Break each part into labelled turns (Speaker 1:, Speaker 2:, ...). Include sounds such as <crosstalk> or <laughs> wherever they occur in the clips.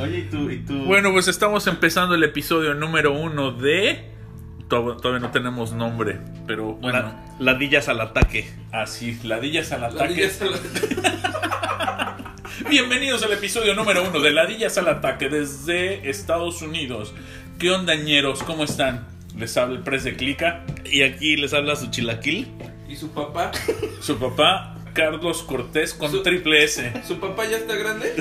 Speaker 1: Oye, ¿y tú, y tú?
Speaker 2: Bueno, pues estamos empezando el episodio número uno de. Tod- Todavía no tenemos nombre, pero bueno.
Speaker 3: La- ladillas al ataque.
Speaker 2: Así, ah, ladillas al ataque.
Speaker 3: Ladillas al ataque.
Speaker 2: <laughs> Bienvenidos al episodio número uno de Ladillas al ataque desde Estados Unidos. ¿Qué ondañeros? ¿Cómo están? Les habla el press de clica.
Speaker 3: Y aquí les habla su chilaquil.
Speaker 4: Y su papá,
Speaker 2: Su papá, Carlos Cortés con
Speaker 4: Su-
Speaker 2: triple S.
Speaker 4: su papá ya está grande.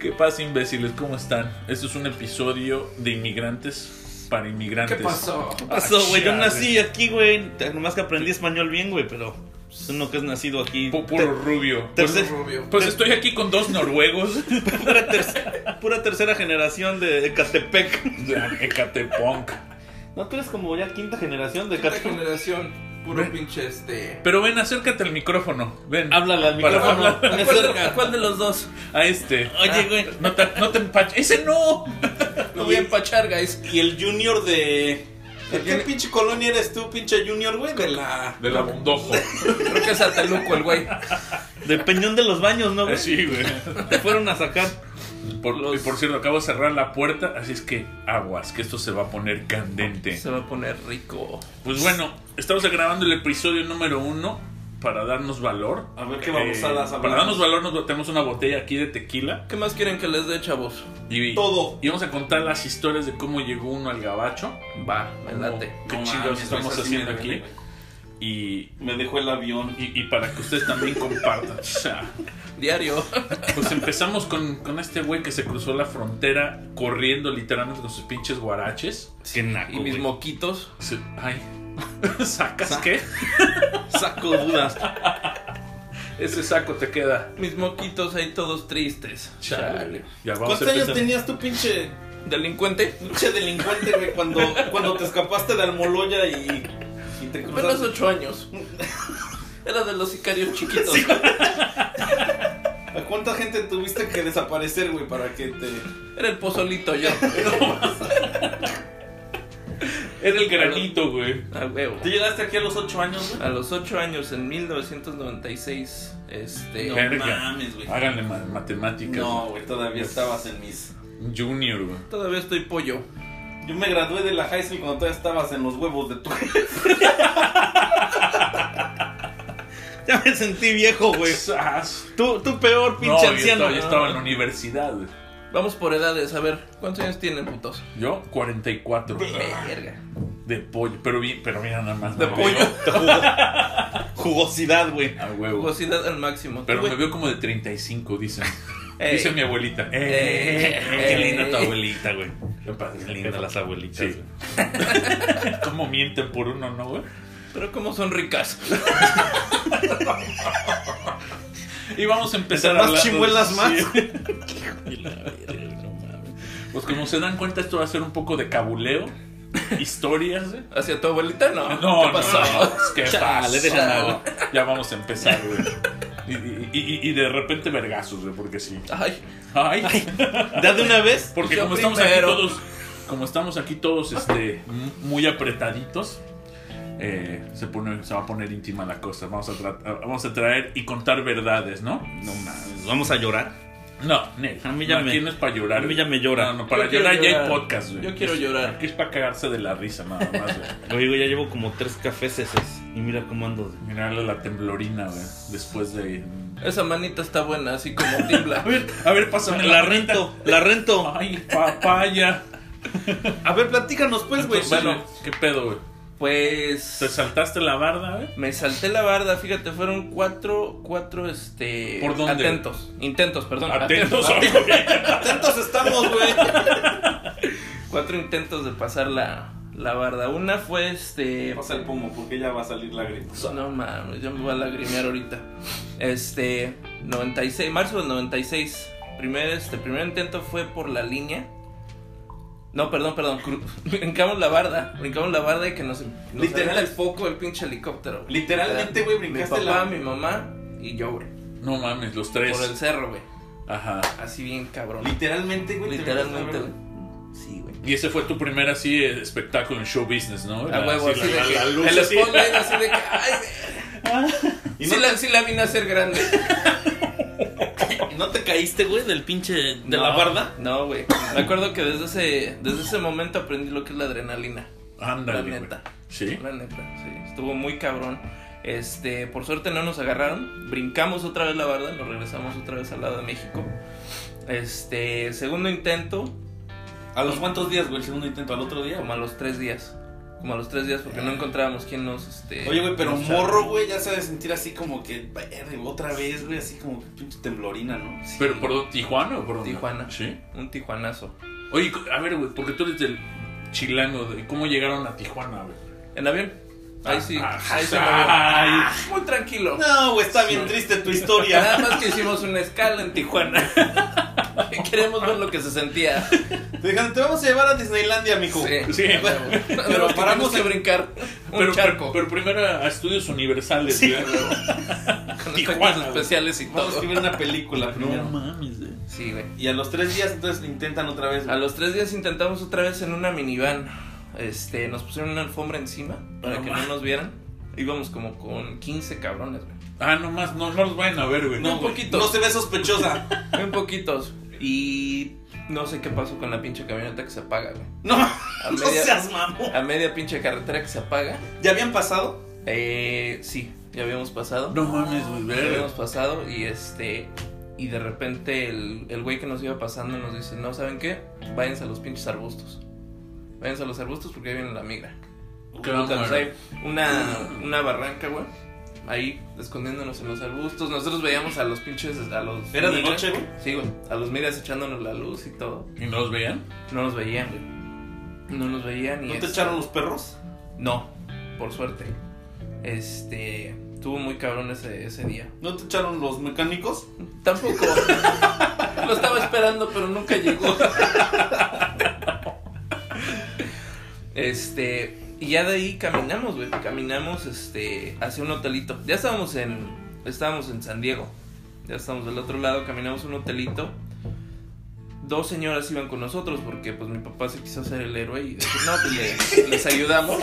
Speaker 2: ¿Qué pasa, imbéciles? ¿Cómo están? Esto es un episodio de inmigrantes para
Speaker 4: ¿Qué
Speaker 2: inmigrantes. Ah,
Speaker 4: pasó?
Speaker 3: Pasó, güey. Yo
Speaker 2: chale.
Speaker 3: nací aquí, güey. Nomás que aprendí español bien, güey, pero es uno que es nacido aquí.
Speaker 2: Pu- Puro rubio.
Speaker 3: Te-
Speaker 2: Pues,
Speaker 3: Tercer-
Speaker 4: Rubio.
Speaker 2: pues estoy aquí con
Speaker 3: <laughs>
Speaker 2: dos noruegos.
Speaker 3: Te- pura, ter- pura tercera generación de Ecatepec.
Speaker 2: de Ecatepunk.
Speaker 3: No, tú eres como ya quinta generación de
Speaker 4: Quinta
Speaker 3: Ecatepec.
Speaker 4: generación, puro pinche este.
Speaker 2: Pero ven, acércate al micrófono. Ven.
Speaker 3: Háblale al
Speaker 2: Para
Speaker 3: micrófono.
Speaker 2: hablar.
Speaker 3: Me
Speaker 4: ¿Cuál,
Speaker 3: acerca.
Speaker 4: cuál de los dos?
Speaker 2: A este.
Speaker 3: Oye, güey.
Speaker 2: No te, no te empaches. ¡Ese no!
Speaker 4: Lo voy a empachar, guys.
Speaker 3: Y el Junior de. ¿De qué pinche colonia eres tú, pinche Junior, güey? De la.
Speaker 2: De la bondojo.
Speaker 4: Creo que es Ataluco el güey.
Speaker 3: Del Peñón de los Baños, ¿no, güey?
Speaker 2: Así, güey.
Speaker 3: Te fueron a sacar.
Speaker 2: Por, Y por cierto, acabo de cerrar la puerta, así es que aguas, que esto se va a poner candente.
Speaker 4: Se va a poner rico.
Speaker 2: Pues bueno, estamos grabando el episodio número uno para darnos valor. Eh,
Speaker 3: A ver qué babosadas hablamos.
Speaker 2: Para darnos valor nos tenemos una botella aquí de tequila.
Speaker 4: ¿Qué más quieren que les dé, chavos?
Speaker 2: Y,
Speaker 3: Todo.
Speaker 2: Y vamos a contar las historias de cómo llegó uno al gabacho.
Speaker 4: Va, me
Speaker 2: Como,
Speaker 4: late.
Speaker 2: Qué
Speaker 3: No
Speaker 2: chingados
Speaker 3: mames,
Speaker 2: estamos
Speaker 3: esa sí
Speaker 2: haciendo
Speaker 3: me duele,
Speaker 2: aquí. Y,
Speaker 3: Me dejó el avión.
Speaker 2: y- y para que ustedes también compartan. O sea, <laughs>
Speaker 4: Diario.
Speaker 2: Pues empezamos con, con este güey que se cruzó la frontera corriendo literalmente con sus pinches guaraches.
Speaker 3: Qué naco,
Speaker 4: Y mis
Speaker 3: güey.
Speaker 4: moquitos.
Speaker 2: Se- Ay. <laughs> ¿Sacas qué?
Speaker 3: Saco dudas.
Speaker 2: Ese saco te queda.
Speaker 4: Mis moquitos ahí todos tristes.
Speaker 2: Chale. Ya vamos a
Speaker 3: ¿Cuántos años
Speaker 2: empezar.
Speaker 3: tenías tú, pinche,
Speaker 4: Delincuente.
Speaker 3: pinche delincuente, güey, cuando, cuando te escapaste de Almoloya y, y te
Speaker 4: Apenas
Speaker 3: cruzaste?
Speaker 4: ocho años. <laughs> Era de los sicarios chiquitos.
Speaker 3: ¿A cuánta gente tuviste que desaparecer, güey, para que te...
Speaker 4: Era el pozolito yo.
Speaker 2: Era el granito, güey.
Speaker 4: A huevo.
Speaker 3: ¿Tú llegaste aquí a los ocho años, güey?
Speaker 4: A los 8 años, en 1996, este...
Speaker 3: No
Speaker 2: Verga.
Speaker 3: mames, güey.
Speaker 2: Háganle ma- matemáticas.
Speaker 3: No, güey, todavía estabas en mis...
Speaker 2: Junior, güey.
Speaker 4: Todavía estoy pollo.
Speaker 3: Yo me gradué de la high school cuando todavía estabas en los huevos de tu... ya me sentí viejo, güey.
Speaker 2: Sas.
Speaker 3: Tú, tú peor,
Speaker 2: Pues, No,
Speaker 3: pinche
Speaker 2: yo
Speaker 3: anciano.
Speaker 2: estaba, yo estaba en la universidad, güey.
Speaker 4: Vamos por edades, a ver, ¿cuántos años tienen, putos?
Speaker 2: Yo, 44.
Speaker 4: Verga.
Speaker 2: De pollo. Pero, bien, pero mira nada más.
Speaker 4: De
Speaker 2: me
Speaker 4: pollo.
Speaker 2: veo
Speaker 3: Te jugó- <laughs> Jugosidad, güey.
Speaker 2: A huevo.
Speaker 4: Jugosidad al máximo.
Speaker 2: Pero
Speaker 4: Tú,
Speaker 2: me
Speaker 4: güey.
Speaker 2: veo como de 35, dicen.
Speaker 4: Ey.
Speaker 2: Dice mi abuelita.
Speaker 4: Ey.
Speaker 2: Qué linda tu
Speaker 4: Ey.
Speaker 2: abuelita, güey. Qué linda las abuelitas. <laughs> güey. ¿Cómo mienten por uno, no, güey?
Speaker 4: Pero como son ricas.
Speaker 2: Y vamos a empezar
Speaker 3: Entre
Speaker 2: a
Speaker 3: más chimuelas,
Speaker 2: <laughs>
Speaker 3: más.
Speaker 2: Pues como se dan cuenta, esto va a ser un poco de cabuleo. Historias, güey.
Speaker 4: ¿Hacia tu abuelita? No.
Speaker 2: No,
Speaker 4: Ah, ¿Qué pasó?
Speaker 2: no, ¿Qué
Speaker 4: Chale,
Speaker 2: pasó?
Speaker 4: deja nada.
Speaker 2: Ya vamos a empezar, güey. Y, y- y- y de repente vergazos, güey, porque sí.
Speaker 4: Ay,
Speaker 2: Ay.
Speaker 3: Ya de una vez.
Speaker 2: Porque
Speaker 4: Yo
Speaker 2: como estamos aquí
Speaker 4: primero.
Speaker 2: todos, como estamos aquí todos, este, m- muy apretaditos, eh, se pone, se va a poner íntima la cosa. Vamos a tratar, vamos a traer y contar verdades, ¿no?
Speaker 3: No mames, vamos a llorar.
Speaker 2: No, Nel.
Speaker 3: A mí ya
Speaker 2: no,
Speaker 3: me-
Speaker 2: aquí no es para llorar.
Speaker 3: a mí ya me
Speaker 2: güey.
Speaker 3: llora.
Speaker 2: No, no, para
Speaker 4: Yo quiero
Speaker 2: llorar, ya hay
Speaker 4: llorar.
Speaker 2: podcast, güey.
Speaker 4: Yo quiero llorar.
Speaker 2: Aquí es para cagarse de la risa, nada más, güey.
Speaker 3: Oye, güey, ya llevo como tres cafés esos. Y mira cómo ando.
Speaker 2: Mirarle la temblorina, güey. Después de.
Speaker 4: esa manita está buena, así como
Speaker 3: <laughs>
Speaker 4: tibla.
Speaker 2: A ver, a ver, pásame
Speaker 3: La rento, la rento.
Speaker 2: Ay, papaya.
Speaker 3: <laughs> A ver, platícanos pues, güey.
Speaker 2: Entonces,
Speaker 3: Bueno,
Speaker 2: güey, ¿qué pedo, güey? ¿Te
Speaker 4: Pues...
Speaker 2: saltaste la barda, güey?
Speaker 4: Me salté la barda, fíjate, fueron cuatro, cuatro, este...
Speaker 2: ¿Por dónde?
Speaker 4: Atentos. Intentos, perdón.
Speaker 2: Atentos,
Speaker 4: atentos. <laughs>
Speaker 2: güey.
Speaker 3: atentos estamos, güey.
Speaker 4: Cuatro intentos de pasar la, la barda. Una fue este.
Speaker 3: Pasa el pomo porque ya va a salir lágrimas.
Speaker 4: No mames, yo me voy a lagrimear ahorita. Este. 96, marzo del 96. Primer, este, primer intento fue por la línea. No, perdón, perdón. cru- <laughs> brincamos la barda. Brincamos la barda y que nos. nos
Speaker 3: Literal.
Speaker 4: avienta el foco el pinche helicóptero. güey.
Speaker 3: Literalmente, güey, brincaste
Speaker 4: Mi papá,
Speaker 3: la- Pues-
Speaker 4: mi mamá y yo, güey.
Speaker 2: No mames, los
Speaker 4: Por
Speaker 2: tres.
Speaker 4: el cerro, güey.
Speaker 2: Ajá.
Speaker 4: Así bien cabrón.
Speaker 3: Literalmente, güey. te
Speaker 4: Literalmente,
Speaker 3: metes
Speaker 4: güey. Sí, güey.
Speaker 2: Y ese fue tu primer así eh, espectáculo en show business, ¿no?
Speaker 4: A huevo, así,
Speaker 2: la, la-
Speaker 4: de
Speaker 2: la
Speaker 4: que
Speaker 2: luz
Speaker 4: el
Speaker 2: así.
Speaker 4: spotlight así de que, ay,
Speaker 3: Y
Speaker 4: sí,
Speaker 3: no-
Speaker 4: la, sí la vine a hacer grande.
Speaker 3: <laughs> ¿No te caíste, güey, del pinche. de la
Speaker 4: No,
Speaker 3: barda?
Speaker 4: No, güey. Me acuerdo que desde ese, desde ese momento aprendí lo que es la adrenalina.
Speaker 2: Ándale.
Speaker 4: La
Speaker 2: güey.
Speaker 4: neta.
Speaker 2: Sí.
Speaker 4: La neta, sí. Estuvo muy cabrón. Este, por suerte no nos agarraron. Brincamos otra vez la barda, nos regresamos otra vez al lado de México. Este, segundo intento,
Speaker 3: ¿A los cuántos días, güey? El segundo intento, al otro día.
Speaker 4: como a los tres días. Como a los tres días, porque no encontrábamos quién nos, este...
Speaker 3: Oye, güey, pero
Speaker 4: nos-
Speaker 3: morro, güey, ya se ha de sentir así como que. verga, Otra vez, güey, así como que pinche temblorina, ¿no?
Speaker 4: Sí,
Speaker 2: Pero por dónde? Tijuana o por dónde?
Speaker 4: Tijuana.
Speaker 2: Sí.
Speaker 4: Un tijuanazo.
Speaker 2: Oye, cu- a ver, güey, porque tú eres del chilango, de- ¿cómo llegaron a Tijuana, güey?
Speaker 4: En avión. Ahí sí,
Speaker 2: Ah,
Speaker 4: ahí sí. me
Speaker 2: ah,
Speaker 4: voy. Muy tranquilo.
Speaker 3: No, güey, está bien triste tu historia. <laughs>
Speaker 4: Nada más que hicimos una escala en Tijuana. <laughs> Queremos ver lo que se sentía.
Speaker 3: Te dijeron, te vamos a llevar a Disneylandia, mijo. <laughs>
Speaker 2: Sí.
Speaker 3: Pero
Speaker 4: Pero
Speaker 3: paramos
Speaker 4: paramos que
Speaker 3: en-
Speaker 4: brincar un
Speaker 2: Pero,
Speaker 4: charco.
Speaker 2: pero primero a estudios universales,
Speaker 3: Sí.
Speaker 2: güey.
Speaker 3: <laughs>
Speaker 4: con
Speaker 2: Tijuana,
Speaker 4: efectos
Speaker 2: güey.
Speaker 4: especiales y
Speaker 3: Vamos a
Speaker 4: todo.
Speaker 3: escribir una película primero.
Speaker 2: mames, güey.
Speaker 4: Sí, güey.
Speaker 3: Y a los tres días, entonces intentan otra vez.
Speaker 4: A
Speaker 3: güey.
Speaker 4: los tres días intentamos otra vez en una minivan. Este, nos pusieron una alfombra encima para
Speaker 2: No
Speaker 4: que
Speaker 2: ma-
Speaker 4: no nos vieran. Íbamos como con 15 cabrones, güey.
Speaker 2: Ah, nomás, no, no los vayan a ver, güey.
Speaker 3: No,
Speaker 4: un
Speaker 3: güey,
Speaker 4: poquito.
Speaker 3: No se ve sospechosa.
Speaker 4: <laughs> Muy poquitos. Y no sé qué pasó con la pinche camioneta que se apaga, güey.
Speaker 3: No,
Speaker 4: A
Speaker 3: no
Speaker 4: media-
Speaker 3: seas mamón.
Speaker 4: A media pinche carretera que se apaga.
Speaker 3: ¿Ya habían pasado?
Speaker 4: Eh, sí, ya habíamos pasado.
Speaker 2: No mames, güey,
Speaker 4: Ya
Speaker 2: verga.
Speaker 4: habíamos pasado y este. Y de repente el el güey que nos iba pasando nos dice: No, ¿saben qué? Váyanse a los pinches arbustos. Váyanse a los arbustos porque ahí viene la migra.
Speaker 2: Claro,
Speaker 4: Puta, pues,
Speaker 2: güey.
Speaker 4: hay una, una barranca, güey. Ahí escondiéndonos en los arbustos. Nosotros veíamos a los pinches. A los
Speaker 3: Era de
Speaker 4: migras.
Speaker 3: noche, güey.
Speaker 4: Sí, güey. A los miras echándonos la luz y todo.
Speaker 2: ¿Y no los veían?
Speaker 4: No nos veían, güey. No nos veían y.
Speaker 3: ¿No te
Speaker 4: este-
Speaker 3: echaron los perros?
Speaker 4: No, por suerte. Este. Estuvo muy cabrón ese, ese día.
Speaker 3: ¿No te echaron los mecánicos?
Speaker 4: Tampoco. <laughs> Lo estaba esperando, pero nunca llegó. <laughs> Este. Y ya de ahí caminamos, güey. Caminamos este, hacia un hotelito. Ya estábamos en. Estábamos en San Diego. Ya estábamos del otro lado. Caminamos a un hotelito. Dos señoras iban con nosotros porque pues mi papá se quiso hacer el héroe y decir, no, pues le- les ayudamos.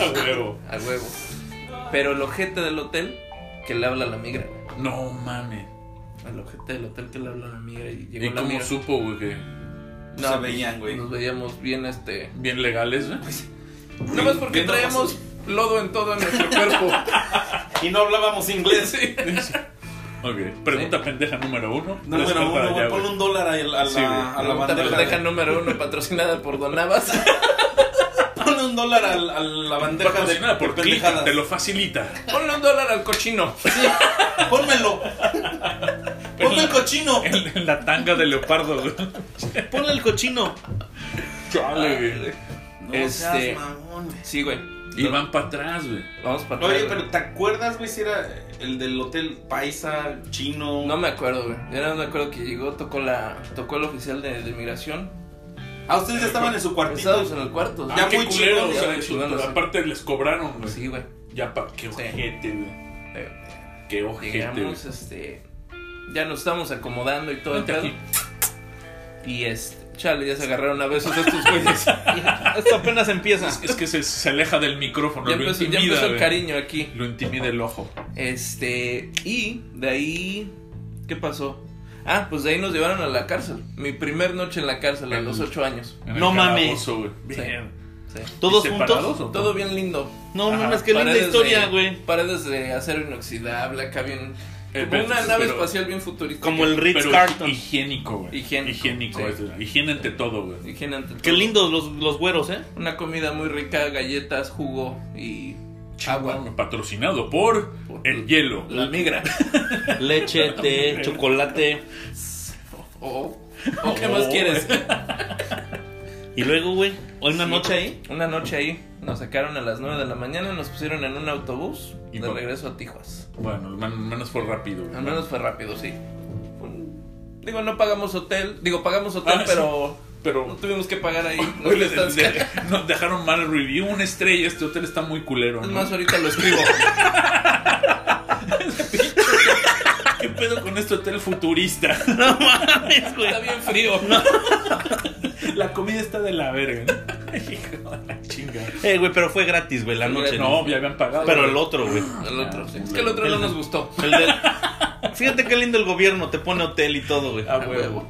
Speaker 2: <laughs> A huevo.
Speaker 4: A huevo. Pero el ojete del hotel que le habla a la migra, güey.
Speaker 2: No mames.
Speaker 4: Al ojete del hotel que le habló la migra y llegó
Speaker 2: ¿Y
Speaker 4: la
Speaker 2: cómo
Speaker 4: migra.
Speaker 2: supo, güey, que
Speaker 3: No, se veían, güey.
Speaker 4: Nos veíamos bien este.
Speaker 2: bien legales, güey?
Speaker 4: No más porque
Speaker 3: bien
Speaker 4: traíamos lodo en todo
Speaker 3: <laughs>
Speaker 4: nuestro cuerpo.
Speaker 3: Y no hablábamos inglés.
Speaker 4: Sí.
Speaker 2: Ok. Pregunta pendeja número uno.
Speaker 3: Número
Speaker 2: Respuesta
Speaker 3: uno,
Speaker 2: Pues ya,
Speaker 3: güey,
Speaker 2: güey.
Speaker 3: pon un dólar a, el- a la,
Speaker 2: Sí, güey.
Speaker 3: a la
Speaker 4: Pregunta
Speaker 3: bandeja.
Speaker 4: pendeja
Speaker 3: de-
Speaker 4: número uno patrocinada por Donabas.
Speaker 3: <laughs> Pon un dólar a, la- a la bandeja de,
Speaker 2: Patrocinada
Speaker 3: de
Speaker 2: por Click,
Speaker 3: pendejadas.
Speaker 2: te lo facilita.
Speaker 4: Ponle un dólar al cochino. <laughs>
Speaker 3: Pónmelo. Ponle el cochino.
Speaker 4: Eh,
Speaker 2: En, en la tanga de leopardo, güey.
Speaker 3: Ponle el cochino.
Speaker 2: Chale, güey.
Speaker 3: No
Speaker 4: Este-
Speaker 3: seas mamón, güey.
Speaker 4: Sí, güey.
Speaker 2: Y van para atrás, güey.
Speaker 4: Vamos para atrás.
Speaker 3: Oye,
Speaker 4: güey.
Speaker 3: pero ¿te acuerdas, güey, si era el del hotel paisa, chino?
Speaker 4: No me acuerdo, güey. Yo nada más me acuerdo que llegó, tocó la. Tocó el oficial de, de migración.
Speaker 3: Ah, ustedes ya estaban en su cuartito.
Speaker 4: Estábamos en el cuarto.
Speaker 2: Ah,
Speaker 3: Ya
Speaker 2: qué
Speaker 3: muy
Speaker 2: culero,
Speaker 3: chingón,
Speaker 2: o
Speaker 4: ya
Speaker 2: sea,
Speaker 4: muy
Speaker 2: su-
Speaker 4: chingón,
Speaker 2: pero
Speaker 4: sí.
Speaker 2: aparte les cobraron, güey.
Speaker 4: Sí, güey.
Speaker 2: Ya para qué ojete, güey.
Speaker 4: Eh,
Speaker 2: Qué ojete, güey.
Speaker 4: Llegamos, este. Ya nos estamos acomodando y todo el
Speaker 2: Vente
Speaker 4: pedo.
Speaker 2: aquí.
Speaker 4: Y este. Chale, ya se agarraron a besos estos güeyes. Esto apenas empieza.
Speaker 2: Es que se, se aleja del micrófono,
Speaker 4: Ya
Speaker 2: lo
Speaker 4: empezó, ya
Speaker 2: intimida,
Speaker 4: empezó el
Speaker 2: güey.
Speaker 4: cariño aquí.
Speaker 2: Lo intimida el ojo.
Speaker 4: Este. Y de ahí. ¿Qué pasó? Ah, pues de ahí nos llevaron a la cárcel. Mi primer noche en la cárcel, a
Speaker 2: En-
Speaker 4: los ocho años.
Speaker 2: En el
Speaker 3: No mames.
Speaker 2: calabozo, güey.
Speaker 4: Sí.
Speaker 2: Bien.
Speaker 4: Sí.
Speaker 3: ¿Todos
Speaker 2: ¿Y
Speaker 3: juntos?
Speaker 2: separados o
Speaker 4: Todo bien lindo.
Speaker 3: No
Speaker 2: Ajá,
Speaker 3: mames, qué linda
Speaker 4: paredes
Speaker 3: historia,
Speaker 4: de-
Speaker 3: güey.
Speaker 4: Paredes de acero inoxidable, acá bien.
Speaker 2: Eh,
Speaker 4: Como una
Speaker 2: pero-
Speaker 4: nave
Speaker 2: pero-
Speaker 4: espacial bien futurista.
Speaker 3: Como el Ritz
Speaker 2: Pero
Speaker 3: Carlton.
Speaker 2: higiénico, güey.
Speaker 4: Higiénico, sí.
Speaker 2: es la- Higiene ante todo, güey.
Speaker 4: Higiene ante
Speaker 3: Qué
Speaker 4: todo.
Speaker 3: lindos los, los güeros, ¿eh?
Speaker 4: Una comida muy rica, galletas, jugo y agua.
Speaker 2: Patrocinado por
Speaker 4: Por-
Speaker 2: el hielo.
Speaker 4: La migra.
Speaker 3: <laughs> Leche, té, chocolate.
Speaker 4: Oh, oh, ¿Qué más
Speaker 2: Oh.
Speaker 4: <laughs> quieres?
Speaker 3: Y luego, güey, hoy una noche ahí.
Speaker 4: Una noche ahí nos sacaron a las 9 de la mañana, nos pusieron en un autobús
Speaker 2: Y
Speaker 4: de
Speaker 2: no-
Speaker 4: regreso a Tijuas.
Speaker 2: Bueno, al men- menos fue rápido, güey.
Speaker 4: Al menos fue rápido, sí. Fue un- Digo, no pagamos hotel, digo, pagamos hotel,
Speaker 2: Ah, sí.
Speaker 4: pero no
Speaker 2: Pero.
Speaker 4: tuvimos que
Speaker 2: <laughs>
Speaker 4: pagar ahí.
Speaker 2: Hoy
Speaker 4: nuestra
Speaker 2: les- <laughs>
Speaker 4: estancia.
Speaker 2: de- nos dejaron mal review, una estrella. Este hotel está muy culero.
Speaker 4: Es
Speaker 2: ¿no?
Speaker 4: más, ahorita
Speaker 2: <laughs>
Speaker 4: lo escribo.
Speaker 2: ¿Qué pedo con este hotel futurista? <laughs>
Speaker 4: Está bien frío.
Speaker 2: La comida está de la verga. ¿no?
Speaker 4: <laughs>
Speaker 2: Hijo de la chingada.
Speaker 1: Eh, güey, pero fue gratis, güey, la noche.
Speaker 2: No, ya habían pagado.
Speaker 1: Pero el otro, güey.
Speaker 4: El otro, sí. Es que el otro no nos gustó.
Speaker 1: El de- Fíjate qué lindo el gobierno, te pone hotel y todo, güey.
Speaker 2: A Ah, huevo.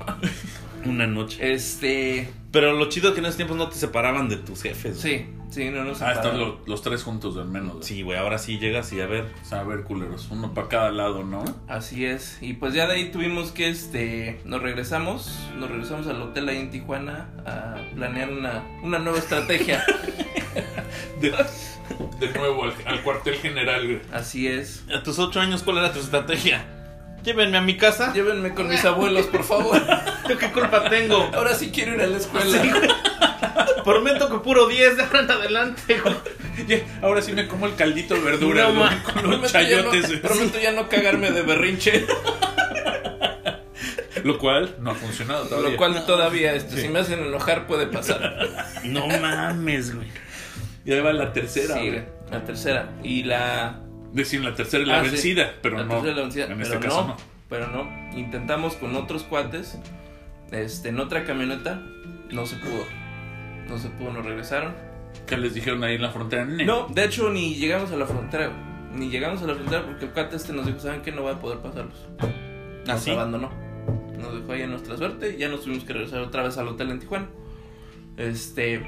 Speaker 1: Una noche.
Speaker 4: Este.
Speaker 1: Pero lo chido es que en esos tiempos no te separaban de tus jefes. güey.
Speaker 4: Sí, sí, no nos
Speaker 2: Ah, están
Speaker 4: separaron.
Speaker 2: los, los tres juntos al menos. Sí.
Speaker 1: Sí, güey, ahora sí llegas y a ver.
Speaker 2: A ver, culeros. Uno para cada lado, ¿no?
Speaker 4: Así es. Y pues ya de ahí tuvimos que este. Nos regresamos. Nos regresamos al hotel ahí en Tijuana a planear una, una nueva estrategia.
Speaker 2: De, de nuevo al, al cuartel general, güey.
Speaker 4: Así es.
Speaker 1: A tus ocho años, ¿cuál era tu estrategia? Llévenme a mi casa. <laughs>
Speaker 4: Llévenme con mis abuelos, por
Speaker 2: <laughs>
Speaker 4: favor.
Speaker 1: ¿Yo qué culpa tengo?
Speaker 4: Ahora sí quiero ir a la escuela.
Speaker 1: Prometo que puro 10 de ahora en adelante, güey.
Speaker 2: Ya, ahora sí me como el caldito de verdura
Speaker 1: No,
Speaker 2: güey,
Speaker 1: ma.
Speaker 2: con los
Speaker 4: <laughs> Prometo ya, no,
Speaker 2: chayotes. güey.
Speaker 4: prometo ya no cagarme
Speaker 2: <laughs>
Speaker 4: de berrinche.
Speaker 2: Lo cual no ha funcionado todavía.
Speaker 4: Lo cual todavía, este, si me hacen enojar, puede pasar.
Speaker 1: No mames, güey.
Speaker 2: Y ahí va la tercera,
Speaker 4: Sí,
Speaker 2: güey.
Speaker 4: la tercera. Y la.
Speaker 2: Decir, la tercera es la
Speaker 4: ah, sí,
Speaker 2: vencida, pero
Speaker 4: la
Speaker 2: no.
Speaker 4: tercera es la vencida,
Speaker 2: En
Speaker 4: pero
Speaker 2: este
Speaker 4: no,
Speaker 2: caso no.
Speaker 4: Pero no. Intentamos con otros cuates. Este, en otra camioneta. No se pudo. No se pudo, nos regresaron.
Speaker 2: ¿Qué les dijeron ahí en la frontera? Ne.
Speaker 4: No, de hecho, ni llegamos a la frontera. güey. Ni llegamos a la frontera porque el cuate este nos dijo: ¿Saben qué? No voy a poder pasarlos.
Speaker 1: ¿Ah,
Speaker 4: Nos
Speaker 1: ¿Así?
Speaker 4: abandonó. Nos dejó ahí a nuestra suerte y ya nos tuvimos que regresar otra vez al hotel en Tijuana. Este,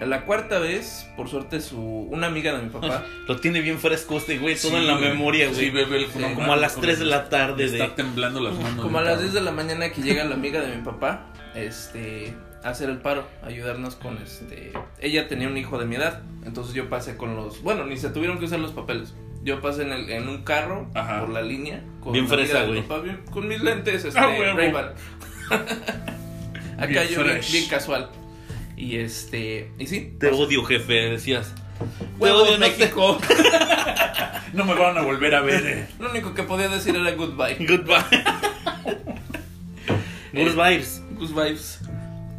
Speaker 4: la cuarta vez, por suerte, su una amiga de
Speaker 1: <laughs>
Speaker 4: mi papá.
Speaker 1: Lo tiene bien fresco este güey, todo
Speaker 2: Sí,
Speaker 1: en la
Speaker 2: güey.
Speaker 1: memoria, güey.
Speaker 2: Sí, bebe el
Speaker 4: Sí.
Speaker 1: Como a las 3 de la tarde
Speaker 2: Está
Speaker 1: de...
Speaker 2: temblando las manos.
Speaker 4: Como a
Speaker 2: del
Speaker 4: las
Speaker 2: cabrón.
Speaker 4: 10 de la mañana que llega la amiga de mi papá, este, a hacer el paro, a ayudarnos con este. Ella tenía un hijo de mi edad, entonces yo pasé con los. Bueno, ni se tuvieron que usar los papeles. Yo pasé en, el- en un carro
Speaker 2: Ajá.
Speaker 4: por la línea. Con
Speaker 1: Bien
Speaker 4: la amiga
Speaker 1: fresa,
Speaker 4: de mi
Speaker 1: güey.
Speaker 4: papá, bien- Con mis lentes, este,
Speaker 2: Ah, huevo. <laughs>
Speaker 4: Ray-Ban. Acá
Speaker 2: Bien
Speaker 4: yo bien,
Speaker 2: fresh.
Speaker 4: bien casual. Y este. Y sí.
Speaker 1: Te odio, jefe, decías. Te
Speaker 4: Huevo,
Speaker 1: odio, no te...
Speaker 4: México.
Speaker 2: No me van a volver a ver. eh.
Speaker 4: <laughs> Lo único que podía decir era goodbye.
Speaker 1: Goodbye. Good vibes.
Speaker 4: Good vibes.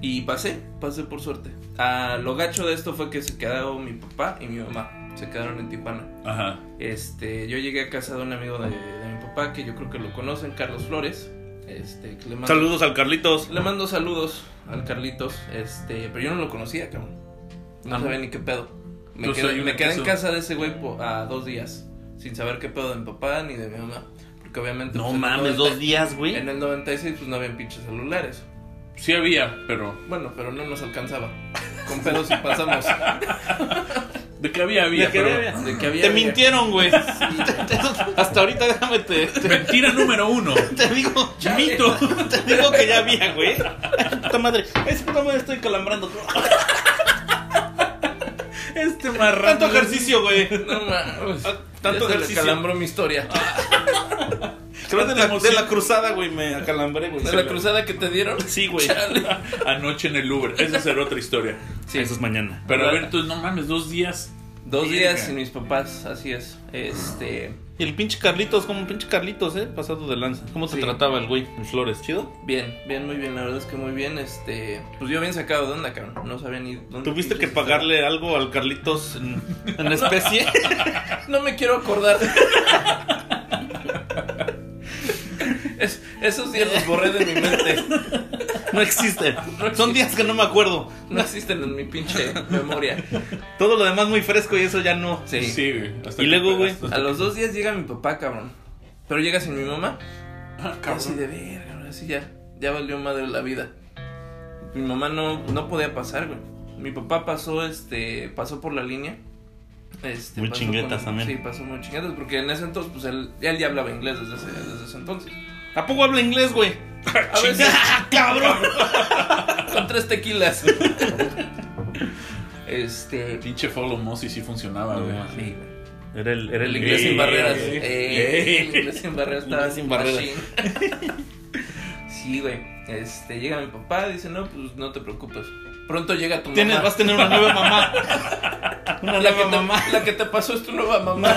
Speaker 4: Y pasé, pasé por suerte. Ah, lo gacho de esto fue que se quedaron mi papá y mi mamá. Se quedaron en Tijuana.
Speaker 2: Ajá.
Speaker 4: Este, yo llegué a casa de un amigo de, de mi papá que yo creo que lo conocen, Carlos Flores. Este, que le mando,
Speaker 1: Saludos al Carlitos.
Speaker 4: Le mando saludos al Carlitos. Este, pero yo no lo conocía, cabrón. No
Speaker 2: Ah,
Speaker 4: sabía ni qué pedo. Me
Speaker 2: Entonces
Speaker 4: quedé,
Speaker 2: hay una
Speaker 4: me quedé en
Speaker 2: que
Speaker 4: casa de ese güey po- a dos días. Sin saber qué pedo de mi papá ni de mi mamá. Porque obviamente.
Speaker 1: No
Speaker 4: pues, en el
Speaker 1: mames,
Speaker 4: 90
Speaker 1: dos días, güey.
Speaker 4: En el 96 pues no habían pinches celulares.
Speaker 2: Sí había, pero.
Speaker 4: Bueno, pero no nos alcanzaba. Con pedos y pasamos.
Speaker 2: De que había, había.
Speaker 1: De que
Speaker 2: pero-
Speaker 1: había, había.
Speaker 4: De que había,
Speaker 1: Te
Speaker 4: había.
Speaker 1: mintieron, güey. Hasta ahorita déjame te, te,
Speaker 2: <laughs> Mentira número uno.
Speaker 1: te digo,
Speaker 4: Chale.
Speaker 1: mito. Te digo que ya había, güey. Puta madre. Es puta madre, estoy calambrando.
Speaker 2: Este marrano.
Speaker 1: Tanto ejercicio, güey.
Speaker 4: No mames.
Speaker 1: Ah, tanto
Speaker 4: Ya se
Speaker 1: ejercicio.
Speaker 4: le calambró mi historia.
Speaker 1: Creo de la, de la cruzada, güey, me acalambré, güey.
Speaker 4: De la cruzada que te dieron.
Speaker 1: Sí, güey.
Speaker 2: Anoche en el Uber. Esa será otra historia.
Speaker 4: Sí,
Speaker 1: Eso es mañana.
Speaker 2: Pero a ver, entonces, no mames, dos días.
Speaker 4: dos
Speaker 2: Verga.
Speaker 4: días sin mis papás, así es. Este,
Speaker 1: Y el pinche Carlitos, como un pinche Carlitos, eh, pasado de lanza. ¿Cómo te
Speaker 4: Sí.
Speaker 1: trataba el güey en Flores? ¿Chido?
Speaker 4: bien, bien, muy bien. La verdad es que muy bien. Este, pues yo bien sacado de onda, cabrón. No sabía ni dónde.
Speaker 1: ¿Tuviste que
Speaker 4: pinches estaba.
Speaker 1: pagarle algo al
Speaker 4: <laughs>
Speaker 1: Carlitos en, en especie?
Speaker 4: No me quiero acordar. Es- esos días los borré de mi mente.
Speaker 1: No existe. Son días que no me acuerdo.
Speaker 4: No existen en mi pinche memoria.
Speaker 1: Todo lo demás muy fresco y eso ya no.
Speaker 4: Sí.
Speaker 2: Sí, güey. hasta
Speaker 1: Y
Speaker 2: que-
Speaker 1: luego, güey.
Speaker 2: hasta-
Speaker 4: A los dos días llega mi papá, cabrón. Pero llega sin mi mamá.
Speaker 2: Ah,
Speaker 4: Así
Speaker 2: cabrón.
Speaker 4: de verga, ahora sí ya. Ya valió madre la vida. Mi mamá no, no podía pasar, güey. Mi papá pasó, este, pasó por la línea. Este,
Speaker 1: Muy
Speaker 4: pasó
Speaker 1: chinguetas también.
Speaker 4: Sí, pasó muy chinguetas, porque en ese entonces, pues él, él ya hablaba inglés desde ese, desde
Speaker 2: <laughs>
Speaker 4: ese entonces.
Speaker 1: ¿A poco habla inglés, güey?
Speaker 4: A veces
Speaker 1: ¡Cabrón!
Speaker 4: con tres tequilas. <laughs> este.
Speaker 2: Pinche follow Mosey sí funcionaba,
Speaker 1: No
Speaker 2: güey.
Speaker 1: mames.
Speaker 4: Sí, güey.
Speaker 1: Era el,
Speaker 4: El inglés
Speaker 2: Ey,
Speaker 4: sin barreras.
Speaker 2: ey,
Speaker 4: Ey,
Speaker 2: ey.
Speaker 4: El inglés sin barreras
Speaker 1: El
Speaker 4: estaba
Speaker 1: inglés sin barreras.
Speaker 4: machín. <laughs> Sí, güey. Este, llega mi papá, dice, no, pues no te preocupes. Pronto llega tu mamá.
Speaker 1: Tienes, vas a tener una
Speaker 4: <laughs>
Speaker 1: nueva mamá. Una
Speaker 4: la, que
Speaker 1: nueva
Speaker 4: te,
Speaker 1: mamá.
Speaker 4: la que te pasó es tu nueva mamá.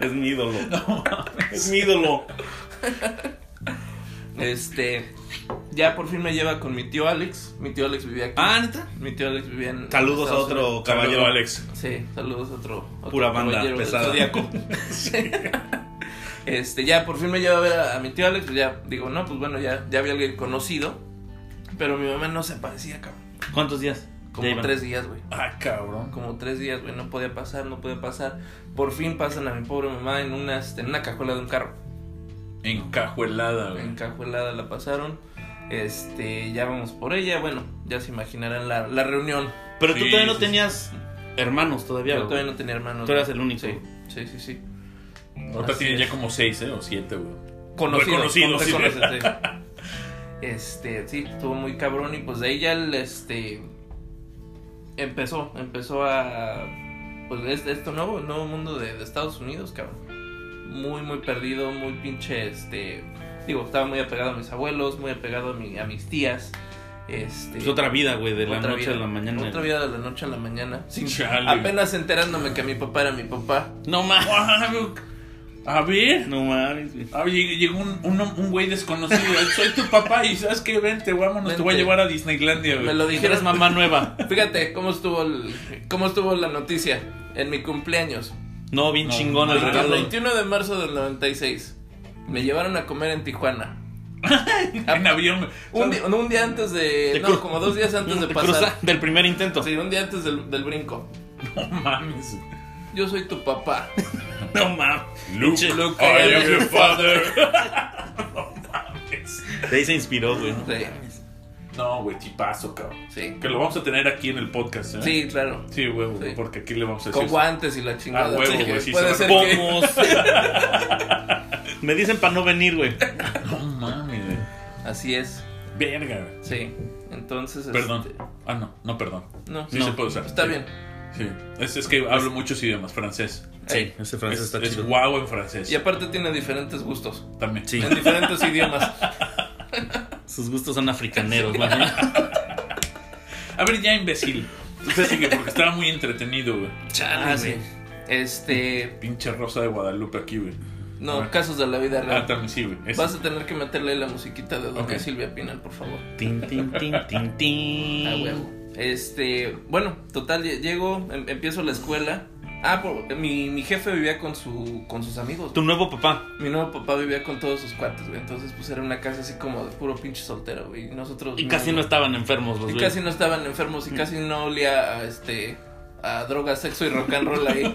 Speaker 1: Es mi ídolo. <laughs> es mi ídolo.
Speaker 4: Este, ya por fin me lleva con mi tío Alex. Mi tío Alex vivía aquí.
Speaker 1: Ah, neta.
Speaker 4: Mi tío Alex vivía en.
Speaker 1: Saludos a
Speaker 4: Estados
Speaker 1: otro
Speaker 4: Unidos.
Speaker 1: caballero.
Speaker 2: Saludo, Alex.
Speaker 4: Sí, saludos a otro. otro
Speaker 1: Pura banda
Speaker 4: caballero del
Speaker 1: pesada. <laughs>
Speaker 4: zodiaco. Sí. Este, ya por fin me lleva a ver a, a mi tío Alex. pues Ya digo, no, pues bueno, ya, ya había alguien conocido. Pero mi mamá no se parecía, cabrón.
Speaker 1: ¿Cuántos días?
Speaker 4: Como
Speaker 1: Ya iban.
Speaker 4: tres días, güey.
Speaker 2: Ah, cabrón.
Speaker 4: Como tres días, güey. No podía pasar, no podía pasar. Por fin pasan a mi pobre mamá en una, este, en una cajuela de un carro.
Speaker 2: Encajuelada, güey.
Speaker 4: En cajuelada la pasaron. Este, ya vamos por ella. Bueno, ya se imaginarán la, la reunión.
Speaker 1: Pero tú
Speaker 2: Sí,
Speaker 1: todavía no
Speaker 2: sí, sí.
Speaker 1: tenías hermanos todavía.
Speaker 4: Yo
Speaker 1: güey.
Speaker 4: todavía no tenía hermanos.
Speaker 1: Tú eras el único.
Speaker 4: Sí, sí, sí. sí.
Speaker 2: Ahorita
Speaker 4: Así
Speaker 2: tiene
Speaker 4: es.
Speaker 2: ya como seis, ¿eh? O siete, güey.
Speaker 4: Conocidos.
Speaker 2: Reconocidos,
Speaker 4: con-
Speaker 2: sí.
Speaker 4: reconocidos, sí. Este, sí, estuvo muy cabrón y pues de ahí ya el, este, empezó, empezó a, pues es- esto nuevo, el nuevo mundo de, de Estados Unidos, cabrón. Muy, muy perdido, muy pinche, este, digo, estaba muy apegado a mis abuelos, muy apegado a, mi- a mis tías, este.
Speaker 1: Es otra vida, güey, de la
Speaker 4: otra
Speaker 1: noche
Speaker 4: vida,
Speaker 1: a la mañana.
Speaker 4: Otra vida de la noche a la mañana. Sin,
Speaker 2: Chale.
Speaker 4: apenas enterándome que mi papá era mi papá.
Speaker 2: <laughs>
Speaker 1: No mames.
Speaker 2: Ah, güey. A ver.
Speaker 1: No mames, güey.
Speaker 2: Ah, lleg- llegó un, un, un güey desconocido.
Speaker 4: <laughs>
Speaker 2: Soy tu papá y sabes qué, vente, vámonos, te voy a
Speaker 4: Vente.
Speaker 2: llevar a Disneylandia,
Speaker 4: Me
Speaker 2: güey.
Speaker 4: lo dijeron.
Speaker 1: Eres mamá
Speaker 4: <laughs>
Speaker 1: nueva.
Speaker 4: Fíjate cómo estuvo el- cómo estuvo la noticia en mi cumpleaños.
Speaker 1: No, bien
Speaker 2: No,
Speaker 1: chingón el
Speaker 2: no,
Speaker 4: El
Speaker 1: regalo.
Speaker 4: 21 de marzo del 96. Me llevaron a comer en Tijuana.
Speaker 2: En avión.
Speaker 4: Un, di- un día antes de...
Speaker 1: Te
Speaker 4: No,
Speaker 1: cru-
Speaker 4: como dos días antes de
Speaker 1: Te
Speaker 4: pasar.
Speaker 1: cruza- del primer intento.
Speaker 4: Sí, un día antes del, del brinco.
Speaker 2: No mames.
Speaker 4: Yo soy tu papá.
Speaker 1: No mames.
Speaker 2: Luke, I
Speaker 4: Luke,
Speaker 2: am
Speaker 4: I am
Speaker 2: your
Speaker 4: your
Speaker 2: father.
Speaker 4: <laughs>
Speaker 2: no mames.
Speaker 1: De ahí se inspiró, güey. ¿no?
Speaker 4: Sí,
Speaker 2: No, güey, tipazo, cabrón.
Speaker 4: sí.
Speaker 2: Que lo vamos a tener aquí en el podcast, ¿eh?
Speaker 4: Sí, claro.
Speaker 2: Sí, güey, güey,
Speaker 4: Sí.
Speaker 2: porque aquí le vamos a decir.
Speaker 4: Con guantes y la chingada.
Speaker 2: Ah, huevo,
Speaker 4: porque
Speaker 2: güey, sí,
Speaker 4: puede
Speaker 2: se
Speaker 4: ser
Speaker 2: va-
Speaker 4: que...
Speaker 1: Pomos. <laughs> Me dicen para no venir, güey.
Speaker 2: No mames, güey.
Speaker 4: Así es.
Speaker 2: Verga, güey.
Speaker 4: Sí. Entonces...
Speaker 2: Perdón.
Speaker 4: este,
Speaker 2: Ah, no, no, perdón.
Speaker 4: no.
Speaker 2: Sí
Speaker 4: no.
Speaker 2: se puede usar.
Speaker 4: Está
Speaker 2: Sí.
Speaker 4: bien.
Speaker 2: Sí. Es, es que hablo muchos idiomas. Francés.
Speaker 4: Sí,
Speaker 1: ese
Speaker 2: es, es guau en francés.
Speaker 4: Y aparte tiene diferentes gustos.
Speaker 2: También.
Speaker 1: Sí.
Speaker 4: En
Speaker 1: <laughs>
Speaker 4: diferentes idiomas.
Speaker 1: Sus gustos son africaneros, más bien.
Speaker 2: A ver, ya imbécil. Usted sigue porque estaba muy entretenido, güey.
Speaker 4: <laughs> Chale,
Speaker 1: Ah, sí.
Speaker 4: güey. Este.
Speaker 2: Pinche rosa de Guadalupe aquí, güey.
Speaker 4: No,
Speaker 2: Ah.
Speaker 4: casos de la vida real.
Speaker 2: Ah, también sí, güey. Es-
Speaker 4: Vas a tener que meterle la musiquita de Doña
Speaker 2: Ok.
Speaker 4: Silvia Pinal, por favor.
Speaker 1: Tin, tin, tin, tin, tin.
Speaker 4: A huevo. Este. Bueno, total, lle- llego, em- empiezo la escuela. Ah, por- mi, mi jefe vivía con, su, con sus amigos.
Speaker 1: Tu nuevo papá.
Speaker 4: Mi nuevo papá vivía con todos sus cuates, güey. Entonces, pues era una casa así como de puro pinche soltero, güey. Y nosotros.
Speaker 1: Y casi no Mm. estaban enfermos los
Speaker 4: Mm. Y
Speaker 1: güeyes.
Speaker 4: casi no estaban enfermos y casi no olía a este. A droga, sexo y rock and
Speaker 1: <laughs>
Speaker 4: roll ahí.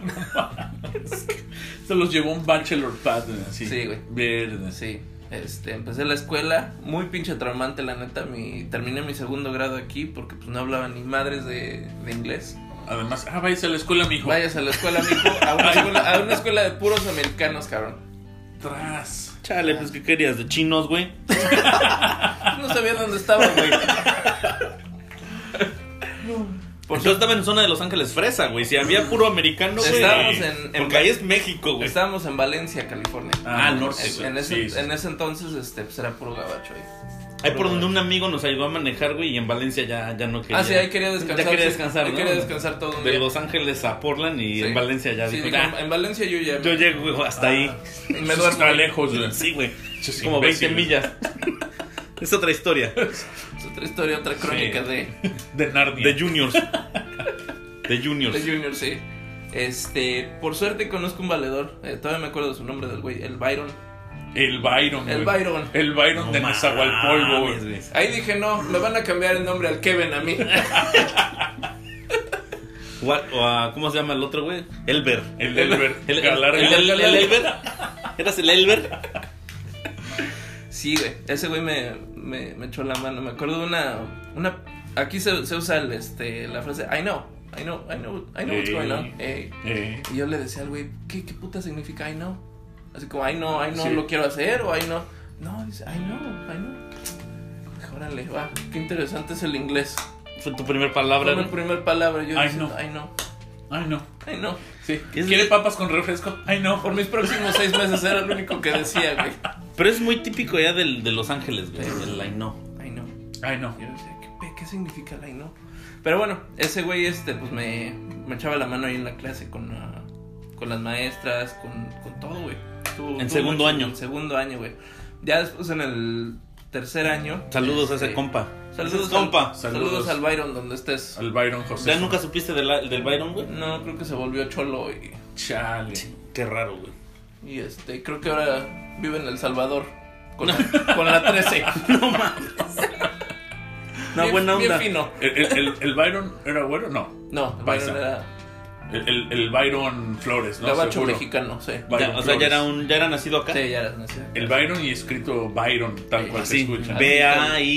Speaker 2: Se los llevó un bachelor pad, güey, así.
Speaker 4: Sí, güey.
Speaker 2: Verde.
Speaker 4: Sí, este, empecé la escuela, muy pinche traumante la neta, mi, terminé mi segundo grado aquí porque pues no hablaba ni madres de, de inglés.
Speaker 2: Además, ah, váyase a la escuela, mijo.
Speaker 4: Vayas a la escuela, mijo,
Speaker 1: <laughs>
Speaker 4: a una escuela, a una escuela de puros americanos, cabrón.
Speaker 2: Tras.
Speaker 1: Chale, pues ¿qué querías? ¿De chinos, güey?
Speaker 4: No sabía dónde estaba,
Speaker 1: <laughs>
Speaker 4: güey.
Speaker 1: Por eso estaba en zona de Los Ángeles Fresa, güey. Si había puro americano, güey.
Speaker 4: Estábamos en- en-
Speaker 1: Porque ahí es México, güey.
Speaker 4: Estábamos en Valencia, California.
Speaker 2: Ah, al norte,
Speaker 4: En, en
Speaker 2: sí,
Speaker 4: ese,
Speaker 2: sí.
Speaker 4: en ese entonces, este, pues era puro gabacho ahí.
Speaker 1: Ahí por donde un amigo nos ayudó a manejar, güey, y en Valencia ya, ya no quería.
Speaker 4: Ah, sí, ahí quería descansar.
Speaker 1: Ya quería
Speaker 4: sí,
Speaker 1: descansar,
Speaker 4: ahí
Speaker 1: ¿no?
Speaker 4: quería descansar todo un
Speaker 1: De
Speaker 4: día.
Speaker 1: Los Ángeles a Portland y
Speaker 4: Sí.
Speaker 1: en Valencia ya
Speaker 4: Sí, Ah.
Speaker 1: dijo,
Speaker 4: digo,
Speaker 1: "Ah,
Speaker 4: en Valencia yo ya...
Speaker 1: yo llego güey, hasta ahí.
Speaker 4: me
Speaker 2: Eso
Speaker 4: duermo.
Speaker 2: Está lejos, güey.
Speaker 1: Sí, güey.
Speaker 2: Esos
Speaker 1: Como 20
Speaker 2: imbéciles.
Speaker 1: millas. es otra historia.
Speaker 4: Es otra historia, otra crónica
Speaker 2: Sí.
Speaker 4: de...
Speaker 2: De Narnia.
Speaker 1: De juniors. De juniors.
Speaker 4: De Junior, sí. Este, por suerte conozco un valedor. eh, todavía me acuerdo de su nombre del güey, el Byron.
Speaker 2: El Byron,
Speaker 4: El
Speaker 2: güey.
Speaker 4: Byron.
Speaker 2: El Byron de
Speaker 1: mames,
Speaker 2: Nezahualpolvo, güey.
Speaker 1: güey.
Speaker 4: Ahí dije, no, me van a cambiar el nombre al Kevin a
Speaker 2: <laughs>
Speaker 4: mí.
Speaker 1: O a- o a- ¿Cómo se llama el otro, güey? Elber.
Speaker 2: El Elber.
Speaker 1: El, el,
Speaker 2: Galarga.
Speaker 1: el- el- el Elber. ¿Eras el Elber?
Speaker 4: Sí, güey. Ese güey me, me, me echó la mano. Me acuerdo de una. una aquí se, se usa el, este, la frase, I know, I know, I know, I know what's
Speaker 2: Ey.
Speaker 4: going on. Ey.
Speaker 2: Eh,
Speaker 4: Y yo le decía al güey, ¿qué, ¿qué puta significa I know? Así como, I know, I know,
Speaker 2: Sí.
Speaker 4: lo quiero hacer o I know. No, dice, I know, I know. Dije, Órale, va, qué interesante es el inglés.
Speaker 1: Fue tu primera palabra.
Speaker 4: Fue mi
Speaker 1: ¿no?
Speaker 4: primer palabra, yo
Speaker 2: Ay,
Speaker 4: diciendo,
Speaker 2: no.
Speaker 4: ay no,
Speaker 2: Ay, no.
Speaker 4: ay no.
Speaker 2: Sí.
Speaker 1: Es
Speaker 2: ¿Quiere
Speaker 1: de-
Speaker 2: papas con refresco? Ay, no.
Speaker 4: Por mis próximos seis meses era lo único que decía, güey.
Speaker 1: Pero es muy típico ya del, de Los Ángeles, güey. El I know.
Speaker 4: Ay no.
Speaker 2: Ay, no.
Speaker 4: Yo decía, ¿qué, pe- qué significa el ay no? Pero bueno, ese güey, este, pues me, me echaba la mano ahí en la clase con, la- con las maestras, con, con todo, güey. Estuvo-
Speaker 1: En
Speaker 4: estuvo
Speaker 1: segundo
Speaker 4: muy
Speaker 1: año.
Speaker 4: chido, En segundo año, güey. Ya después en el tercer año.
Speaker 1: Saludos a ese
Speaker 4: este,
Speaker 1: compa.
Speaker 4: Saludos,
Speaker 1: Ese es compa.
Speaker 4: Al, saludos.
Speaker 2: Saludos.
Speaker 4: al Byron, donde estés.
Speaker 2: Al Byron José.
Speaker 1: ¿Ya nunca supiste del, del Byron, güey?
Speaker 4: No, creo que se volvió cholo y,
Speaker 2: Chale.
Speaker 1: Qué raro, güey.
Speaker 4: y este, creo que ahora
Speaker 2: <laughs>
Speaker 4: vive en El Salvador. Con, con la 13.
Speaker 1: No mames.
Speaker 2: No,
Speaker 4: Bien-
Speaker 2: buena
Speaker 4: bien
Speaker 2: onda.
Speaker 4: fino.
Speaker 2: El, el- el- el Byron era bueno, no.
Speaker 4: No,
Speaker 2: Paisa.
Speaker 4: Byron era
Speaker 2: El, el- el Byron Flores, ¿no?
Speaker 4: gabacho
Speaker 2: Seguro.
Speaker 4: mexicano, sí.
Speaker 2: Byron
Speaker 1: Ya, o sea, ya
Speaker 2: Flores.
Speaker 1: era, un, ya era nacido acá.
Speaker 4: Sí, ya era no sé.
Speaker 2: El Byron y escrito Byron,
Speaker 4: Eh,
Speaker 2: tal cual se
Speaker 1: Así,
Speaker 2: escucha.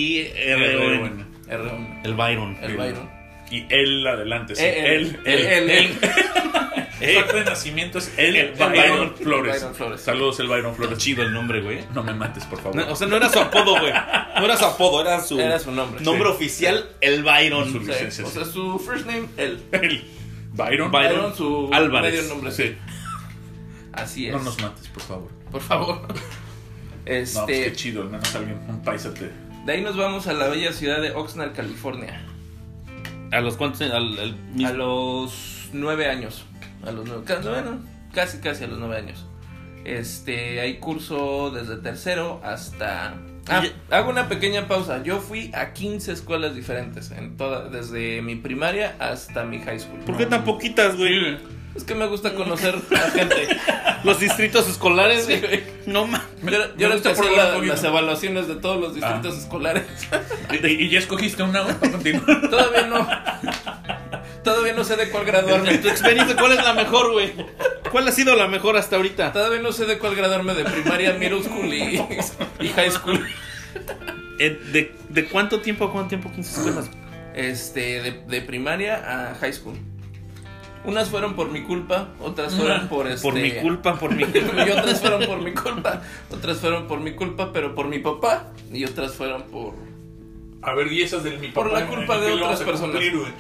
Speaker 1: B-A-I-R-O-N.
Speaker 4: R1,
Speaker 1: El Byron.
Speaker 4: el Byron.
Speaker 2: Y él adelante, sí.
Speaker 4: Eh, Eh,
Speaker 2: Él, él, él. Su acta de nacimiento es el,
Speaker 1: El
Speaker 2: Byron,
Speaker 1: Byron
Speaker 2: Flores.
Speaker 4: Byron Flores.
Speaker 2: Saludos, el Byron Flores.
Speaker 1: Chido el nombre, güey.
Speaker 2: No me mates, por favor.
Speaker 1: No, o sea, no era su apodo, güey. No era su apodo, era su,
Speaker 4: Era su nombre.
Speaker 1: nombre oficial, el Byron.
Speaker 2: Su-
Speaker 4: Sí,
Speaker 2: licencia,
Speaker 4: O
Speaker 2: sí.
Speaker 4: sea, su first name, él.
Speaker 2: El Byron.
Speaker 1: Byron
Speaker 4: Byron, su
Speaker 1: Álvarez.
Speaker 4: medio nombre.
Speaker 2: Sí.
Speaker 4: Así es.
Speaker 2: No nos mates, por favor.
Speaker 4: Por favor.
Speaker 2: No, pues
Speaker 4: Este,
Speaker 2: qué chido, al menos alguien, un paisa te...
Speaker 4: de ahí nos vamos a la bella ciudad de Oxnard, California.
Speaker 1: ¿A los cuantos? Al, al mis-
Speaker 4: A los nueve años. A los nueve, ca- bueno, casi, casi a los nueve años. Este, hay curso desde tercero hasta... Ah, hago una pequeña pausa. Yo fui a 15 escuelas diferentes, en toda, desde mi primaria hasta mi high school.
Speaker 1: ¿Por qué tan poquitas, güey?
Speaker 4: Es que me
Speaker 1: <laughs>
Speaker 4: gusta conocer a gente.
Speaker 1: Los distritos escolares,
Speaker 4: Sí,
Speaker 1: güey.
Speaker 4: güey.
Speaker 1: No mames.
Speaker 4: Yo,
Speaker 2: me
Speaker 4: yo
Speaker 2: gusta
Speaker 4: empecé
Speaker 2: probar un
Speaker 4: la-
Speaker 2: poquito.
Speaker 4: las evaluaciones de todos los distritos
Speaker 2: Ah.
Speaker 4: escolares.
Speaker 2: ¿Y, y ya escogiste una güey, para continuar? <laughs>
Speaker 4: Todavía no. Todavía no sé de cuál graduarme.
Speaker 1: Tu experiencia, ¿cuál es la mejor, güey? ¿Cuál ha sido la mejor hasta ahorita?
Speaker 4: Todavía no sé de cuál graduarme de primaria, middle school y, y high school.
Speaker 1: Eh, ¿De, de cuánto tiempo a cuánto tiempo 15 escuelas?
Speaker 4: Este, de, de primaria a high school. Unas fueron por mi culpa, otras fueron por este.
Speaker 1: Por mi culpa, por
Speaker 4: <laughs>
Speaker 1: mi culpa.
Speaker 4: Y otras fueron por mi culpa. Otras fueron por mi culpa, pero por mi papá. Y otras fueron por.
Speaker 2: A ver, y esas del mi
Speaker 4: Por
Speaker 2: papá,
Speaker 4: la
Speaker 2: ¿en-
Speaker 4: culpa
Speaker 2: en
Speaker 4: de
Speaker 2: qué le vamos
Speaker 4: otras
Speaker 2: a
Speaker 4: personas.
Speaker 2: cumplir, güey?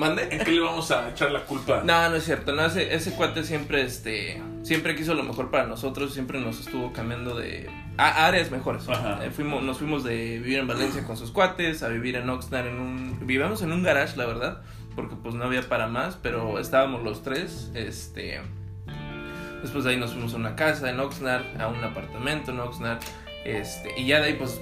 Speaker 4: ¿Mande?
Speaker 2: ¿En qué le vamos a echar la culpa?
Speaker 4: No, no es cierto. No, ese, ese cuate siempre, este, siempre quiso lo mejor para nosotros. Siempre nos estuvo cambiando de a, a áreas mejores.
Speaker 2: Ajá.
Speaker 4: Eh, fuimos, nos fuimos de vivir en Valencia con sus cuates a vivir en Oxnard en un, vivíamos en un garage, la verdad, porque pues no había para más. Pero estábamos los tres, este. Después de ahí nos fuimos a una casa en Oxnard, a un apartamento en Oxnard, este, y ya de ahí pues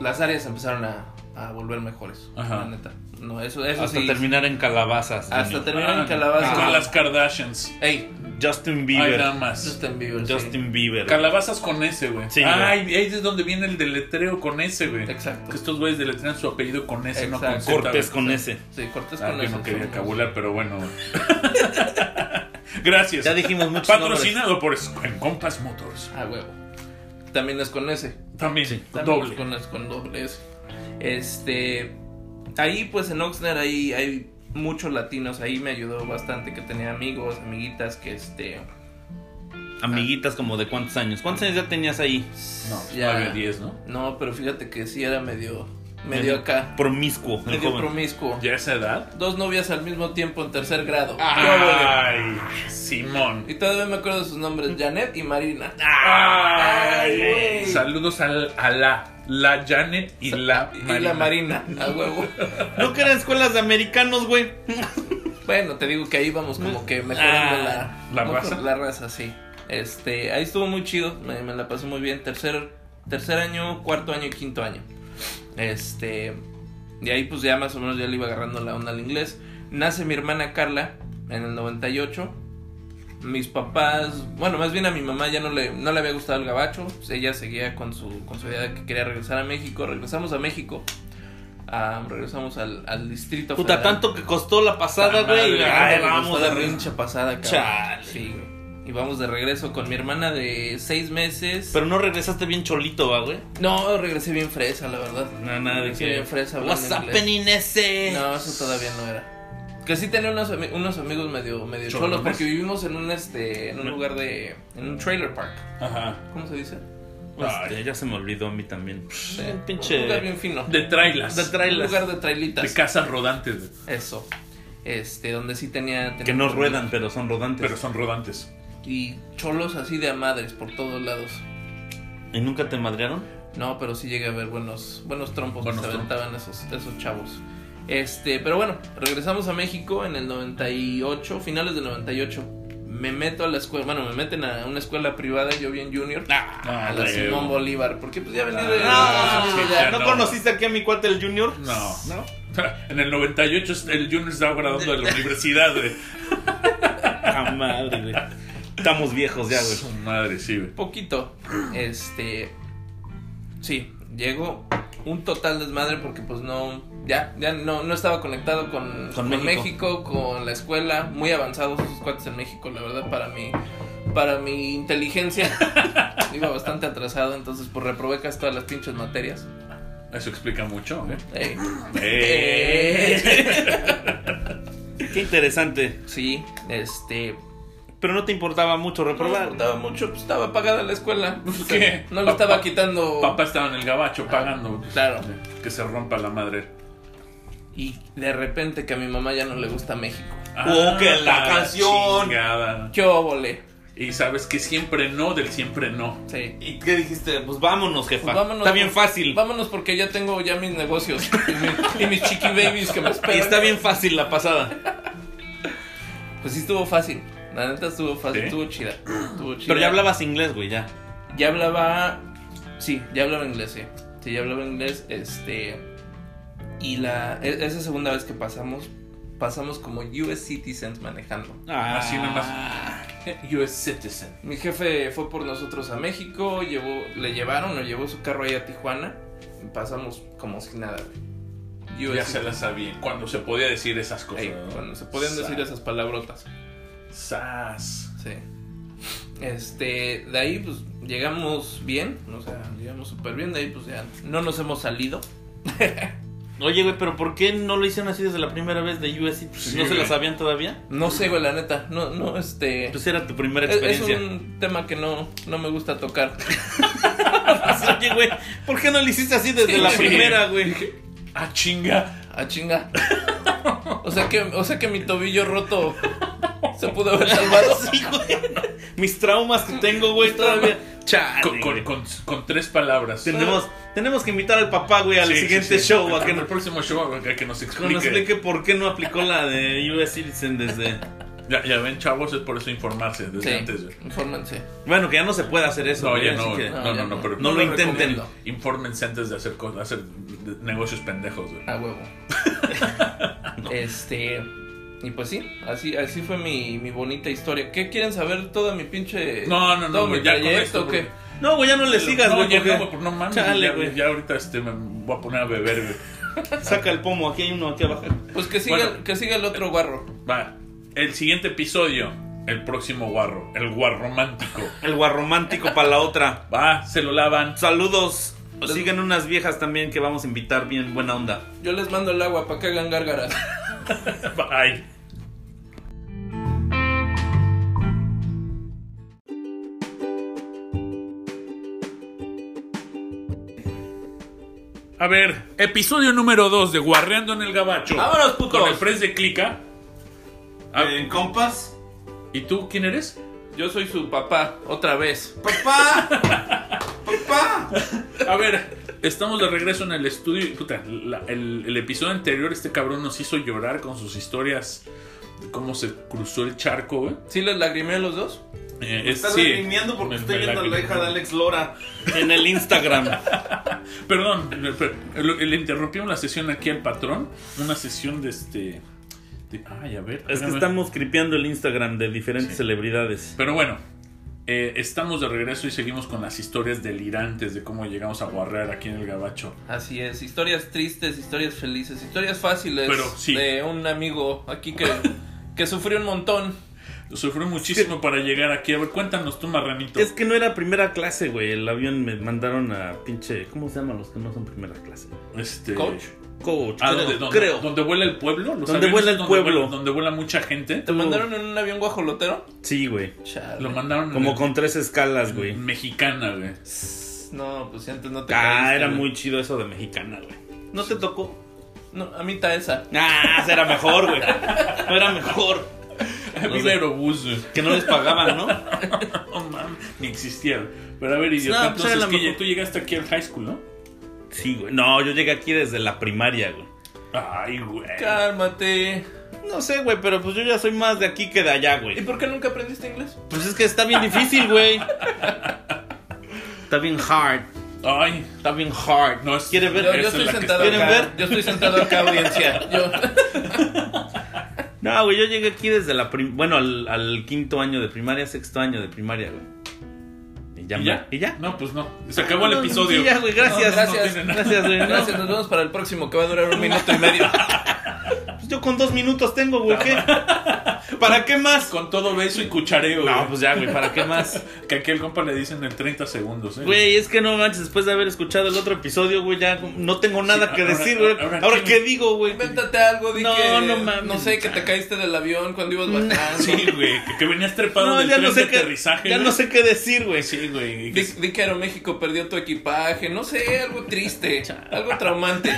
Speaker 4: las áreas empezaron a, a volver mejores.
Speaker 2: Ajá.
Speaker 4: La neta. No, eso, eso
Speaker 1: Hasta
Speaker 4: sí.
Speaker 1: terminar en calabazas.
Speaker 4: Hasta
Speaker 1: niño.
Speaker 4: terminar en
Speaker 2: Ah,
Speaker 4: calabazas.
Speaker 2: Como las Kardashians.
Speaker 4: Ey,
Speaker 1: Justin
Speaker 2: Ay,
Speaker 1: Bieber.
Speaker 2: nada más.
Speaker 4: Justin Bieber. sí.
Speaker 1: Justin Bieber.
Speaker 2: Calabazas con S, güey.
Speaker 1: Sí,
Speaker 2: Ay, ahí es donde viene el deletreo con S, güey.
Speaker 4: Exacto.
Speaker 2: Que estos güeyes deletrean su apellido con S, no con
Speaker 4: Exacto.
Speaker 2: Z. güey.
Speaker 1: Cortes con ese.
Speaker 4: Sí, Cortés
Speaker 2: Ah,
Speaker 4: con
Speaker 2: que
Speaker 4: eso,
Speaker 2: no quería
Speaker 4: somos-
Speaker 2: cabular, pero bueno. güey. <laughs> Gracias.
Speaker 1: Ya dijimos muchos
Speaker 2: Patrocinado por Squen- Compass Motors.
Speaker 4: Ah, huevo. También es con ese.
Speaker 2: También,
Speaker 4: También
Speaker 2: doble.
Speaker 4: Es con, es con doble S. Este. Ahí, pues en Oxnard, ahí hay muchos latinos. Ahí me ayudó bastante que tenía amigos, amiguitas que este.
Speaker 1: nombres. Amiguitas como de cuántos años. ¿Cuántos años ya tenías ahí?
Speaker 2: No, pues,
Speaker 4: Ya.
Speaker 2: 9 10, ¿no?
Speaker 4: No, pero fíjate que sí era medio. medio acá.
Speaker 1: Promiscuo. el
Speaker 4: Medio
Speaker 1: joven.
Speaker 4: promiscuo.
Speaker 2: Ya Ah. a esa edad.
Speaker 4: Dos novias al mismo tiempo en tercer grado. Ah,
Speaker 2: Ay, Simón.
Speaker 4: Y todavía me acuerdo de sus nombres, Janet y Marina. Ay,
Speaker 2: Ay,
Speaker 4: güey.
Speaker 2: saludos al- a la, la Janet y la
Speaker 4: y
Speaker 2: Marina.
Speaker 4: la Marina, a huevo.
Speaker 1: No que eran escuelas de americanos, güey.
Speaker 4: Bueno, te digo que ahí vamos como que mejorando
Speaker 1: Ah,
Speaker 4: la,
Speaker 2: la raza.
Speaker 4: La raza, sí. Este, ahí estuvo muy chido, me, me la pasé muy bien. Tercer, tercer año, cuarto año y quinto año. Este, y ahí pues ya más o menos ya le iba agarrando la onda al inglés. Nace mi hermana Carla en el 98. Mis papás, bueno, más bien a mi mamá ya no le, no le había gustado el gabacho. Pues, ella seguía con su, con su idea de que quería regresar a México. Regresamos a México. Ah, regresamos al, al distrito.
Speaker 1: Puta,
Speaker 4: federal.
Speaker 1: tanto que costó la pasada,
Speaker 2: Madre,
Speaker 1: güey. Ay,
Speaker 4: Ay,
Speaker 1: vamos
Speaker 4: de
Speaker 1: de re-
Speaker 4: rincha pasada, cabrón.
Speaker 1: Chale.
Speaker 4: Sí, güey. Y vamos de regreso con mi hermana de seis meses.
Speaker 1: Pero no regresaste bien cholito, va, güey.
Speaker 4: no, regresé bien fresa, la verdad.
Speaker 1: No, nada de
Speaker 4: Regresé
Speaker 1: que-
Speaker 4: bien fresa hablando
Speaker 1: What's
Speaker 4: inglés.
Speaker 1: happening ese?
Speaker 4: No, eso todavía no era. Que sí tenía unos, ami- unos amigos medio, medio
Speaker 2: Cholones.
Speaker 4: cholos porque vivimos en un este en un lugar de en un trailer park.
Speaker 2: Ajá.
Speaker 4: ¿Cómo se dice?
Speaker 1: Este, ya se me olvidó a mí también. Un
Speaker 4: Un lugar
Speaker 1: pinche.
Speaker 4: bien fino.
Speaker 2: De trailas.
Speaker 1: De
Speaker 4: un
Speaker 1: trailers.
Speaker 4: lugar de trailitas.
Speaker 2: De casas rodantes, güey.
Speaker 4: Eso. Este, donde sí tenía, tenía
Speaker 1: Que no ruedan, pero son rodantes.
Speaker 2: pero son rodantes.
Speaker 4: y cholos así de a madres por todos lados.
Speaker 1: ¿Y nunca te madrearon?
Speaker 4: No, pero sí llegué a ver buenos, buenos trompos
Speaker 2: Buenos
Speaker 4: que se
Speaker 2: trompos.
Speaker 4: aventaban esos, esos chavos. Este, pero bueno, regresamos a México en el 98, finales del 98. Me meto a la escuela, bueno, me meten a una escuela privada, yo bien junior, a la
Speaker 2: la-
Speaker 4: Simón Bolívar, porque pues ya venía de...
Speaker 2: Ah,
Speaker 4: no,
Speaker 2: sí,
Speaker 4: ya-
Speaker 2: claro.
Speaker 1: ¿No
Speaker 2: no.
Speaker 1: conociste aquí a mi cuate el Junior?
Speaker 2: No. <laughs> En el 98 el Junior estaba graduando de la universidad, güey.
Speaker 1: <laughs> Ah, madre, güey. Estamos viejos ya, güey.
Speaker 2: Su madre, sí, güey.
Speaker 4: Poquito. Este. Sí, Llego un total desmadre porque pues no, ya, ya no, no estaba conectado con,
Speaker 1: Con México.
Speaker 4: México, con la escuela, muy avanzados esos cuates en México, la verdad, para mi, para
Speaker 2: <laughs>
Speaker 4: mi inteligencia iba bastante atrasado, entonces pues reprobé casi todas las pinches materias.
Speaker 2: Eso explica mucho, ¿eh?
Speaker 4: <laughs> Ey. <laughs>
Speaker 2: ¡Eh!
Speaker 1: Qué interesante.
Speaker 4: Sí, este,
Speaker 1: Pero no te importaba mucho
Speaker 4: no me
Speaker 1: reprobar.
Speaker 4: importaba mucho, pues estaba pagada la escuela,
Speaker 2: ¿Qué?
Speaker 4: no lo estaba
Speaker 2: Papá-
Speaker 4: quitando,
Speaker 2: Papá estaba en el gabacho pagando. eh,
Speaker 4: claro.
Speaker 2: Que se rompa la madre.
Speaker 4: Y de repente que a mi mamá ya no le gusta México.
Speaker 3: Oh, que la
Speaker 2: Ah,
Speaker 3: canción.
Speaker 2: chingada.
Speaker 4: Yo volé.
Speaker 2: Y sabes que siempre no del siempre no.
Speaker 4: Sí.
Speaker 3: ¿Y qué dijiste? Pues vámonos, jefa.
Speaker 4: Pues vámonos.
Speaker 1: Está bien fácil.
Speaker 4: Vámonos porque ya tengo ya mis negocios y, mi- y mis chiqui babies que me
Speaker 1: Y
Speaker 4: esperan.
Speaker 1: está bien fácil la pasada.
Speaker 4: Pues sí estuvo fácil. La neta estuvo fácil,
Speaker 2: ¿Sí?
Speaker 4: estuvo chida. Estuvo chida.
Speaker 1: Pero ya hablabas inglés, güey, ya.
Speaker 4: Ya hablaba. Sí, ya hablaba inglés, sí. Sí, ya hablaba inglés. Este. Y la. e- Esa segunda vez que pasamos, pasamos como US citizens manejando.
Speaker 1: Ah,
Speaker 2: Así nomás. US citizen.
Speaker 4: Mi jefe fue por nosotros a México, llevó, le llevaron, nos llevó su carro ahí a Tijuana. y pasamos como si nada. güey.
Speaker 2: Ya
Speaker 4: US
Speaker 2: se la sabía. Cuando se podía decir esas cosas.
Speaker 4: Ey,
Speaker 2: ¿no?
Speaker 4: cuando se podían decir
Speaker 2: Sas.
Speaker 4: esas palabrotas.
Speaker 2: Sas.
Speaker 4: Sí. Este, de ahí pues llegamos bien, o sea, llegamos súper bien, de ahí pues ya no nos hemos salido.
Speaker 1: Oye, güey, pero ¿por qué no lo hicieron así desde la primera vez de USC?
Speaker 2: Sí,
Speaker 1: Pues, ¿No se la
Speaker 2: güey.
Speaker 1: sabían todavía?
Speaker 4: No sé, güey, la neta, no, no, este...
Speaker 1: Pues era tu primera
Speaker 4: es, es
Speaker 1: experiencia.
Speaker 4: un tema que no, no me gusta tocar.
Speaker 1: Oye, güey, ¿por qué no lo hiciste así desde
Speaker 4: Sí,
Speaker 1: la
Speaker 4: sí.
Speaker 1: primera, güey?
Speaker 2: Ah, chinga.
Speaker 4: A chinga. O sea que, o sea que mi tobillo roto se pudo haber salvado.
Speaker 1: <laughs> Sí, güey. Mis traumas que tengo, güey, todavía. Chale,
Speaker 2: Con, con-
Speaker 1: güey.
Speaker 2: con- con tres palabras. Ah,
Speaker 1: Tenemos, tenemos que invitar al papá, güey, al
Speaker 2: Sí,
Speaker 1: siguiente
Speaker 2: sí, sí.
Speaker 1: show. A que
Speaker 2: En el
Speaker 1: nos,
Speaker 2: próximo show a que nos
Speaker 1: que nos
Speaker 2: explique.
Speaker 1: explique por qué no aplicó la de US Citizen desde.
Speaker 2: Ya, ya ven, chavos, es por eso informarse desde
Speaker 4: Sí,
Speaker 2: antes. güey.
Speaker 4: infórmense.
Speaker 1: Bueno, que ya no se puede hacer eso.
Speaker 2: No,
Speaker 1: güey,
Speaker 2: ya
Speaker 1: así
Speaker 2: no,
Speaker 1: que-
Speaker 2: no,
Speaker 4: ya
Speaker 2: no, no, pero-
Speaker 1: No lo intenten.
Speaker 4: recomiendo.
Speaker 2: Infórmense antes de hacer cosas, hacer de- negocios pendejos. güey. <laughs>
Speaker 4: A huevo. <laughs> Este. Y pues sí, así, así fue mi, mi bonita historia. ¿Qué quieren saber toda mi pinche.
Speaker 2: No, no, no,
Speaker 4: todo
Speaker 2: güey,
Speaker 4: mi
Speaker 2: ya con
Speaker 4: trayecto
Speaker 2: esto,
Speaker 4: o qué?
Speaker 1: No, güey, ya no le sigas,
Speaker 2: no,
Speaker 1: güey.
Speaker 2: ya
Speaker 1: porque-
Speaker 2: no, güey, no mames,
Speaker 1: Chale,
Speaker 2: ya,
Speaker 1: güey.
Speaker 2: ya ahorita este, me voy a poner a beber. güey.
Speaker 1: Saca el pomo, aquí hay uno, aquí abajo.
Speaker 4: Pues que siga,
Speaker 2: Bueno.
Speaker 4: que siga el otro guarro.
Speaker 2: Va, el siguiente episodio, el próximo guarro, el guarromántico.
Speaker 1: El guarromántico para la otra.
Speaker 2: Va, se lo lavan. <laughs>
Speaker 1: Saludos. Sigan unas viejas también que vamos a invitar bien buena onda.
Speaker 4: Yo les mando el agua para que hagan
Speaker 2: <laughs>
Speaker 4: gárgaras.
Speaker 2: Bye. A ver, episodio número 2 de Guarreando en el Gabacho.
Speaker 4: ¡Vámonos, putos!
Speaker 2: Con el press de clica. Ah,
Speaker 1: Eh,
Speaker 3: ¿En compas?
Speaker 2: ¿Y tú quién eres?
Speaker 4: Yo soy su papá, otra vez.
Speaker 3: ¡Papá! ¡Papá!
Speaker 2: A ver, estamos de regreso en el estudio. y, Puta, la- el, el episodio anterior, este cabrón nos hizo llorar con sus historias. de Cómo se cruzó el charco, güey.
Speaker 4: ¿Sí les lagrimé a los dos?
Speaker 2: Eh, es-
Speaker 3: Estás
Speaker 2: sí.
Speaker 3: reprimiendo porque
Speaker 2: Me-
Speaker 3: estoy
Speaker 2: me
Speaker 3: viendo a la hija
Speaker 2: lagrimó.
Speaker 3: de Alex Lora.
Speaker 1: En
Speaker 2: <laughs>
Speaker 1: el Instagram.
Speaker 2: Perdón, per- le le interrumpimos la sesión aquí al patrón. Una sesión de este. de- ay, a ver.
Speaker 1: Es que
Speaker 2: espérame.
Speaker 1: estamos cripeando el Instagram de diferentes
Speaker 2: Sí.
Speaker 1: celebridades.
Speaker 2: Pero bueno, eh, estamos de regreso y seguimos con las historias delirantes de cómo llegamos a guarrear aquí en el Gabacho.
Speaker 4: Así es, historias tristes, historias felices, historias fáciles
Speaker 2: Pero sí.
Speaker 4: de un amigo
Speaker 2: <laughs>
Speaker 4: aquí que, que sufrió un montón.
Speaker 2: Sufrí muchísimo para llegar aquí. A ver, cuéntanos tú, marranito.
Speaker 1: Es que no era primera clase, güey. El avión me mandaron a pinche. ¿Cómo se llaman los que no son primera clase?
Speaker 2: Este,
Speaker 4: Coach.
Speaker 1: Coach.
Speaker 2: Ah,
Speaker 1: creo,
Speaker 2: donde, donde-
Speaker 1: creo.
Speaker 2: donde vuela el pueblo. los
Speaker 1: Donde
Speaker 2: aviones
Speaker 1: vuela el
Speaker 2: donde
Speaker 1: pueblo.
Speaker 2: vuela- donde vuela mucha gente.
Speaker 4: ¿Te mandaron en un avión guajolotero?
Speaker 1: Sí, güey.
Speaker 4: Chale.
Speaker 2: Lo mandaron en
Speaker 1: Como
Speaker 2: el-
Speaker 1: con tres escalas,
Speaker 2: Mm,
Speaker 1: güey.
Speaker 2: mexicana, güey.
Speaker 4: No, pues si antes no te
Speaker 1: Ah,
Speaker 4: caíste,
Speaker 1: era
Speaker 4: güey.
Speaker 1: muy chido eso de mexicana, güey. ¿No te tocó?
Speaker 4: No, a mí está esa.
Speaker 1: Ah, esa era mejor, güey. No era mejor.
Speaker 2: Viva
Speaker 1: sé.
Speaker 2: Aerobús, güey. <laughs>
Speaker 1: Que no les pagaban, ¿no?
Speaker 2: No mames, ni existía. Pero a ver, idiota,
Speaker 1: No, pues era
Speaker 2: entonces
Speaker 1: la
Speaker 2: que
Speaker 1: mejor.
Speaker 2: ya- tú llegaste aquí al high school, ¿no?
Speaker 1: Sí, güey. No, yo llegué aquí desde la primaria, güey.
Speaker 2: Ay, güey.
Speaker 4: Cálmate.
Speaker 1: No sé, güey, pero pues yo ya soy más de aquí que de allá,
Speaker 4: ¿Y
Speaker 1: güey.
Speaker 4: por qué nunca aprendiste inglés?
Speaker 1: Pues es que está bien difícil, güey. Está bien hard.
Speaker 2: Ay,
Speaker 1: Está bien hard.
Speaker 2: no es.
Speaker 1: ¿Quiere ver?
Speaker 4: Yo,
Speaker 2: esa
Speaker 4: yo
Speaker 2: es
Speaker 4: estoy
Speaker 2: la que
Speaker 4: sentado
Speaker 2: está-
Speaker 1: ¿Quieren
Speaker 4: acá.
Speaker 1: ver?
Speaker 4: Yo estoy sentado acá, audiencia. Yo,
Speaker 1: No, güey, yo llegué aquí desde la prim- Bueno, al, al quinto año de primaria, sexto año de primaria, güey. Y ya.
Speaker 2: ¿Y ya?
Speaker 1: ¿Y ya? Ah,
Speaker 2: No, pues no. Se acabó el
Speaker 1: No,
Speaker 2: episodio.
Speaker 1: sí, ya, güey, <laughs> gracias.
Speaker 4: No, gracias.
Speaker 2: tiene nada.
Speaker 1: gracias, güey. no.
Speaker 4: Gracias, nos vemos para el próximo que va a durar un minuto y medio.
Speaker 1: Pues yo con dos minutos tengo,
Speaker 2: <laughs>
Speaker 1: güey. ¿qué?
Speaker 3: ¿Para qué más?
Speaker 2: Con todo beso y cuchareo.
Speaker 1: No,
Speaker 2: güey.
Speaker 1: pues ya, güey, ¿para qué más?
Speaker 2: <laughs> Que aquí el compa le dicen en 30 segundos. ¿eh?
Speaker 1: Güey, es que no manches, después de haber escuchado el otro episodio, güey, ya no tengo nada
Speaker 2: Sí,
Speaker 1: que
Speaker 2: ahora-
Speaker 1: decir, güey.
Speaker 2: ahora-
Speaker 1: Ahora,
Speaker 2: ahora
Speaker 1: ¿qué digo, güey?
Speaker 4: Invéntate algo, di
Speaker 1: No,
Speaker 4: que,
Speaker 1: no mames.
Speaker 4: No sé, que te caíste del avión cuando ibas bajando.
Speaker 2: Sí, güey. Que, que venías trepado
Speaker 1: No,
Speaker 2: del
Speaker 1: ya
Speaker 2: tren
Speaker 1: no sé
Speaker 2: de
Speaker 1: qué.
Speaker 2: aterrizaje.
Speaker 1: Ya
Speaker 2: güey.
Speaker 1: no sé qué decir, güey.
Speaker 2: Sí, güey. y
Speaker 4: Di,
Speaker 2: que-
Speaker 4: di que Aeroméxico perdió tu equipaje. No sé, algo triste. Algo traumante.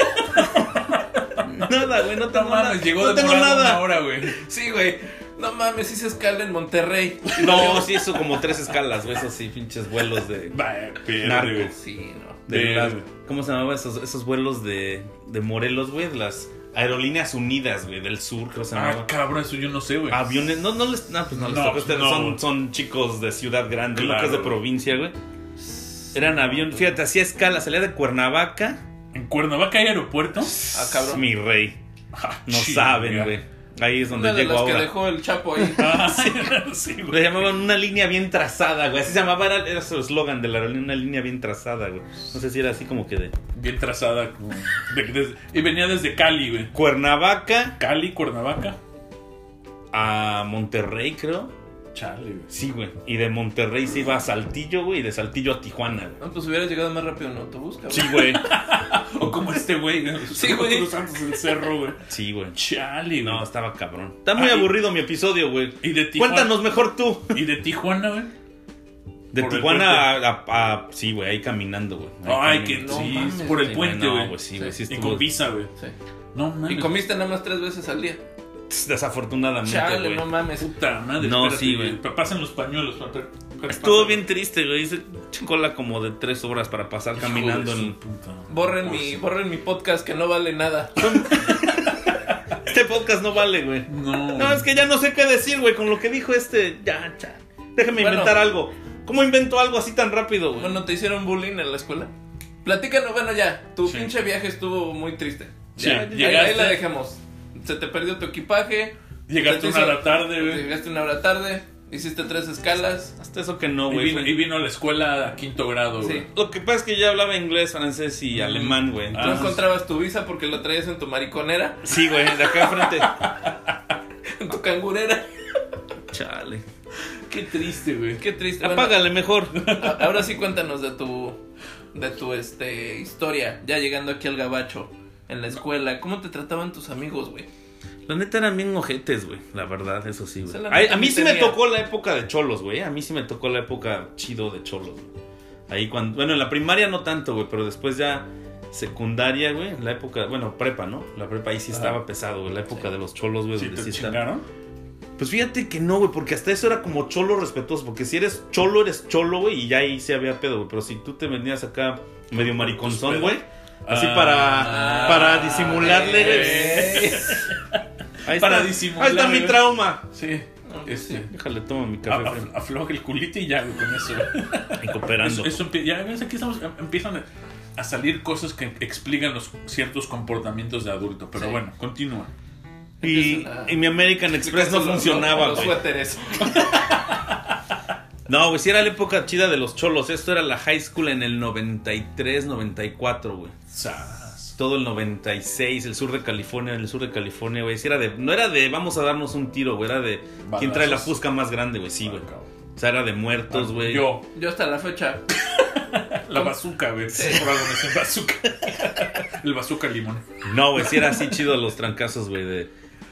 Speaker 1: Nada, güey, no
Speaker 2: No
Speaker 1: tengo
Speaker 2: mames,
Speaker 1: nada.
Speaker 2: llegó
Speaker 1: No tengo
Speaker 2: demorado una
Speaker 1: nada.
Speaker 2: hora, güey.
Speaker 4: Sí, güey. No mames, hice escala en Monterrey.
Speaker 1: No, sí, eso como tres escalas, güey, esos sí, pinches vuelos de.
Speaker 2: Vaya, pierde,
Speaker 1: Narco.
Speaker 2: güey.
Speaker 4: Sí, no.
Speaker 1: de
Speaker 2: De-
Speaker 1: las- ¿Cómo se llamaban esos, esos vuelos de, de Morelos, güey? De Las aerolíneas unidas, güey, del sur, creo que se
Speaker 2: Ah,
Speaker 1: llamaba.
Speaker 2: cabrón, eso yo no sé, güey.
Speaker 1: Aviones, no, no les, no, pues no les
Speaker 2: No,
Speaker 1: tocó a
Speaker 2: pues
Speaker 1: ustedes,
Speaker 2: no, güey.
Speaker 1: son, son chicos de ciudad grande,
Speaker 2: Claro,
Speaker 1: no que es de
Speaker 2: güey.
Speaker 1: provincia, güey. Eran aviones, fíjate, hacía escala, salía de Cuernavaca.
Speaker 2: ¿En Cuernavaca hay aeropuerto?
Speaker 4: Ah, cabrón.
Speaker 1: Mi rey.
Speaker 2: Ah,
Speaker 1: No
Speaker 2: chinga.
Speaker 1: saben, güey. Ahí es donde
Speaker 4: Una de
Speaker 1: llego
Speaker 4: las que
Speaker 1: ahora.
Speaker 4: dejó el Chapo ahí.
Speaker 2: Ah, <laughs> sí,
Speaker 1: Le
Speaker 2: güey.
Speaker 1: llamaban una línea bien trazada, güey. Así se llamaba, era, era su eslogan de la aerolínea, una línea bien trazada, güey. No sé si era así como que de
Speaker 2: Bien trazada. como- de- desde- y venía desde Cali, güey.
Speaker 1: Cuernavaca
Speaker 2: Cali, Cuernavaca.
Speaker 1: a Monterrey, creo.
Speaker 2: Chale, güey.
Speaker 1: Sí, güey. Y de Monterrey se iba a Saltillo, güey, y de Saltillo a Tijuana, güey.
Speaker 4: No, pues hubieras llegado más rápido en autobús, cabrón.
Speaker 1: Sí, güey.
Speaker 2: O como este güey, güey.
Speaker 4: Sí, güey.
Speaker 2: Cruzando el cerro, güey.
Speaker 1: Sí, güey.
Speaker 2: Chale,
Speaker 1: No,
Speaker 2: güey.
Speaker 1: estaba cabrón. Está muy
Speaker 2: Ay.
Speaker 1: aburrido mi episodio, güey.
Speaker 2: Y de Tijuana.
Speaker 1: Cuéntanos mejor tú.
Speaker 2: Y de Tijuana, güey.
Speaker 1: De
Speaker 2: Por el
Speaker 1: Tijuana a, a- a- Sí, güey, ahí caminando, güey.
Speaker 2: Ay, que
Speaker 1: caminando.
Speaker 4: no
Speaker 2: sí,
Speaker 4: mames,
Speaker 2: por el
Speaker 1: Sí,
Speaker 2: puente,
Speaker 1: no,
Speaker 2: güey.
Speaker 1: Sí, güey,
Speaker 2: y
Speaker 1: sí estuvo-
Speaker 2: con visa, güey.
Speaker 4: Sí.
Speaker 2: No mames.
Speaker 4: Y comiste nada más tres veces al día.
Speaker 1: <laughs> Desafortunadamente,
Speaker 4: Chale,
Speaker 1: güey.
Speaker 4: no mames.
Speaker 2: Puta madre.
Speaker 1: No,
Speaker 2: espérate,
Speaker 1: sí, güey.
Speaker 2: Pa- Pasan los pañuelos, papá.
Speaker 1: Estuvo bien triste, güey. Hice cola como de tres horas para pasar caminando en...
Speaker 4: Borren mi, borren mi podcast que no vale nada.
Speaker 1: Este podcast no vale, güey.
Speaker 2: No.
Speaker 1: No, es que ya no sé qué decir, güey, con lo que dijo este. Ya, ya. Déjame
Speaker 4: Bueno.
Speaker 1: inventar algo. ¿Cómo invento algo así tan rápido, güey?
Speaker 4: Bueno, ¿te hicieron bullying en la escuela? Platícanos, bueno, ya. Tu
Speaker 2: Sí.
Speaker 4: pinche viaje estuvo muy triste.
Speaker 2: Sí,
Speaker 4: Ya, ahí,
Speaker 2: llegaste.
Speaker 4: ahí la dejamos. Se te perdió tu equipaje.
Speaker 2: Llegaste
Speaker 4: Se te
Speaker 2: una hora tarde, güey.
Speaker 4: Llegaste una hora tarde. Hiciste tres escalas.
Speaker 1: Hasta eso que no,
Speaker 2: y,
Speaker 1: güey.
Speaker 2: vino,
Speaker 1: fue-
Speaker 2: y vino a la escuela a quinto grado,
Speaker 4: Sí.
Speaker 2: güey.
Speaker 1: Lo que pasa es que ya hablaba inglés, francés y
Speaker 2: Mm.
Speaker 1: alemán, güey.
Speaker 2: Ah.
Speaker 4: No
Speaker 1: Entonces-
Speaker 4: encontrabas tu visa porque la traías en tu mariconera,
Speaker 1: Sí, güey, de acá enfrente.
Speaker 4: en tu cangurera.
Speaker 1: <laughs> Chale.
Speaker 2: Qué triste, güey.
Speaker 4: Qué triste. Bueno,
Speaker 1: Apágale mejor.
Speaker 4: a- ahora sí cuéntanos de tu de tu este historia, ya llegando aquí al gabacho en la escuela. ¿Cómo te trataban tus amigos, güey?
Speaker 1: La neta eran bien ojetes, güey. La verdad, eso sí, güey.
Speaker 4: O sea, la
Speaker 1: Ay,
Speaker 4: neta
Speaker 1: a mí
Speaker 4: sí
Speaker 1: sí me
Speaker 4: tenía.
Speaker 1: tocó la época de cholos, güey. A mí sí me tocó la época chido de cholos, güey. Ahí cuando. Bueno, en la primaria no tanto, güey. Pero después ya secundaria, güey. en La época. Bueno, prepa, ¿no? La prepa ahí sí
Speaker 2: Ajá.
Speaker 1: estaba pesado, güey. La época de los cholos, güey.
Speaker 2: Sí,
Speaker 1: donde sí
Speaker 2: te
Speaker 1: está-
Speaker 2: chingaron.
Speaker 1: Pues fíjate que no, güey. Porque hasta eso era como cholo respetuoso. Porque si eres cholo, eres cholo, güey. Y ya ahí sí había pedo, güey. Pero si tú te venías acá medio mariconzón,
Speaker 2: pedos.
Speaker 1: güey. Así
Speaker 2: Ah.
Speaker 1: para, para disimularle, güey.
Speaker 4: güey.
Speaker 1: Ahí
Speaker 2: Para
Speaker 1: está.
Speaker 2: disimular,
Speaker 1: Ahí está mi
Speaker 2: güey. Ah,
Speaker 1: trauma.
Speaker 2: Sí.
Speaker 4: No, pues
Speaker 2: Este.
Speaker 4: sí.
Speaker 1: Déjale, toma mi café
Speaker 2: a- <laughs>
Speaker 1: frío.
Speaker 2: a- Afloja el culito y ya, güey, con
Speaker 1: <laughs>
Speaker 2: eso.
Speaker 1: Y cooperando.
Speaker 2: Eso, eso empie- ya ves, aquí estamos, em- empiezan a- a salir cosas que explican los ciertos comportamientos de adulto. Pero
Speaker 4: Sí.
Speaker 2: bueno, continúa.
Speaker 1: y, y mi American Express no
Speaker 4: Los- los-
Speaker 1: funcionaba,
Speaker 4: los
Speaker 1: güey.
Speaker 4: suéteres.
Speaker 1: No, güey, si era la época chida de los cholos. Esto era la high school en el 93, 94, güey.
Speaker 2: Sas.
Speaker 1: Todo el 96, el sur de California, el sur de California, güey. Si era de, no era de vamos a darnos un tiro, güey. Era de quién trae la
Speaker 2: Balazos.
Speaker 1: fusca más grande, güey. Sí, güey. O sea, era de muertos, güey.
Speaker 2: Yo, <laughs>
Speaker 4: Yo hasta la fecha.
Speaker 2: la bazooka, güey. Por algo me dicen bazooka. <laughs> El bazooka limón.
Speaker 1: No, güey, si era así <laughs> chido los trancazos, güey. De,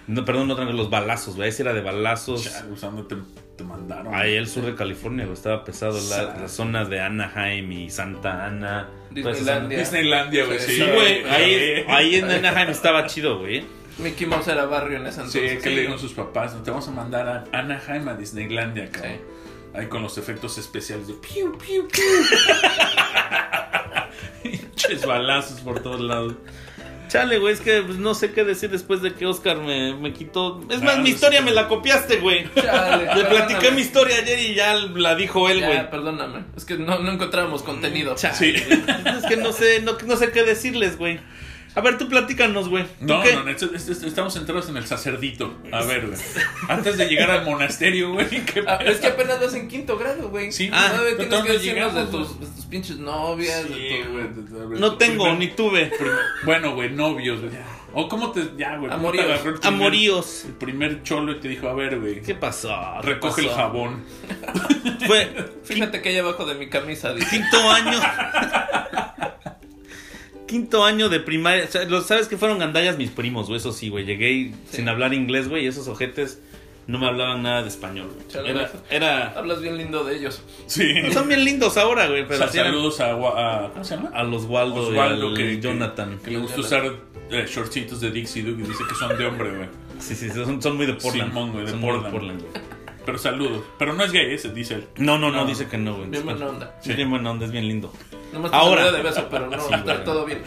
Speaker 1: no, perdón, no trancazos, los balazos, güey. Si era de balazos.
Speaker 2: Chale, usando te, te mandaron.
Speaker 1: Ahí el sur de California, güey, estaba pesado. La, la zona de Anaheim y Santa Ana. toda esa zona.
Speaker 4: Disneylandia.
Speaker 2: Disneylandia, güey.
Speaker 4: Sí,
Speaker 2: Sí,
Speaker 1: Sí, güey.
Speaker 2: Sí.
Speaker 1: Ahí, ahí en Anaheim estaba chido, güey.
Speaker 4: Mickey Mouse era barrio en ese
Speaker 2: Sí,
Speaker 4: entonces.
Speaker 2: que le dieron sus papás. Te vamos a mandar a Anaheim a Disneylandia, cabrón.
Speaker 4: Sí.
Speaker 2: Ahí con los efectos especiales de piu, piu,
Speaker 4: <laughs>
Speaker 2: piu. Pinches balazos por todos lados.
Speaker 1: Chale, güey, es que pues, no sé qué decir después de que Oscar me, me quitó. Es más,
Speaker 2: Ah,
Speaker 1: mi
Speaker 2: no
Speaker 1: historia
Speaker 2: sé.
Speaker 1: me la copiaste, güey.
Speaker 4: Chale,
Speaker 1: Le platiqué
Speaker 4: perdóname.
Speaker 1: mi historia ayer y ya la dijo él,
Speaker 4: Ya,
Speaker 1: güey. Mm,
Speaker 4: perdóname. Es que no, no encontrábamos contenido.
Speaker 1: Chale,
Speaker 2: Sí.
Speaker 1: <laughs> güey. Es que no sé, no, no sé qué decirles, güey. A ver, tú platícanos, güey. ¿Tú
Speaker 2: No,
Speaker 1: qué?
Speaker 2: no, no, es- es- es- estamos centrados en el sacerdito. A ver, güey. Antes de llegar al monasterio, güey,
Speaker 4: <laughs>
Speaker 2: ¿qué
Speaker 4: Ah, es que apenas vas en quinto grado, güey.
Speaker 2: Sí,
Speaker 4: ah,
Speaker 2: no,
Speaker 4: todavía tienes
Speaker 2: todavía
Speaker 4: que decirnos de
Speaker 2: llegamos,
Speaker 4: tus, de tus pinches novias, de tu
Speaker 1: No tengo,
Speaker 2: Primer-
Speaker 1: ni tuve.
Speaker 2: Bueno, güey, novios, güey. O cómo te. Ya, güey.
Speaker 4: Amoríos.
Speaker 2: te agarró el primer-
Speaker 1: Amoríos.
Speaker 2: El primer cholo y te dijo, a ver, güey.
Speaker 1: ¿Qué pasó? ¿Qué
Speaker 2: Recoge el
Speaker 1: pasó?
Speaker 2: jabón.
Speaker 1: Fue
Speaker 4: Fíjate que hay abajo de mi camisa, dice.
Speaker 1: quinto año. quinto año de primaria. O sea, lo- Sabes que fueron gandallas mis primos, güey. Eso sí, güey. Llegué y-
Speaker 4: Sí.
Speaker 1: sin hablar inglés, güey. Y esos ojetes no me hablaban nada de español, güey.
Speaker 4: Chale,
Speaker 1: Era.
Speaker 4: güey.
Speaker 1: era...
Speaker 4: Hablas bien lindo de ellos.
Speaker 2: Sí.
Speaker 1: Son bien lindos ahora, güey.
Speaker 2: O
Speaker 1: Pero
Speaker 2: sea,
Speaker 1: sí eran-
Speaker 2: saludos a, Gua- a- ¿Cómo se llama?
Speaker 1: a los Waldo,
Speaker 2: Osvaldo,
Speaker 1: y al
Speaker 2: que- que-
Speaker 1: Jonathan.
Speaker 2: Que le gusta usar eh, shortcitos de Dixie Duke y dice que son de hombre, güey.
Speaker 1: Sí, sí, sí, son, son muy de Portland.
Speaker 2: Simón, güey, de
Speaker 1: Son muy
Speaker 2: Portland.
Speaker 1: güey.
Speaker 2: Pero saludos. Pero no es gay ese, dice él.
Speaker 1: No, no, no,
Speaker 2: Ah.
Speaker 1: dice que no, güey.
Speaker 4: Bien buena onda.
Speaker 1: Sí, bien buena onda, es bien lindo.
Speaker 4: Nomás
Speaker 1: Ahora.
Speaker 4: Ahora. de beso, pero no,
Speaker 1: Sí,
Speaker 4: está
Speaker 1: güey.
Speaker 4: todo bien.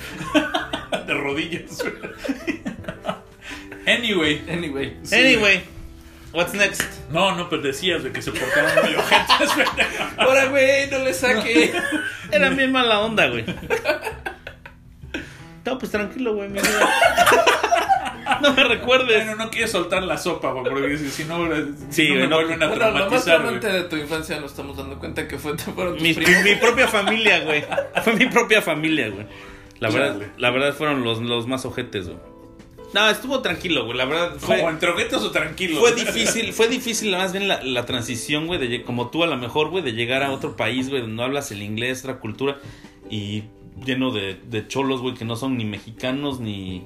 Speaker 2: De rodillas, güey. Anyway.
Speaker 4: Anyway.
Speaker 2: Sí,
Speaker 1: anyway, what's next?
Speaker 2: No, no, pero decías de que se portaban muy ojetes, güey.
Speaker 4: Ahora, güey, no le saque. <laughs>
Speaker 1: Era bien mala onda, güey. No, pues tranquilo, güey, mi vida. No me recuerdes.
Speaker 2: Bueno, no quieres soltar la sopa, güey, porque si, si no, güey,
Speaker 1: Sí,
Speaker 2: no me
Speaker 1: güey, no.
Speaker 2: vuelven a
Speaker 4: Bueno, lo más
Speaker 2: traumatizar. güey.
Speaker 4: relevante de tu infancia nos estamos dando cuenta que fue, <laughs> fueron tus
Speaker 1: Mi,
Speaker 4: primos.
Speaker 1: mi propia familia, güey. Fue mi propia familia, güey. La verdad,
Speaker 2: Chale.
Speaker 1: la verdad fueron los, los más ojetes, güey. No, estuvo tranquilo, güey. La verdad fue.
Speaker 2: Como entre ojetes o tranquilos.
Speaker 1: <laughs> Fue difícil, fue difícil más bien la, la transición, güey, de lle- como tú a lo mejor, güey, de llegar a otro país, güey, donde no hablas el inglés, otra cultura, y lleno de, de cholos, güey, que no son ni mexicanos ni,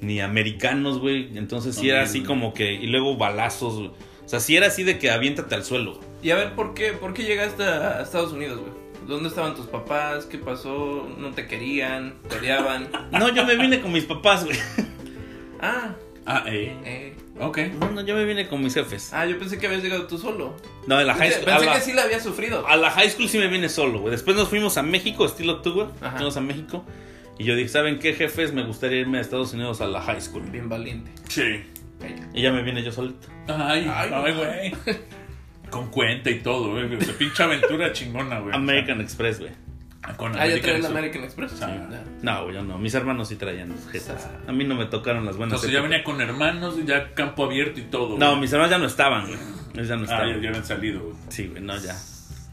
Speaker 1: ni americanos, güey. Entonces sí era
Speaker 2: También,
Speaker 1: así
Speaker 2: güey.
Speaker 1: como que, y luego balazos, güey. O sea, sí era así de que aviéntate al suelo, güey.
Speaker 4: Y a ver, ¿por qué, por qué llegaste a Estados Unidos, güey? ¿Dónde estaban tus papás? ¿Qué pasó? ¿No te querían? ¿Peleaban?
Speaker 1: No, yo me vine con mis papás, güey. <laughs>
Speaker 4: Ah,
Speaker 2: Ah, eh.
Speaker 4: eh.
Speaker 2: Ok.
Speaker 1: No, no, yo me vine con mis jefes.
Speaker 4: Ah, yo pensé que habías llegado tú solo.
Speaker 1: No, de la high Ah. school.
Speaker 4: Pensé,
Speaker 1: a
Speaker 4: pensé
Speaker 1: la-
Speaker 4: que sí la había sufrido.
Speaker 1: A la high school sí me vine solo, güey. Después nos fuimos a México, estilo tú, güey.
Speaker 4: Ajá.
Speaker 1: Fuimos a México. Y yo dije, ¿saben qué, jefes? Me gustaría irme a Estados Unidos a la high school.
Speaker 4: Bien valiente.
Speaker 2: Sí.
Speaker 4: Ay,
Speaker 1: Y ya me vine yo solito.
Speaker 2: Ay,
Speaker 4: Ay,
Speaker 2: ay,
Speaker 4: no.
Speaker 2: güey. Con cuenta y todo, güey. O sea, pinche aventura chingona, güey.
Speaker 1: American Express, güey.
Speaker 2: Con
Speaker 4: Ah, ya trae el
Speaker 2: Express.
Speaker 4: American Express.
Speaker 2: Sí.
Speaker 4: Ah,
Speaker 1: No, güey, yo no. Mis hermanos sí traían los jefes.
Speaker 4: Ah.
Speaker 1: A mí no me tocaron las buenas.
Speaker 2: Entonces ya
Speaker 1: épocas.
Speaker 2: venía con hermanos, ya campo abierto y todo.
Speaker 1: No,
Speaker 2: güey.
Speaker 1: mis hermanos ya no estaban, güey. Ellos ya no
Speaker 2: Ah,
Speaker 1: estaban.
Speaker 2: ya, ya habían salido, güey.
Speaker 1: Sí, güey, no, ya.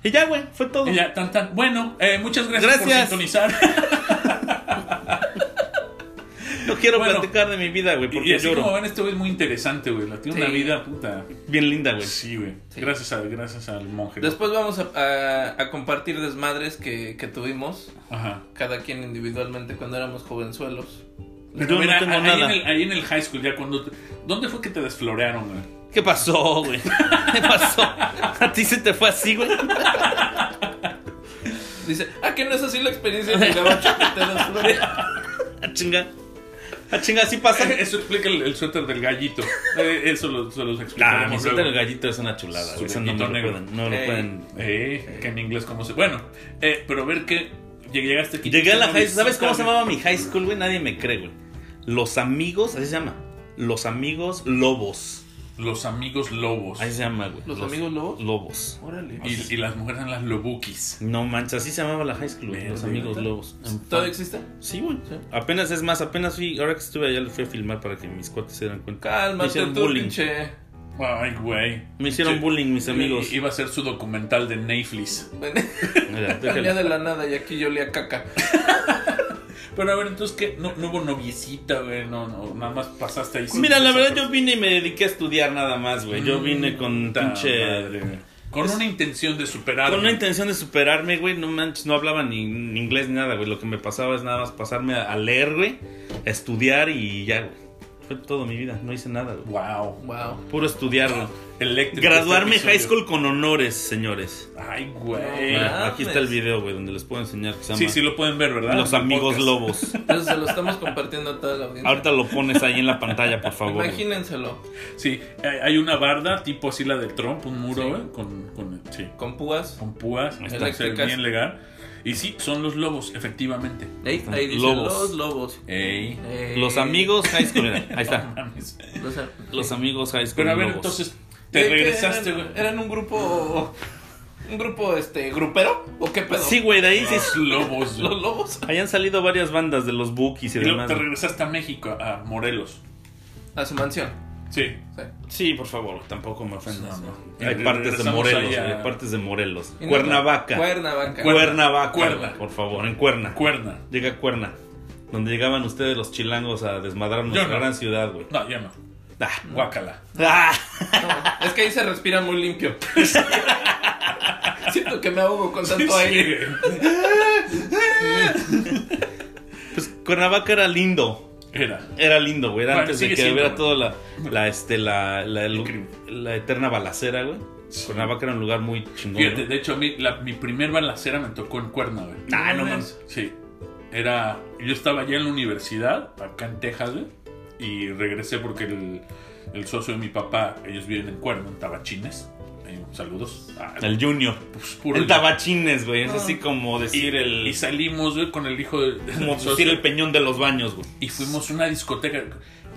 Speaker 1: Y ya, güey, fue todo.
Speaker 2: Y ya, tan, tan. Bueno, eh, muchas gracias,
Speaker 1: Gracias.
Speaker 2: por sintonizar.
Speaker 1: No quiero
Speaker 2: Bueno.
Speaker 1: platicar de mi vida, güey,
Speaker 2: Y
Speaker 1: <laughs> porque
Speaker 2: así
Speaker 1: lloro.
Speaker 2: como ven, este güey es muy interesante, güey. La tiene
Speaker 4: Sí.
Speaker 2: una vida puta.
Speaker 1: Bien linda, güey.
Speaker 2: Sí, güey.
Speaker 4: Sí.
Speaker 2: Gracias, al, gracias al monje.
Speaker 4: Después vamos a, a- a compartir desmadres que, que tuvimos,
Speaker 2: Ajá.
Speaker 4: cada quien individualmente cuando éramos jovenzuelos.
Speaker 1: Yo
Speaker 2: Mira,
Speaker 1: no tengo
Speaker 2: ahí
Speaker 1: nada.
Speaker 2: En el, ahí en el high school, ya cuando. te- ¿Dónde fue que te desflorearon, güey?
Speaker 1: ¿Qué pasó, güey? <laughs> ¿Qué pasó? ¿A ti se te fue así, güey?
Speaker 4: Dice, ah, que no es así la experiencia de gabacho que te das flores.
Speaker 1: <laughs> A chinga. A chinga, así pasa.
Speaker 2: <laughs> Eso explica el, el suéter del
Speaker 1: <laughs>
Speaker 2: gallito. Eh, Eso lo, se los
Speaker 1: Ah, mi
Speaker 2: explicaremos
Speaker 1: suéter del
Speaker 2: luego.
Speaker 1: gallito es una chulada. güey.
Speaker 2: Su
Speaker 1: Eso no, me
Speaker 2: gallito
Speaker 1: lo
Speaker 2: negro.
Speaker 1: pueden- no lo
Speaker 4: Ey.
Speaker 1: pueden.
Speaker 2: Eh, que en inglés cómo se... Bueno, eh, pero a ver que llegaste aquí.
Speaker 1: Llegué a la
Speaker 2: ¿Sabes
Speaker 1: high school. ¿Sabes cómo se llamaba mi high school, güey? Nadie me cree, güey. Los amigos, así se llama. Los amigos lobos.
Speaker 2: Los amigos lobos.
Speaker 1: Así se llama, güey.
Speaker 4: ¿Los amigos lobos?
Speaker 1: Lobos.
Speaker 4: Órale.
Speaker 2: Y, y las mujeres eran las lobukis.
Speaker 1: No manches, así se llamaba la high school, güey. Los
Speaker 2: Verde,
Speaker 1: amigos
Speaker 2: ¿neta?
Speaker 1: lobos.
Speaker 4: ¿Todavía existe?
Speaker 1: Sí, güey.
Speaker 4: Sí.
Speaker 1: Apenas es más, apenas fui. Ahora que estuve allá, lo fui a filmar para que mis cuates se dieran cuenta. me
Speaker 4: Cálmate
Speaker 1: hicieron
Speaker 4: tú,
Speaker 1: bullying.
Speaker 4: pinche.
Speaker 2: Ay, güey.
Speaker 1: Me hicieron
Speaker 2: Sí.
Speaker 1: bullying, mis amigos.
Speaker 2: I- Iba a ser su documental de Netflix.
Speaker 1: <laughs> Mira, déjale.
Speaker 4: Venía de la nada y aquí yo olía caca.
Speaker 2: Pero a ver, entonces, ¿qué? No, no hubo noviecita, güey. No, no, nada más pasaste ahí. sin
Speaker 1: Mira, la
Speaker 2: esa
Speaker 1: verdad
Speaker 2: persona.
Speaker 1: yo vine y me dediqué a estudiar nada más, güey. Yo vine con
Speaker 2: Puta madre,
Speaker 1: pinche... eh,
Speaker 2: güey. Con una intención de superar.
Speaker 1: Con una intención de superarme, güey. No manches, no hablaba ni, ni inglés ni nada, güey. Lo que me pasaba es nada más pasarme a, a leer, güey. A estudiar y ya, güey. Fue todo mi vida. No hice nada, güey.
Speaker 2: Wow.
Speaker 4: Wow.
Speaker 1: Puro estudiar, güey.
Speaker 2: Eléctrico. <laughs>
Speaker 1: Graduarme
Speaker 2: este
Speaker 1: high
Speaker 2: episodio.
Speaker 1: school con honores, señores.
Speaker 2: Ay,
Speaker 4: No,
Speaker 2: güey.
Speaker 4: man.
Speaker 1: Mira, aquí está el video, güey, donde les puedo enseñar que se llama
Speaker 2: Sí, sí lo pueden ver, ¿verdad?
Speaker 1: Los
Speaker 2: En el
Speaker 1: Amigos
Speaker 2: podcast.
Speaker 1: Lobos.
Speaker 4: Entonces se lo estamos compartiendo a toda la audiencia.
Speaker 1: Ahorita lo pones ahí en la pantalla, por favor. güey.
Speaker 4: Imagínenselo.
Speaker 2: Sí, hay hay una barda tipo así la de Trump, un muro,
Speaker 4: Sí.
Speaker 2: güey, con, con, sí,
Speaker 4: Con púas.
Speaker 2: con púas, está
Speaker 4: Eléctricas.
Speaker 2: bien legal. Y sí, son los lobos, efectivamente.
Speaker 4: Ey, ahí dice
Speaker 1: Lobos. Eh,
Speaker 4: los lobos.
Speaker 2: Ey.
Speaker 4: Ey.
Speaker 1: Los Amigos High School, mira, ahí está.
Speaker 2: Mames.
Speaker 4: Los a-
Speaker 1: Los Amigos High School
Speaker 2: Pero a ver,
Speaker 1: Lobos.
Speaker 2: entonces,
Speaker 4: Ey,
Speaker 2: te
Speaker 4: que
Speaker 2: regresaste, güey.
Speaker 4: Eran, eran un grupo ¿Un grupo, este, grupero? ¿O qué pedo?
Speaker 1: Pues Sí, güey, de ahí sí.
Speaker 2: Los lobos.
Speaker 4: ¿Los
Speaker 2: güey.
Speaker 4: lobos?
Speaker 1: Hayan salido varias bandas de los Bookies y
Speaker 2: Y luego
Speaker 1: demás.
Speaker 2: te
Speaker 1: güey.
Speaker 2: regresaste a México, a Morelos.
Speaker 4: A su mansión.
Speaker 2: Sí.
Speaker 4: Sí.
Speaker 1: Sí, por favor, tampoco me ofendas.
Speaker 2: No, no.
Speaker 1: Hay
Speaker 2: Y
Speaker 1: partes de
Speaker 2: regresamos
Speaker 1: Morelos,
Speaker 2: ahí a-
Speaker 1: güey, hay partes de Morelos.
Speaker 4: Y no-
Speaker 1: Cuernavaca.
Speaker 4: Cuernavaca.
Speaker 1: Cuernavaca.
Speaker 2: Cuerna.
Speaker 1: güey, Por favor, en Cuerna.
Speaker 2: Cuerna.
Speaker 1: Llega Cuerna. Donde llegaban ustedes los chilangos a desmadrar nuestra
Speaker 2: no.
Speaker 1: gran ciudad, güey.
Speaker 2: No, ya no.
Speaker 1: Ah.
Speaker 2: Guácala.
Speaker 1: Ah.
Speaker 4: No, es que ahí se respira muy
Speaker 2: <laughs>
Speaker 4: limpio. Siento que me ahogo con tanto aire.
Speaker 2: <laughs> Sí.
Speaker 1: Pues Cuernavaca era lindo.
Speaker 2: Era.
Speaker 1: Era lindo, güey. Era
Speaker 2: Bueno,
Speaker 1: antes de
Speaker 2: sigue
Speaker 1: que
Speaker 2: siendo,
Speaker 1: hubiera
Speaker 2: güey.
Speaker 1: toda la, la, este, la, la, el-
Speaker 2: El crimen.
Speaker 1: la eterna balacera, güey.
Speaker 2: Sí.
Speaker 1: Cuernavaca era un lugar muy chingón.
Speaker 2: Fíjate,
Speaker 1: güey.
Speaker 2: de hecho, a mí, la- mi primer balacera me tocó en Cuerna, güey.
Speaker 1: Ah, no
Speaker 2: más. Sí. Era. Yo estaba allá en la universidad, acá en Texas, güey. Y regresé porque el, el socio de mi papá, ellos viven en Cuerna, en Tabachines. Ahí, saludos. Ah,
Speaker 1: El Junior.
Speaker 2: pues, puro
Speaker 1: El
Speaker 2: idiota.
Speaker 1: Tabachines, güey. Es así como
Speaker 2: Y,
Speaker 1: decir el.
Speaker 2: y salimos, güey, con el hijo del del
Speaker 1: como decir
Speaker 2: socio.
Speaker 1: el peñón de los baños, güey.
Speaker 2: Y fuimos a una discoteca.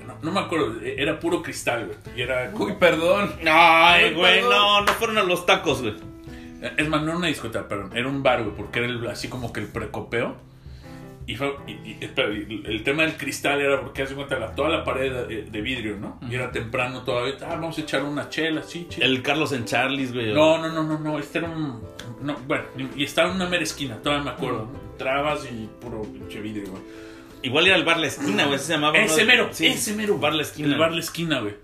Speaker 2: No, no me acuerdo, e, era puro cristal, güey. Y era. como-
Speaker 4: Uy, perdón.
Speaker 1: Ay, güey,
Speaker 4: perdón.
Speaker 1: no, no fueron a los tacos, güey.
Speaker 2: Es más, no era una discoteca, perdón, era un bar, güey, porque era el- así como que el precopeo. Y, fue- y- y- espera, y el- el tema del cristal era porque hace cuenta la- toda la pared de, de vidrio, ¿no? Y era temprano todavía, ah, vamos a echar una chela, sí, chela.
Speaker 1: El Carlos en Charlie's, güey.
Speaker 2: No, no, no, no, no, este era un... No, bueno, y estaba en una mera esquina, todavía me acuerdo. Trabas y puro pinche vidrio, güey.
Speaker 1: Igual era el bar La Esquina, güey. Ese se llamaba.
Speaker 2: Ese
Speaker 1: uno de-
Speaker 2: mero,
Speaker 1: sí,
Speaker 2: ese mero.
Speaker 1: Bar La Esquina.
Speaker 2: El bar la esquina, güey.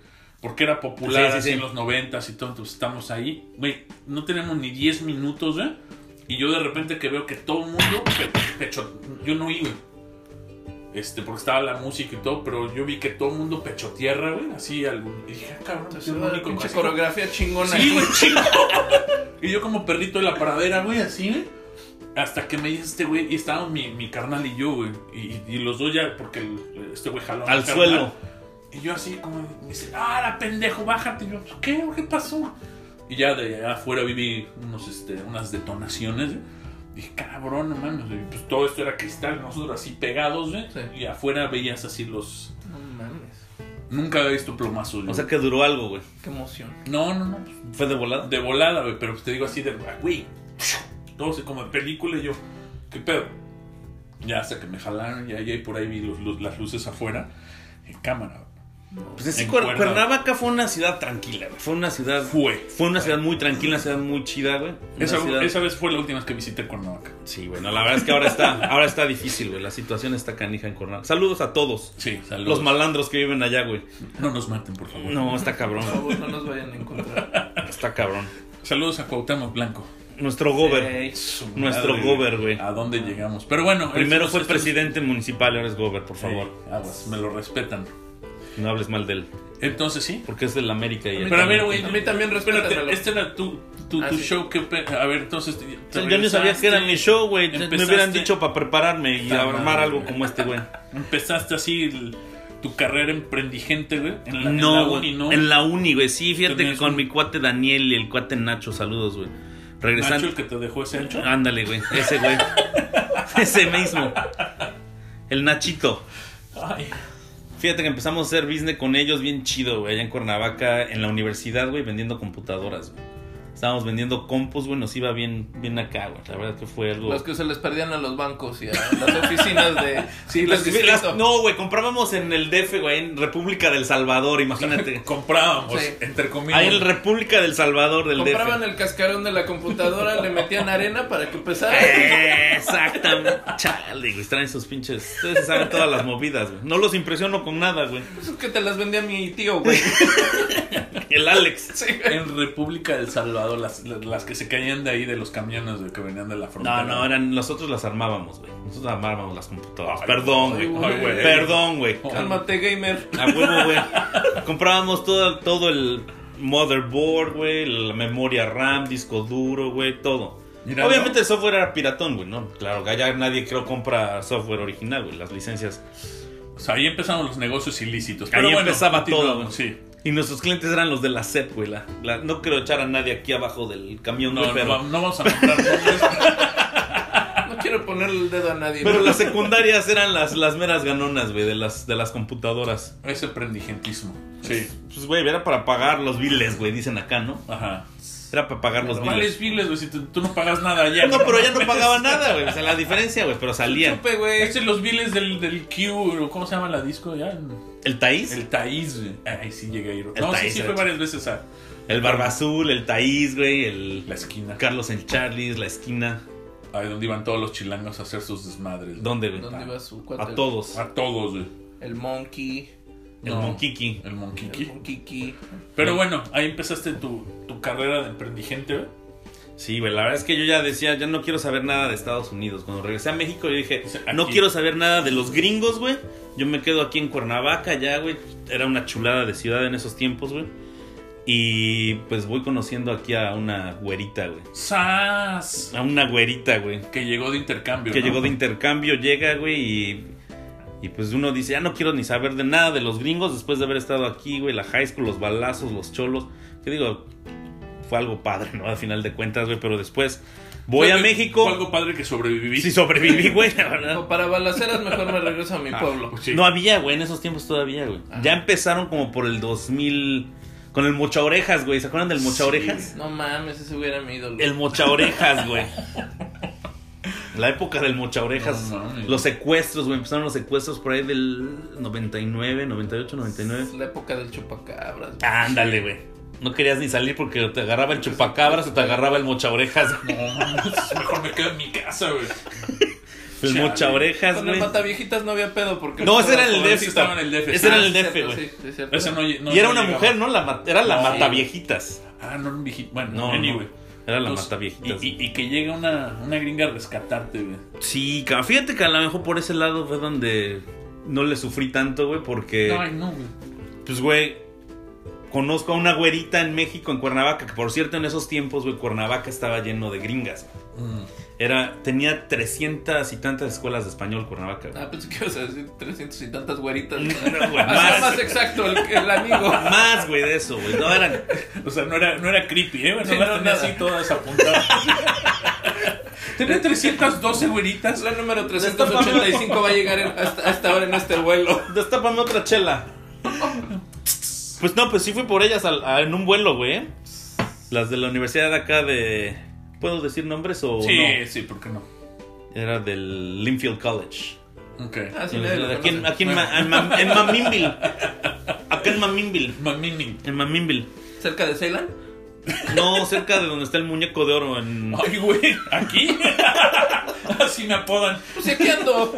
Speaker 2: Porque era popular
Speaker 1: Sí, sí,
Speaker 2: así
Speaker 1: sí.
Speaker 2: en los noventas y todo. Entonces estamos ahí. Güey, no tenemos ni 10 minutos, güey. Y yo de repente que veo que todo el mundo... pe- pecho- yo no iba. Este, porque estaba la música y todo, pero yo vi que todo el mundo pecho tierra, güey, así algún. Y dije, ah, cabrón, yo no
Speaker 4: Una
Speaker 2: vi como
Speaker 4: pinche
Speaker 2: así como-
Speaker 4: coreografía chingona.
Speaker 2: Sí, güey, chico. y yo como perrito de la pradera, güey, así, güey. Hasta que me dice este güey, y estaba mi, mi carnal y yo, güey. Y, y los dos ya, porque el- este güey jaló. a mi
Speaker 1: Al
Speaker 2: carnal.
Speaker 1: suelo.
Speaker 2: Y yo así como, me dice, ah, la pendejo, bájate. Y yo, ¿qué? ¿Qué pasó? Y ya de allá afuera viví unos, este, unas detonaciones. güey. Dije, cabrón, no mames. Y pues todo esto era cristal, nosotros así pegados, güey.
Speaker 4: Sí.
Speaker 2: Y afuera veías así los...
Speaker 4: No mames.
Speaker 2: Nunca había visto plomazos, güey.
Speaker 1: O sea que duró algo, güey.
Speaker 4: Qué emoción.
Speaker 2: No, no, no.
Speaker 1: Fue de volada.
Speaker 2: De volada, güey, pero te digo así de, ah, güey, todo se como de película y yo, ¿qué pedo? Ya hasta que me jalaron y ahí y por ahí vi los, los- las luces afuera en cámara.
Speaker 1: Pues es que
Speaker 2: En
Speaker 1: Cuer-
Speaker 2: Cuerna-
Speaker 1: Cuernavaca fue una ciudad tranquila, güey. Fue una ciudad.
Speaker 2: Fue.
Speaker 1: Fue una ciudad muy tranquila, una ciudad muy chida, güey. Una
Speaker 2: Esa,
Speaker 1: ciudad-
Speaker 2: esa vez fue la última vez que visité Cuernavaca.
Speaker 1: Sí, bueno, la verdad es que ahora está, ahora está difícil, güey. La situación está canija en Cuernavaca. Saludos a todos.
Speaker 2: Sí, saludos.
Speaker 1: Los malandros que viven allá, güey.
Speaker 2: No nos maten, por favor.
Speaker 1: No, está cabrón.
Speaker 4: Por favor, no nos vayan a encontrar.
Speaker 1: Está cabrón.
Speaker 2: Saludos a Cuauhtémoc Blanco.
Speaker 1: Nuestro gober.
Speaker 4: Ey,
Speaker 2: Su
Speaker 1: Nuestro
Speaker 2: madre,
Speaker 1: gober, güey.
Speaker 2: ¿A dónde llegamos? Pero bueno.
Speaker 1: Primero
Speaker 2: estos-
Speaker 1: fue
Speaker 2: estos-
Speaker 1: presidente municipal, ahora es gober, por favor.
Speaker 2: Sí, aguas, me lo respetan.
Speaker 1: No hables mal de él,
Speaker 2: Entonces sí.
Speaker 1: porque es del América y él
Speaker 2: Pero a ver,
Speaker 1: también.
Speaker 2: güey.
Speaker 4: A mí también respétamelo.
Speaker 2: Espérate, este era tu, tu,
Speaker 4: Ah,
Speaker 2: tu
Speaker 4: sí.
Speaker 2: show. Que, pe- a ver, entonces. te-
Speaker 1: O sea,
Speaker 2: te
Speaker 1: Yo ni sabía que era mi
Speaker 2: regresaste.
Speaker 1: show, güey. Me
Speaker 2: Empezaste-
Speaker 1: hubieran dicho para prepararme y
Speaker 2: Puta
Speaker 1: armar
Speaker 2: madre,
Speaker 1: algo
Speaker 2: güey.
Speaker 1: como este, güey.
Speaker 2: Empezaste así el- tu carrera emprendigente, güey. En la, en la
Speaker 1: No, güey.
Speaker 2: uni, ¿no?
Speaker 1: En la uni, güey. Sí, fíjate que
Speaker 2: Tenías
Speaker 1: con
Speaker 2: un-
Speaker 1: mi cuate Daniel y el cuate Nacho, saludos, güey.
Speaker 2: Nacho,
Speaker 1: Regresando.
Speaker 2: el que te dejó ese ancho.
Speaker 1: Ándale, güey. Ese, güey. Ese mismo. El Nachito.
Speaker 2: Ay,
Speaker 1: Fíjate que empezamos a hacer business con ellos bien chido, güey, allá en Cuernavaca, en la universidad, güey, vendiendo computadoras, güey. Estábamos vendiendo compus, güey, nos iba bien, bien acá, güey. La verdad que fue algo.
Speaker 4: Los que se les perdían a los bancos y a las
Speaker 2: <laughs>
Speaker 4: oficinas de. Sí,
Speaker 1: Las- las- no, güey, comprábamos en el DF, güey, en República del Salvador, imagínate.
Speaker 4: <laughs>
Speaker 2: comprábamos,
Speaker 4: Sí.
Speaker 2: entre comillas.
Speaker 1: Ahí en República del Salvador del
Speaker 4: Compraban
Speaker 1: DF.
Speaker 4: el cascarón de la computadora, le metían arena para que pesara.
Speaker 1: Eh, Exactamente. Chale, güey, traen sus pinches. Ustedes se saben todas las movidas, güey. No los impresiono con nada, güey.
Speaker 4: Eso es que te las vendía mi tío, güey.
Speaker 1: El Alex.
Speaker 4: Sí, güey.
Speaker 2: En República del Salvador, las, las- las que se caían de ahí de los camiones de que venían de la
Speaker 1: No,
Speaker 2: frontera.
Speaker 1: no, eran, nosotros las armábamos, güey. Nosotros armábamos las computadoras.
Speaker 2: Ay,
Speaker 1: Perdón,
Speaker 4: ay,
Speaker 1: güey.
Speaker 4: güey.
Speaker 1: Perdón, güey.
Speaker 4: Cálmate, gamer.
Speaker 1: A huevo, güey. Comprábamos todo, todo el motherboard, güey, la memoria RAM, disco duro, güey, todo.
Speaker 2: Mira,
Speaker 1: Obviamente el software era piratón, güey, ¿no? Claro, allá nadie creo compra software original, güey, las licencias.
Speaker 2: O sea, ahí empezaron los negocios ilícitos.
Speaker 1: Ahí
Speaker 2: Pero bueno,
Speaker 1: empezaba
Speaker 2: continuamos,
Speaker 1: todo, güey.
Speaker 2: Sí.
Speaker 1: Y nuestros clientes eran los de la SEP, güey. la- la- no quiero echar a nadie aquí abajo del camión,
Speaker 2: No,
Speaker 1: güey,
Speaker 2: no,
Speaker 1: pero...
Speaker 2: no vamos a nombrar nombres.
Speaker 4: No quiero ponerle el dedo a nadie.
Speaker 1: Pero
Speaker 4: güey.
Speaker 1: las secundarias eran las, las meras ganonas, güey, de las, de las computadoras.
Speaker 2: Ese prendigentismo. Sí.
Speaker 1: Pues, güey, era para pagar los biles, güey, dicen acá, ¿no?
Speaker 2: Ajá.
Speaker 1: Era para pagar los
Speaker 2: ¿Cuáles files,
Speaker 1: biles.
Speaker 2: güey? Si tú, tú no pagas nada allá.
Speaker 1: No, pero ya no pagaba nada, güey. O sea, la diferencia, güey, pero salían.
Speaker 4: Chupe, güey.
Speaker 2: Este es los biles del, del Q, ¿cómo se llama la disco ya?
Speaker 1: El Taís, el,
Speaker 2: El Taís, güey. Ay, sí llegué a ir.
Speaker 1: El
Speaker 2: no, sí,
Speaker 1: Taís,
Speaker 2: sí,
Speaker 1: de
Speaker 2: fue
Speaker 1: hecho.
Speaker 2: varias veces a
Speaker 1: Barba Azul, el Taís, güey, el
Speaker 2: la esquina.
Speaker 1: Carlos en Charlie's, la esquina.
Speaker 2: Ahí donde iban todos los chilangos a hacer sus desmadres. güey.
Speaker 1: ¿Dónde, güey?
Speaker 4: ¿Dónde va su cuate?
Speaker 1: A todos.
Speaker 2: A todos, güey.
Speaker 4: El Monkey.
Speaker 1: El
Speaker 2: No.
Speaker 1: Monquiqui.
Speaker 2: El
Speaker 4: El
Speaker 2: Monquiqui.
Speaker 4: Monkiki.
Speaker 2: Pero bueno, ahí empezaste tu, tu carrera de emprendigente, güey.
Speaker 1: Sí, güey, la verdad es que yo ya decía, ya no quiero saber nada de Estados Unidos. Cuando regresé a México, yo dije,
Speaker 2: Dice,
Speaker 1: no
Speaker 2: aquí.
Speaker 1: quiero saber nada de los gringos, güey. Yo me quedo aquí en Cuernavaca, ya, güey. Era una chulada de ciudad en esos tiempos, güey. Y pues voy conociendo aquí a una güerita, güey.
Speaker 2: ¡Sas!
Speaker 1: A una güerita, güey.
Speaker 2: Que llegó de intercambio.
Speaker 1: Que
Speaker 2: ¿no?
Speaker 1: llegó de intercambio, llega, güey, y, y pues uno dice, ya no quiero ni saber de nada de los gringos después de haber estado aquí, güey, la high school, los balazos, los cholos. Que digo, fue algo padre, ¿no? Al final de cuentas, güey, pero después voy
Speaker 2: Fue
Speaker 1: a
Speaker 2: que-
Speaker 1: México.
Speaker 2: Fue algo padre que sobreviví.
Speaker 1: Sí sobreviví, güey,
Speaker 2: <laughs>
Speaker 1: la verdad.
Speaker 4: No, para balaceras mejor me regreso a
Speaker 1: Ah.
Speaker 4: mi pueblo.
Speaker 2: Sí. Ah.
Speaker 1: No había, güey, en esos tiempos todavía, güey. Ya empezaron como por el 2000 con el mocha orejas, güey. ¿Se acuerdan del mocha
Speaker 2: Sí.
Speaker 1: orejas?
Speaker 4: No mames, ese hubiera mi ídolo.
Speaker 1: El mocha
Speaker 2: <laughs>
Speaker 1: orejas, güey. La época del mocha orejas.
Speaker 2: No mames.
Speaker 1: los secuestros, güey. Empezaron los secuestros por ahí del 99, 98, 99.
Speaker 4: Es la época del chupacabras. güey.
Speaker 1: Ándale, güey. No querías ni salir porque te agarraba el chupacabras o te agarraba el mocha orejas, güey.
Speaker 2: No, mames, mejor me quedo en mi casa, güey.
Speaker 1: El
Speaker 2: Chale.
Speaker 1: mocha orejas,
Speaker 4: Con el
Speaker 1: güey.
Speaker 4: mataviejitas no había pedo porque...
Speaker 1: No, ese era el
Speaker 2: Ese
Speaker 1: DF.
Speaker 2: estaba en el DF.
Speaker 1: Ese era
Speaker 2: Ah,
Speaker 1: el
Speaker 4: sí,
Speaker 1: DF,
Speaker 4: cierto,
Speaker 1: güey.
Speaker 4: sí, sí, cierto.
Speaker 2: Ese no, no-
Speaker 1: Y era
Speaker 2: no
Speaker 1: una
Speaker 2: llegaba.
Speaker 1: mujer, ¿no? La ma- era la
Speaker 2: No,
Speaker 1: mata
Speaker 2: sí.
Speaker 1: viejitas.
Speaker 2: Ah, no era un viejito. Bueno,
Speaker 1: No,
Speaker 2: anyway.
Speaker 1: no. Era la
Speaker 2: Entonces,
Speaker 1: mata viejitas.
Speaker 2: Y, y- y que llega una, una gringa a rescatarte, güey.
Speaker 1: Sí, ca- fíjate que a lo mejor por ese lado fue donde no le sufrí tanto, güey, porque,
Speaker 2: Ay, no, güey.
Speaker 1: pues, güey, conozco a una güerita en México, en Cuernavaca, que por cierto en esos tiempos, güey, Cuernavaca estaba lleno de gringas. güey.
Speaker 2: Mm.
Speaker 1: Era, tenía 300 y tantas escuelas de español Cuernavaca. güey.
Speaker 4: Ah, pensé que ibas a decir 300 y tantas güeritas.
Speaker 1: <laughs> No, güey,
Speaker 4: Hacía más
Speaker 1: más,
Speaker 4: exacto el, el amigo.
Speaker 1: más, güey, de eso, güey. No, eran
Speaker 2: O sea, no era, no era creepy, ¿eh? Bueno,
Speaker 4: Sí,
Speaker 2: las
Speaker 4: no,
Speaker 2: tenía
Speaker 4: nada.
Speaker 2: así todas apuntadas.
Speaker 4: <laughs>
Speaker 2: tenía 312 güeritas.
Speaker 4: La número 385 va a llegar en- hasta, hasta ahora en este vuelo.
Speaker 1: Destápame otra chela. Pues no, pues sí fui por ellas al- a- en un vuelo, güey. Las de la universidad de acá de... ¿Puedo decir nombres o
Speaker 2: Sí,
Speaker 1: no?
Speaker 2: sí, ¿por qué no?
Speaker 1: Era del Linfield College.
Speaker 2: Ok.
Speaker 4: Ah, sí, nadie lo
Speaker 1: Aquí, en-
Speaker 4: conoce.
Speaker 1: aquí en,
Speaker 4: Bueno,
Speaker 1: Ma- en Ma- en Mamimville. Acá en Mamimville.
Speaker 2: Mamini.
Speaker 1: En Mamimville.
Speaker 4: ¿Cerca de Ceylan?
Speaker 1: No, cerca de donde está el muñeco de oro. En...
Speaker 2: Ay, güey, ¿aquí? <laughs> Así me apodan.
Speaker 4: Pues sí, aquí ando.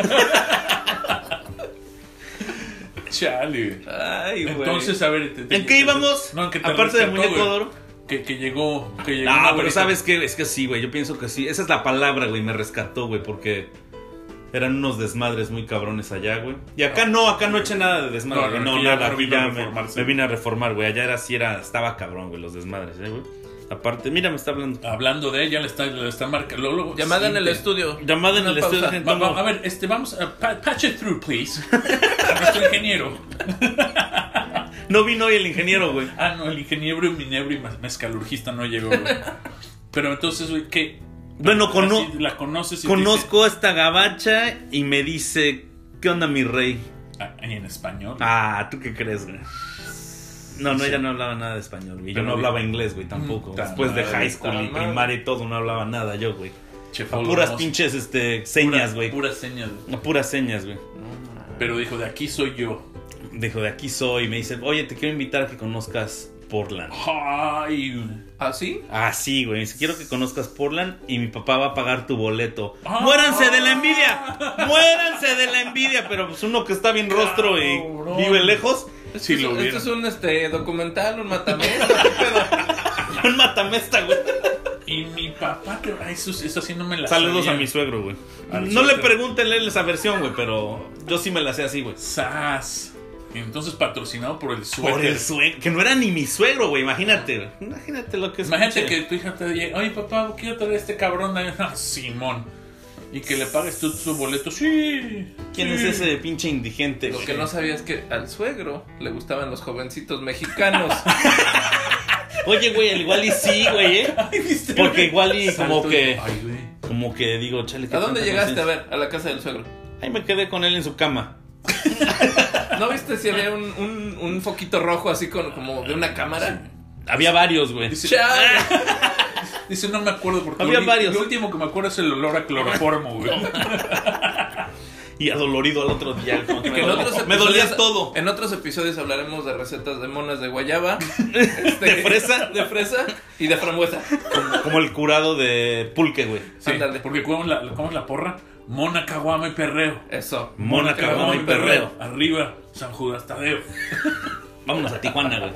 Speaker 2: Chale, güey.
Speaker 4: Ay, güey.
Speaker 2: Entonces, a ver. te- te-
Speaker 1: ¿En qué íbamos?
Speaker 2: No, en que te
Speaker 1: Aparte del
Speaker 2: rescató,
Speaker 1: muñeco
Speaker 2: güey.
Speaker 1: de oro.
Speaker 2: Que, que llegó. Que llegó una
Speaker 1: Ah, pero
Speaker 2: güerita.
Speaker 1: sabes que es que sí, güey. Yo pienso que sí. Esa es la palabra, güey. Me rescató, güey, porque eran unos desmadres muy cabrones allá, güey. Y acá no, acá no eché nada de desmadre.
Speaker 2: Ah, No,
Speaker 1: güey.
Speaker 2: no,
Speaker 1: No,
Speaker 2: aquí ya
Speaker 1: nada.
Speaker 2: no
Speaker 1: Aquí
Speaker 2: vino
Speaker 1: ya
Speaker 2: a
Speaker 1: me,
Speaker 2: reformarse.
Speaker 1: me vine a reformar, güey. Allá era sí era, estaba cabrón, güey, los desmadres, eh, güey. Aparte, mira, me está hablando.
Speaker 2: Hablando de ella, le está, le está marcando. Luego,
Speaker 4: Llamada en el
Speaker 2: siente.
Speaker 4: estudio.
Speaker 1: Llamada en
Speaker 4: Una
Speaker 1: el estudio.
Speaker 4: pausa.
Speaker 1: gente,
Speaker 2: Va- va-
Speaker 1: no.
Speaker 2: a ver, este, vamos a pa- patch it through, please. <laughs> A nuestro ingeniero.
Speaker 1: No vino hoy el ingeniero, güey.
Speaker 2: Ah, no, el ingeniero, minebro y mez- mezcalurgista no llegó,
Speaker 1: <laughs>
Speaker 2: güey. Pero entonces, güey, ¿qué? <laughs>
Speaker 1: Bueno, cono-
Speaker 2: Así la conoces y te
Speaker 1: conozco a esta gabacha y me dice, ¿qué onda, mi rey?
Speaker 2: dice- Ah, y en español.
Speaker 1: Ah, ¿tú qué crees, güey? No, no, ella no hablaba nada de español, güey. Yo
Speaker 2: Pero
Speaker 1: no
Speaker 2: digo-
Speaker 1: hablaba inglés, güey, tampoco.
Speaker 2: Puta
Speaker 1: Después de
Speaker 2: madre,
Speaker 1: high school y
Speaker 4: puta madre.
Speaker 1: primaria y todo, no hablaba nada yo, güey.
Speaker 2: Che, Pablo
Speaker 1: Puras
Speaker 2: Hermoso.
Speaker 1: pinches, este, señas,
Speaker 2: Puras-
Speaker 1: güey.
Speaker 2: Puras señas, güey.
Speaker 1: No, Puras señas, güey.
Speaker 2: Pero dijo, de aquí soy yo.
Speaker 1: Dijo, de aquí soy. Me dice, oye, te quiero invitar a que conozcas Portland.
Speaker 2: Ay, güey.
Speaker 4: ¿Ah, sí?
Speaker 1: Ah, sí, güey. Me dice, quiero que conozcas Portland y mi papá va a pagar tu boleto.
Speaker 2: Ah.
Speaker 1: ¡Muéranse de la envidia! ¡Muéranse de la envidia! Pero pues uno que está bien rostro y
Speaker 2: Cabrón.
Speaker 1: vive lejos, <laughs>
Speaker 4: Esto,
Speaker 2: Sí,
Speaker 4: es,
Speaker 2: lo
Speaker 4: esto
Speaker 2: vieron.
Speaker 4: es un este, documental, un matamesta,
Speaker 1: <laughs>
Speaker 4: ¿qué pedo?
Speaker 1: un matamesta, güey.
Speaker 2: Y mi papá, que ah, eso, eso sí no me la
Speaker 1: Saludos
Speaker 2: sabía.
Speaker 1: a mi suegro, güey.
Speaker 2: Al
Speaker 1: No le
Speaker 2: suegro.
Speaker 1: pregunten él esa versión, güey, pero yo sí me la sé así, güey.
Speaker 2: Sas. Y entonces patrocinado por el suéter.
Speaker 1: Por el suegro. Que no era ni mi suegro, güey. Imagínate, güey. Imagínate lo que es.
Speaker 2: Imagínate que tu hija te diga, oye papá, quiero traer a este cabrón de <laughs> Ah, Simón. Y que le pagues tú su boleto. Sí.
Speaker 1: ¿Quién
Speaker 2: sí.
Speaker 1: es ese pinche indigente,
Speaker 4: Lo
Speaker 1: güey?
Speaker 4: que no sabía es que al suegro le gustaban los jovencitos
Speaker 1: <laughs>
Speaker 4: mexicanos.
Speaker 1: Oye, güey, al igual y sí, güey, ¿eh?
Speaker 2: Ay, ¿viste?
Speaker 1: Porque igual y
Speaker 2: Salto
Speaker 1: como
Speaker 2: y-
Speaker 1: que.
Speaker 2: Ay, güey.
Speaker 1: Como que digo, chale. qué
Speaker 4: ¿A dónde
Speaker 1: tanta
Speaker 4: llegaste? A
Speaker 1: conciencia.
Speaker 4: ver, a la casa del suegro.
Speaker 1: Ahí me quedé con él en su cama.
Speaker 4: ¿No viste si había un, un, un foquito rojo así con, como de una cámara?
Speaker 1: Había varios, güey.
Speaker 2: Dice,
Speaker 4: Chao.
Speaker 2: dice, no me acuerdo porque
Speaker 1: Había
Speaker 2: lo uni-
Speaker 1: varios.
Speaker 2: Lo último que me acuerdo es el olor a cloroformo,
Speaker 1: <laughs>
Speaker 2: güey.
Speaker 1: Y adolorido al otro día. como que
Speaker 4: <laughs> Que en
Speaker 1: Ah, me-
Speaker 4: otros
Speaker 1: me
Speaker 4: episodios-
Speaker 1: dolía todo.
Speaker 4: En otros episodios hablaremos de recetas de monas
Speaker 1: <laughs>
Speaker 4: de guayaba, este,
Speaker 1: De fresa.
Speaker 4: de fresa y de frambuesa.
Speaker 1: <laughs> Como el curado de pulque, güey.
Speaker 2: Sí,
Speaker 4: Ándale.
Speaker 2: porque ¿cómo es la, cómo es la porra? Mona, caguama y perreo.
Speaker 4: Eso.
Speaker 1: Mona, caguama y perreo.
Speaker 2: Arriba, San Judas Tadeo.
Speaker 1: Vámonos a Tijuana, güey.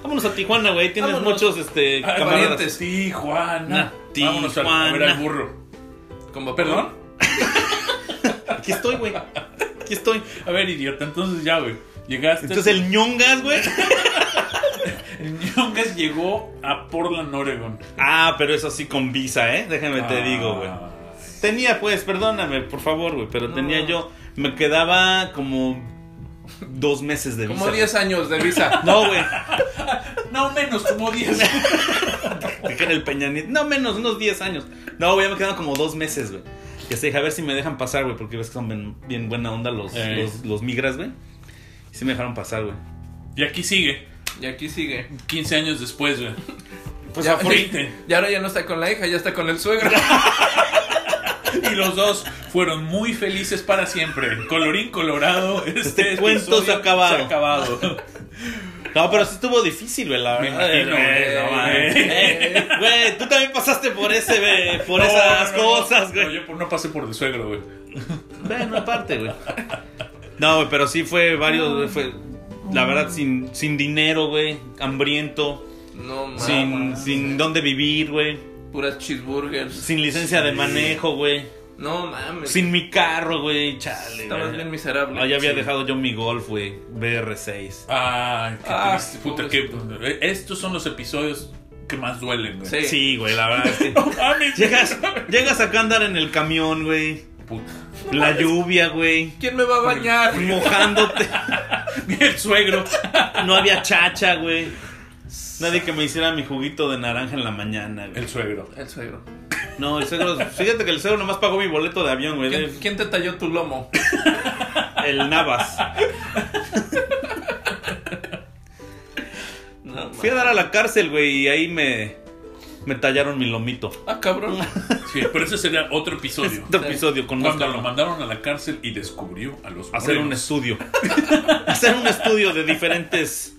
Speaker 1: Vámonos a Tijuana, güey. Tienes
Speaker 4: Vámonos.
Speaker 1: muchos este,
Speaker 2: Ay,
Speaker 1: camaradas.
Speaker 4: parientes.
Speaker 2: Tijuana.
Speaker 1: Na-
Speaker 2: Vámonos a, a ver
Speaker 1: Tijuana.
Speaker 2: al burro.
Speaker 4: Como
Speaker 2: ¿Perdón?
Speaker 1: Aquí estoy, güey. Aquí estoy.
Speaker 2: A ver, idiota, entonces ya, güey. Llegaste.
Speaker 1: Entonces el ñongas, güey.
Speaker 2: el Ñongas llegó a Portland, Oregon.
Speaker 1: Ah, pero eso sí con visa, ¿eh? Déjame te
Speaker 2: Ah.
Speaker 1: digo, güey. Tenía, pues, perdóname, por favor, güey. Pero
Speaker 4: No.
Speaker 1: tenía yo. Me quedaba como dos meses de
Speaker 4: Como
Speaker 1: visa.
Speaker 4: 10 años de visa.
Speaker 1: No, güey.
Speaker 2: No menos, como 10.
Speaker 1: Dijera el Peña Nieto. No, menos, unos 10 años. No, güey, ya me quedan como dos meses, güey. Que se dije, a ver si me dejan pasar, güey, porque ves que son bien, bien buena onda los,
Speaker 2: Eh.
Speaker 1: los, los migras, güey. Y sí me dejaron pasar, güey.
Speaker 2: <laughs> y aquí sigue,
Speaker 4: Y aquí sigue.
Speaker 2: 15 años después, güey.
Speaker 1: Pues
Speaker 4: Ya-
Speaker 1: afor-
Speaker 4: Y ahora ya no está con la hija, ya está con el suegro.
Speaker 2: Y los dos fueron muy felices para siempre. Colorín colorado, este,
Speaker 1: Este cuento
Speaker 2: episodio
Speaker 1: se ha acabado.
Speaker 2: se ha acabado.
Speaker 1: No, pero sí estuvo difícil, güey, la
Speaker 2: Me
Speaker 1: verdad.
Speaker 2: imagino,
Speaker 1: Eh,
Speaker 2: güey,
Speaker 1: no,
Speaker 2: no
Speaker 1: mames. Eh, Güey, tú también pasaste por ese, güey, por
Speaker 2: No,
Speaker 1: esas
Speaker 2: no, no,
Speaker 1: cosas, güey.
Speaker 2: No, yo por- no pasé por de suegro, güey.
Speaker 1: Bueno, aparte, güey. No, güey, pero sí fue varios, güey, fue, la verdad, sin, sin dinero, güey, hambriento,
Speaker 4: No mames.
Speaker 1: sin, sin dónde vivir, güey,
Speaker 4: Puras cheeseburgers.
Speaker 1: sin licencia de manejo, güey.
Speaker 4: No mames.
Speaker 1: Sin mi carro, güey, chale.
Speaker 4: Estabas
Speaker 1: güey.
Speaker 4: Pues bien miserable.
Speaker 1: Ah, ya había
Speaker 4: Sí.
Speaker 1: dejado yo mi golf, güey, BR6.
Speaker 2: Ay, qué
Speaker 4: Ah,
Speaker 2: triste, puta, qué. eh, Estos son los episodios que más duelen, güey.
Speaker 4: Sí.
Speaker 1: Sí, güey, la verdad. sí.
Speaker 2: <laughs> No mames.
Speaker 1: Llegas, llegas acá a andar en el camión, güey.
Speaker 2: Puta. <laughs>
Speaker 1: La lluvia, güey.
Speaker 4: ¿Quién me va a bañar?
Speaker 1: Mojándote.
Speaker 2: El suegro.
Speaker 1: No había chacha, güey. Nadie que me hiciera mi juguito de naranja en la mañana, güey.
Speaker 2: El suegro.
Speaker 4: El suegro.
Speaker 1: No, el suegro. Fíjate que el suegro nomás pagó mi boleto de avión, güey.
Speaker 4: ¿Quién, quién te talló
Speaker 1: <laughs>
Speaker 4: tu lomo?
Speaker 1: El Navas.
Speaker 4: No,
Speaker 1: Fui a dar a la cárcel, güey, y ahí me. Me tallaron mi lomito.
Speaker 4: Ah, cabrón.
Speaker 1: <laughs>
Speaker 2: Sí, pero ese sería otro episodio.
Speaker 1: Otro episodio con más
Speaker 2: Cuando lo
Speaker 1: calma.
Speaker 2: mandaron a la cárcel y descubrió a los
Speaker 1: hacer un
Speaker 2: morenos.
Speaker 1: estudio. hacer un estudio de diferentes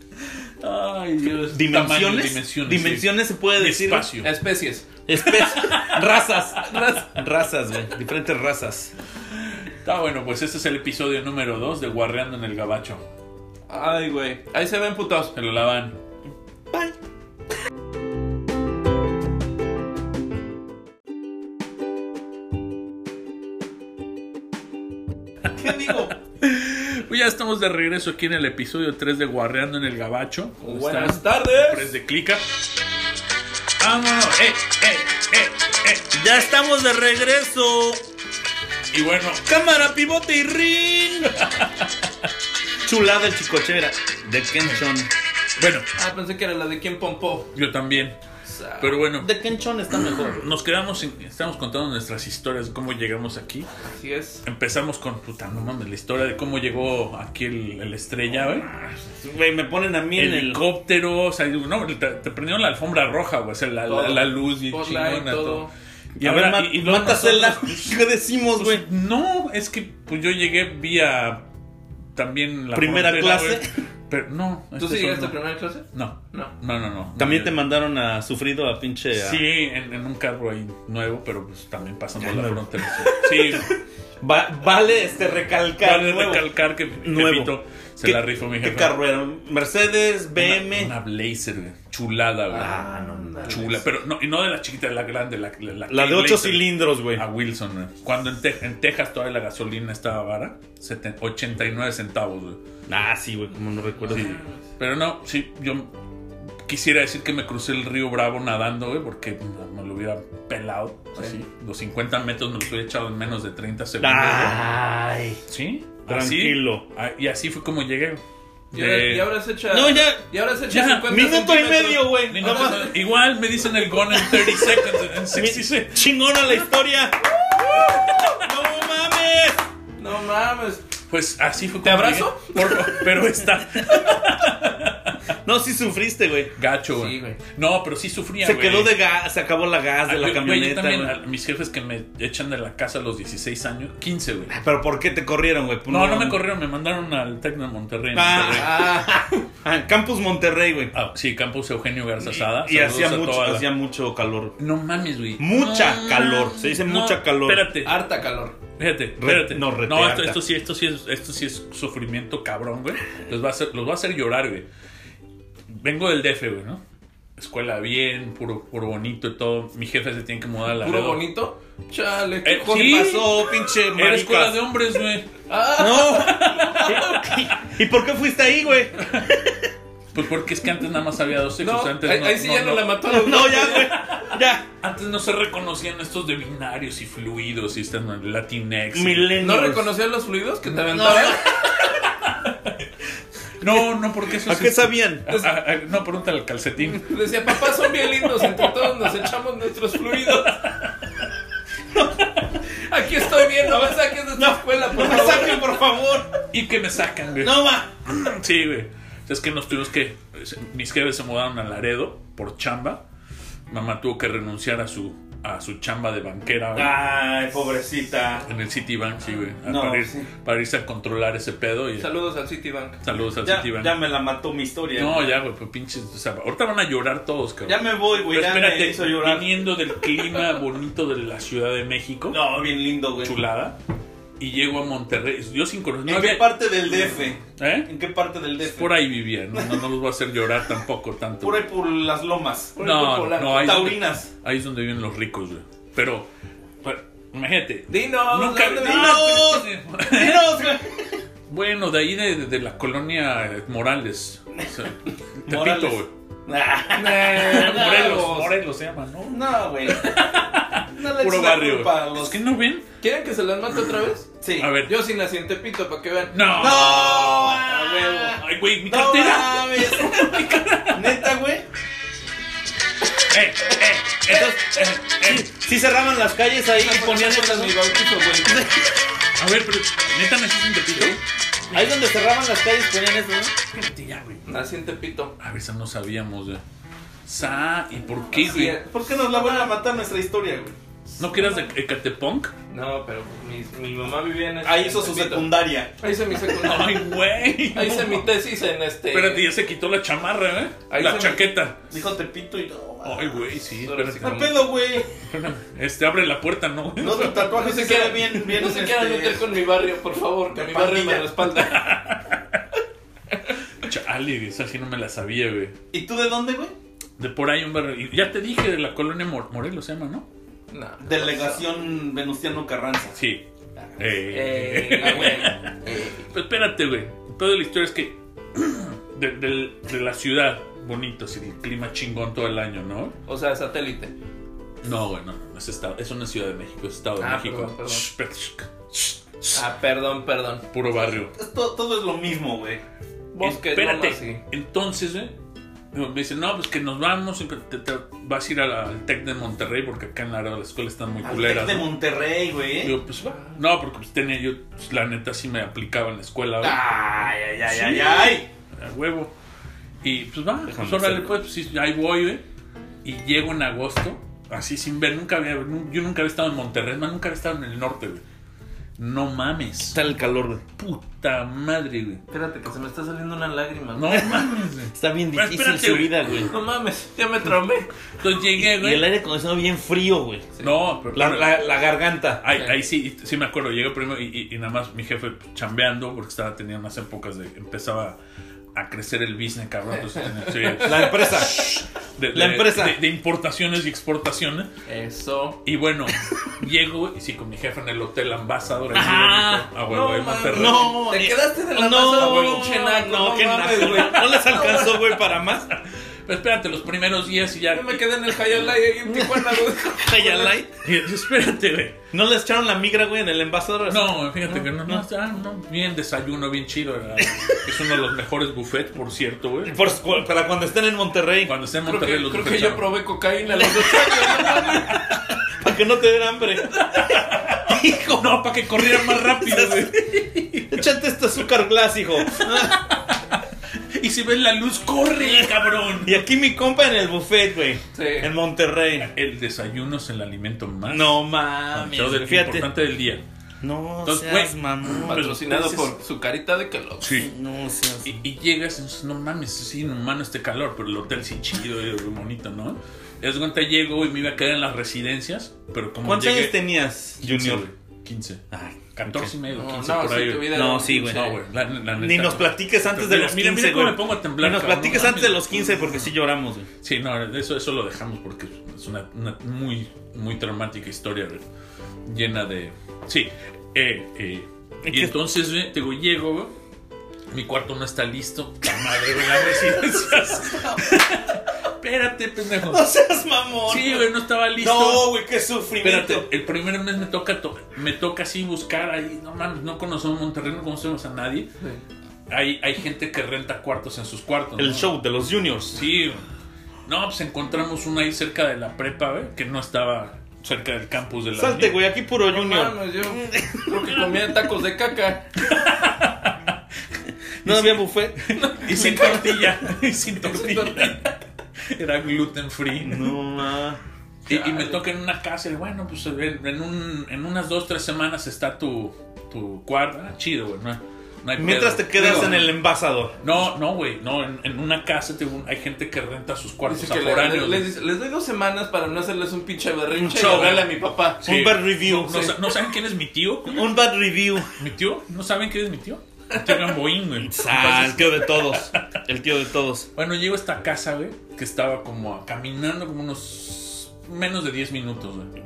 Speaker 2: Ay, Dios.
Speaker 1: dimensiones.
Speaker 2: Tamaños,
Speaker 1: dimensiones,
Speaker 2: sí.
Speaker 1: se puede
Speaker 2: Y
Speaker 1: decir.
Speaker 2: Espacio.
Speaker 4: Especies.
Speaker 1: Espe- razas.
Speaker 4: Ras-
Speaker 1: Razas, güey. Diferentes razas.
Speaker 2: Está bueno, pues este es el episodio número 2 de Guarreando en el Gabacho.
Speaker 4: Ay, güey. Ahí se ven putos.
Speaker 2: Se lo lavan.
Speaker 1: Bye.
Speaker 4: ¿Qué digo?
Speaker 2: Pues ya estamos de regreso aquí en el episodio 3 de Guarreando en el Gabacho. ¿Cómo
Speaker 4: Buenas
Speaker 2: están? Press
Speaker 4: tardes.
Speaker 2: de clica. ¡Vámonos! ¡Eh, eh, eh, eh!
Speaker 1: Ya estamos de regreso.
Speaker 2: Y bueno,
Speaker 1: Cámara, pivote y ring. Chulada el chicochera de Kenchon.
Speaker 2: bueno,
Speaker 4: Ah, pensé que era la de quien pompó.
Speaker 2: yo también. Pero bueno,
Speaker 1: De Kenchon está mejor.
Speaker 2: nos quedamos en- Estamos contando nuestras historias, cómo llegamos aquí.
Speaker 4: Así es.
Speaker 2: Empezamos con, puta, no mames, la historia de cómo llegó aquí el, el estrella, güey.
Speaker 1: Güey, me ponen a mí en el.
Speaker 2: Helicóptero, o sea, digo, no, te, te prendieron la alfombra roja, güey, o sea, la, la-
Speaker 4: Todo.
Speaker 2: la luz y
Speaker 4: Spotlight,
Speaker 2: chingona,
Speaker 4: todo.
Speaker 2: todo. Y
Speaker 1: Y a ver,
Speaker 2: ahora,
Speaker 1: ma-
Speaker 2: y- y luego
Speaker 1: mátasela.
Speaker 2: nosotros-
Speaker 1: <laughs> ¿Qué decimos, güey?
Speaker 2: Pues, no, es que pues yo llegué vía también la
Speaker 1: Primera
Speaker 2: frontera,
Speaker 1: clase.
Speaker 2: güey. Pero no,
Speaker 4: ¿Tú
Speaker 2: este
Speaker 4: sí
Speaker 2: solo
Speaker 4: llegaste
Speaker 2: no.
Speaker 4: a primera clase?
Speaker 2: No,
Speaker 4: No.
Speaker 2: no, no, no. No,
Speaker 1: También te
Speaker 2: yo-
Speaker 1: mandaron a sufrido a pinche. a-
Speaker 2: Sí, en, en un carro ahí nuevo, pero pues también pasando la
Speaker 1: nuevo.
Speaker 2: frontera.
Speaker 1: <laughs>
Speaker 2: Sí,
Speaker 1: Va- vale este recalcar.
Speaker 2: vale
Speaker 1: nuevo.
Speaker 2: recalcar que mi
Speaker 1: Nuevo.
Speaker 2: jefito se
Speaker 1: ¿Qué-
Speaker 2: la rifó mi jefe.
Speaker 1: ¿Qué carro era? Mercedes, BM.
Speaker 2: Una, una Blazer, güey. chulada, güey.
Speaker 1: Ah, no, no, no.
Speaker 2: Chula, pero no, y no de la chiquita, de la grande, la, la, la
Speaker 1: La
Speaker 2: que
Speaker 1: de 8
Speaker 2: Blazer.
Speaker 1: cilindros, güey. Ah.
Speaker 2: A Wilson, güey. Cuando en, Te- en Texas todavía la gasolina estaba vara, 70 89 centavos, güey.
Speaker 1: Ah, sí, güey, como no recuerdo.
Speaker 2: Sí. Pero no, sí, yo quisiera decir que me crucé el río Bravo nadando, güey, porque me lo hubiera pelado. Así. Los 50 metros me los hubiera echado en menos de 30 segundos. güey.
Speaker 1: Ay.
Speaker 2: Sí,
Speaker 1: Ah. Tranquilo.
Speaker 2: Así, ah, y así fue como llegué.
Speaker 4: Y ahora,
Speaker 2: Eh,
Speaker 4: y ahora se echa.
Speaker 1: No, ya.
Speaker 4: Y ahora se echa
Speaker 2: Ya,
Speaker 4: 50
Speaker 1: Minuto y
Speaker 4: centímetros.
Speaker 1: medio, güey.
Speaker 2: ni
Speaker 1: Nada
Speaker 2: nada,
Speaker 1: más.
Speaker 2: igual me dicen el gone en 30 seconds,
Speaker 1: <laughs>
Speaker 2: en 60
Speaker 1: Mi-
Speaker 2: seconds.
Speaker 1: Chingona la historia. ¡Uh! ¡No mames!
Speaker 4: No mames.
Speaker 2: Pues así fue como
Speaker 4: ¿Te abrazo?
Speaker 2: llegué. Por favor, pero está.
Speaker 1: No, sí sufriste, güey.
Speaker 2: Gacho, güey.
Speaker 4: Sí, güey.
Speaker 2: No, pero sí sufría,
Speaker 1: Se
Speaker 2: güey.
Speaker 1: quedó de gas, se acabó la gas de
Speaker 2: Ah,
Speaker 1: la
Speaker 2: güey, yo
Speaker 1: camioneta,
Speaker 2: también,
Speaker 1: güey.
Speaker 2: a mis jefes que me echan de la casa a los 16 años, 15, güey.
Speaker 1: Ah, Pero ¿por qué te corrieron, güey? Pues
Speaker 2: No, no me corrieron, me mandaron al Tecno de Monterrey. en Monterrey.
Speaker 1: Ah, ah, Campus Monterrey, güey.
Speaker 2: Ah, sí, Campus Eugenio Garza Sada.
Speaker 1: Y
Speaker 2: Saludos
Speaker 1: hacía
Speaker 2: a
Speaker 1: mucho,
Speaker 2: toda la-
Speaker 1: hacía mucho calor.
Speaker 2: No mames, güey.
Speaker 1: Mucha
Speaker 2: No
Speaker 1: calor,
Speaker 2: mames,
Speaker 1: se dice
Speaker 2: no,
Speaker 1: mucha calor. Ah.
Speaker 2: Espérate,
Speaker 4: Harta calor.
Speaker 2: espérate, espérate.
Speaker 1: no, rete
Speaker 2: no esto,
Speaker 1: harta.
Speaker 2: esto sí, esto sí es, esto sí es sufrimiento cabrón, güey. Los va a hacer, los va a hacer llorar, güey. Vengo del DF, güey, ¿no? Escuela bien, puro, puro bonito y todo. Mi jefe se tiene que mudar a la
Speaker 4: Puro
Speaker 2: Laredo.
Speaker 4: bonito. Chale,
Speaker 2: Eh,
Speaker 4: qué
Speaker 1: ¿Qué
Speaker 2: sí.
Speaker 1: pasó, pinche
Speaker 2: Era escuela
Speaker 1: maricas?
Speaker 2: de hombres, güey.
Speaker 4: Ah,
Speaker 1: No. ¿Y por qué fuiste ahí, güey?
Speaker 2: Pues porque es que antes nada más había dos sexos.
Speaker 4: No,
Speaker 2: antes
Speaker 4: ahí, ahí sí ya no, la mataron.
Speaker 1: <laughs> No, ya, güey. Ya.
Speaker 2: Antes no se reconocían estos de binarios y fluidos y estas ¿no? Latinex. y-
Speaker 1: Milenios.
Speaker 4: ¿No reconocían los fluidos que te aventaban?
Speaker 2: No, no, porque eso
Speaker 1: ¿A
Speaker 2: es-
Speaker 1: qué sabían?
Speaker 2: Ah, ah, ah, no, pregúntale al calcetín.
Speaker 4: Decía, papá, son bien lindos, entre todos nos echamos nuestros fluidos. <laughs> Aquí estoy bien, no me saques de esta escuela, por
Speaker 1: No me
Speaker 4: favor.
Speaker 1: saquen, por favor.
Speaker 2: Y que me sacan, güey.
Speaker 1: No, ma.
Speaker 2: Sí, güey. O sea, Es que nos tuvimos que. Mis jefes se mudaron a Laredo por chamba. Mamá tuvo que renunciar a su, a su chamba de banquera güey,
Speaker 1: Ay, pobrecita.
Speaker 2: en el Citibank, sí, güey. a-
Speaker 1: Ah. No,
Speaker 2: para, ir-
Speaker 1: sí.
Speaker 2: para irse a controlar ese pedo. Y,
Speaker 4: Saludos al Citibank.
Speaker 2: saludos al
Speaker 1: Ya,
Speaker 2: Citibank.
Speaker 1: ya me la mató mi historia.
Speaker 2: no, ya, güey, pues pinches. o sea, ahorita van a llorar todos, cabrón.
Speaker 1: Ya me voy, güey.
Speaker 2: Pero
Speaker 1: Ya me hizo
Speaker 2: espérate,
Speaker 1: llorar.
Speaker 2: viniendo del clima bonito de la Ciudad de México,
Speaker 1: No, bien lindo, güey.
Speaker 2: chulada, y llego a Monterrey. Yo sin conocer. no
Speaker 1: ¿En qué
Speaker 2: había-
Speaker 1: parte del DF?
Speaker 2: ¿Eh?
Speaker 1: ¿En qué parte del DF?
Speaker 2: Por ahí vivía, no, no, no los voy a hacer llorar tampoco tanto.
Speaker 1: Por ahí por las lomas.
Speaker 4: por el
Speaker 2: no,
Speaker 4: Polanco.
Speaker 2: no, ahí, es donde-
Speaker 1: Taurinas.
Speaker 2: ahí es donde viven los ricos, güey. Pero, pero, imagínate.
Speaker 4: Dinos,
Speaker 2: nunca Ah,
Speaker 4: ¿dónde
Speaker 2: No,
Speaker 1: vives? Dinos, güey.
Speaker 2: Bueno, de ahí de, de la colonia eh, Morales. O
Speaker 1: <laughs>
Speaker 2: sea, Tepito,
Speaker 1: Morales.
Speaker 2: güey.
Speaker 1: <laughs>
Speaker 4: Nah,
Speaker 2: Morelos,
Speaker 4: vamos.
Speaker 2: Morelos se llama, ¿no?
Speaker 1: No, güey. No le
Speaker 2: Puro
Speaker 1: eches la
Speaker 2: barrio.
Speaker 1: culpa a
Speaker 2: güey.
Speaker 1: los-
Speaker 2: Es que no ven.
Speaker 4: ¿Quieren que se las mate otra vez?
Speaker 1: Sí.
Speaker 2: A ver.
Speaker 4: Yo sin nací en Tepito, para que vean.
Speaker 2: No.
Speaker 1: ¡No!
Speaker 4: a huevo.
Speaker 2: Ay, güey, mi
Speaker 1: ¡No
Speaker 2: cartera.
Speaker 1: mames! Neta, güey.
Speaker 2: Eh, eh,
Speaker 1: Entonces,
Speaker 2: eh, eh.
Speaker 1: sí cerraban las calles ahí y ponían
Speaker 4: en mi
Speaker 1: esas.
Speaker 4: bautizo, güey.
Speaker 2: A ver, pero neta me haces un tepito.
Speaker 1: Ahí donde cerraban las calles ponían eso, ¿no?
Speaker 2: Fíjate ya, güey.
Speaker 4: Nací en Tepito.
Speaker 2: A ver, esa no sabíamos, güey. Sa, ¿y por qué,
Speaker 4: Así
Speaker 2: güey?
Speaker 4: es.
Speaker 1: ¿Por qué nos la van a matar nuestra historia, güey?
Speaker 2: ¿No que eras de Ecatepunk?
Speaker 4: No, pero mi, mi mamá vivía en
Speaker 1: Ahí hizo su
Speaker 4: Tepito.
Speaker 1: secundaria.
Speaker 4: Ahí hice mi
Speaker 2: Ay,
Speaker 4: secundaria.
Speaker 2: güey.
Speaker 4: Ahí hice mi tesis en este.
Speaker 2: Espérate, ya se quitó la chamarra, ¿eh?
Speaker 4: Ahí
Speaker 2: la
Speaker 4: se me-
Speaker 2: chaqueta.
Speaker 1: Dijo Tepito y no. ma.
Speaker 2: Ay, güey, sí,
Speaker 4: Ahora sí
Speaker 2: espérate.
Speaker 1: ¿Qué pedo, güey?
Speaker 2: Este, abre la puerta, ¿no?
Speaker 1: No, tu tatuaje se queda bien, bien.
Speaker 4: no se
Speaker 1: este,
Speaker 4: quieran meter con mi barrio, por favor, que
Speaker 1: de
Speaker 4: mi barrio me
Speaker 1: pandilla.
Speaker 4: <laughs> respalda.
Speaker 2: Chale, güey, esa sí no me la sabía, güey.
Speaker 1: ¿Y tú de dónde, güey?
Speaker 2: De por ahí un barrio. y Ya te dije, de la colonia Mor- Morelos se llama, ¿no?
Speaker 4: No.
Speaker 1: Delegación Venustiano Carranza.
Speaker 2: Sí. Eh.
Speaker 4: Ah, <laughs> Eh, ah, bueno.
Speaker 2: Pero espérate, güey. Toda la historia es que. <clears throat> De, del- de la ciudad bonito, así, el clima chingón todo el año, ¿no?
Speaker 4: O sea, satélite.
Speaker 2: No, güey, no, no, es, estado, es una ciudad de México, es Estado de
Speaker 4: Ah,
Speaker 2: México.
Speaker 4: perdón, perdón.
Speaker 2: Shh, espérate, shh, shh, shh.
Speaker 4: Ah, perdón, perdón.
Speaker 2: Puro barrio.
Speaker 1: Es to- todo es lo mismo, güey.
Speaker 4: Bosque,
Speaker 2: Espérate.
Speaker 4: no, así.
Speaker 2: Entonces, ¿eh? me dicen, no, pues que nos vamos, y que te, te vas a ir a la- al TEC de Monterrey, porque acá en la las escuelas están muy
Speaker 1: Al Tec
Speaker 2: culeras.
Speaker 1: de
Speaker 2: ¿no?
Speaker 1: Monterrey, güey.
Speaker 2: Digo, pues va. No, porque pues tenía yo, pues, la neta sí me aplicaba en la escuela, güey,
Speaker 1: Ah, Ay, ay, ay,
Speaker 2: Sí.
Speaker 1: ay, ay.
Speaker 2: a huevo. Y pues va, pues
Speaker 1: Déjame
Speaker 2: órale,
Speaker 1: hacerlo.
Speaker 2: pues, pues, sí, ahí voy, güey. Y llego en agosto, así sin ver, nunca había, nu- yo nunca había estado en Monterrey, más nunca había estado en el norte, güey. No mames.
Speaker 1: el calor, güey.
Speaker 2: Puta madre, güey.
Speaker 4: Espérate, que se me está saliendo una lágrima.
Speaker 1: <laughs>
Speaker 2: No mames, güey.
Speaker 1: Está bien
Speaker 2: Pero
Speaker 1: difícil
Speaker 2: espérate,
Speaker 1: su
Speaker 2: güey.
Speaker 1: vida, güey.
Speaker 4: No mames, ya me traumé.
Speaker 2: Entonces llegué,
Speaker 1: Y
Speaker 2: güey.
Speaker 1: el aire acondicionado bien frío, güey.
Speaker 2: No, pero
Speaker 1: La,
Speaker 2: pero-
Speaker 1: la- la garganta.
Speaker 2: Ahí, ahí sí, sí me acuerdo, llegué primero y, y- y nada más mi jefe pues, chambeando, porque estaba, tenía unas épocas de, empezaba a crecer el business, cabrón. entonces tenía- sí,
Speaker 1: La empresa.
Speaker 2: <laughs> de-
Speaker 1: la
Speaker 2: de-
Speaker 1: empresa.
Speaker 2: De, de importaciones y exportaciones.
Speaker 4: Eso.
Speaker 2: Y bueno, <laughs> llego y sí, con mi jefe en el hotel ambasador.
Speaker 1: Ajá.
Speaker 2: a huevo,
Speaker 4: No,
Speaker 2: Ah, en Monterrey.
Speaker 4: mames.
Speaker 1: No,
Speaker 4: Te
Speaker 1: eh,
Speaker 4: quedaste de la
Speaker 1: no,
Speaker 4: masa,
Speaker 1: güey,
Speaker 4: pinche naco,
Speaker 1: no,
Speaker 4: no
Speaker 1: qué
Speaker 4: mames,
Speaker 1: naco.
Speaker 4: güey.
Speaker 1: No les alcanzó,
Speaker 2: <laughs>
Speaker 1: güey, para más.
Speaker 2: Pero espérate, los primeros días y ya.
Speaker 4: Yo me quedé en el Hayalay ahí en Tijuana, <laughs> güey.
Speaker 1: Hayalay.
Speaker 2: y- espérate, güey.
Speaker 1: ¿No les echaron la migra, güey, en el envasador?
Speaker 2: No, fíjate que no, no, ah, no, bien desayuno, bien chido. era- Es uno de los mejores buffets, por cierto, güey.
Speaker 1: Por su- para cuando estén en Monterrey.
Speaker 2: Cuando esté en
Speaker 4: Creo
Speaker 2: Monterrey,
Speaker 4: que,
Speaker 2: los
Speaker 4: creo que
Speaker 2: buffets
Speaker 4: yo
Speaker 2: saben.
Speaker 4: probé cocaína a los dos años. ¿no?
Speaker 1: Para que no te den
Speaker 2: <laughs>
Speaker 1: hambre. hijo,
Speaker 2: No, para que corriera más rápido, güey.
Speaker 1: échate este azúcar glass, hijo.
Speaker 2: Y si ves la luz, corre, cabrón.
Speaker 1: Y aquí mi compa en el buffet, güey.
Speaker 4: Sí.
Speaker 1: En Monterrey.
Speaker 2: El desayuno es el alimento más
Speaker 1: No
Speaker 2: avanzado
Speaker 1: mames.
Speaker 2: del-
Speaker 1: Fíjate.
Speaker 2: importante del día.
Speaker 1: No
Speaker 2: Entonces,
Speaker 1: seas
Speaker 2: güey,
Speaker 1: mamón.
Speaker 2: pero-
Speaker 4: Patrocinado
Speaker 2: entonces-
Speaker 4: por su carita de Kellogg.
Speaker 2: Sí.
Speaker 1: No seas.
Speaker 2: Y, y llegas y dices, no mames, es inhumano este calor, pero el hotel sí chido, eh, bonito, ¿no? Y das cuenta, llego y me iba a quedar en las residencias, pero como
Speaker 1: ¿Cuántos
Speaker 2: llegué-
Speaker 1: años tenías,
Speaker 2: 15,
Speaker 1: Junior?
Speaker 2: güey, 15.
Speaker 1: Ay,
Speaker 2: 14 y medio,
Speaker 4: No,
Speaker 2: 15
Speaker 4: no,
Speaker 2: por
Speaker 4: si
Speaker 2: ahí.
Speaker 4: tu
Speaker 2: güey.
Speaker 4: vida
Speaker 1: No,
Speaker 4: era
Speaker 1: sí,
Speaker 4: un-
Speaker 1: güey.
Speaker 2: No, güey, la- la
Speaker 1: Ni
Speaker 2: neta.
Speaker 1: nos platiques antes de
Speaker 2: Mira,
Speaker 1: los
Speaker 2: mira,
Speaker 1: 15,
Speaker 2: mira cómo
Speaker 1: güey.
Speaker 2: me pongo a temblar,
Speaker 1: Ni nos
Speaker 2: cabrón,
Speaker 1: platiques
Speaker 2: no
Speaker 1: antes de
Speaker 2: mames.
Speaker 1: los 15 porque sí lloramos, güey.
Speaker 2: Sí, no, eso, eso lo dejamos porque es una, una muy, muy traumática historia güey, llena de... Sí, eh, eh.
Speaker 1: ¿Y
Speaker 2: Y
Speaker 1: qué-
Speaker 2: entonces, güey, te digo, llego, güey, mi cuarto no está listo, la madre de las residencias.
Speaker 1: <laughs>
Speaker 2: Espérate, pendejo.
Speaker 1: No seas mamón.
Speaker 2: Sí, güey, no estaba listo.
Speaker 3: No, güey, qué sufrimiento.
Speaker 2: Espérate, el primer mes me toca, to- me toca así buscar ahí, no mames, no conocemos Monterrey, no conocemos a nadie. Hay, hay gente que renta cuartos en sus cuartos. ¿no?
Speaker 1: El show de los Juniors.
Speaker 2: Sí. güey. No, pues encontramos una ahí cerca de la prepa, güey, que no estaba cerca del campus de la
Speaker 1: Salte,
Speaker 2: UNI.
Speaker 1: güey, aquí puro Junior.
Speaker 4: Mames, yo creo que comía tacos de caca.
Speaker 1: No había buffet.
Speaker 2: Y sin tortilla, <laughs> y sin tortilla. Era gluten free.
Speaker 1: No, ma.
Speaker 2: Y, y me
Speaker 4: Chale.
Speaker 2: toca en una casa y bueno, pues en, en un- en unas dos, tres semanas está tu, tu cuarto. Ah, chido, güey. No, no hay
Speaker 1: Mientras
Speaker 2: pedo.
Speaker 1: te quedas
Speaker 4: Digo,
Speaker 1: en el envasador.
Speaker 2: No, no, güey, no, en, en una casa te- hay gente que renta sus cuartos
Speaker 4: Dice que le-
Speaker 2: aforáneos.
Speaker 4: le- les, dice, les doy dos semanas para no hacerles un pinche berrinche y
Speaker 1: show.
Speaker 4: hablarle a mi papá.
Speaker 2: Sí.
Speaker 1: Un bad review.
Speaker 2: no, sa- ¿no saben quién es mi tío?
Speaker 1: Un bad review.
Speaker 2: ¿Mi tío? ¿No saben quién es mi tío? Mi tío Gamboín, güey.
Speaker 1: <laughs> Ah,
Speaker 2: Entonces,
Speaker 1: el tío de <laughs> todos. El tío de todos.
Speaker 2: Bueno, llego a esta casa, güey, que estaba como a- caminando como unos menos de 10 minutos, güey.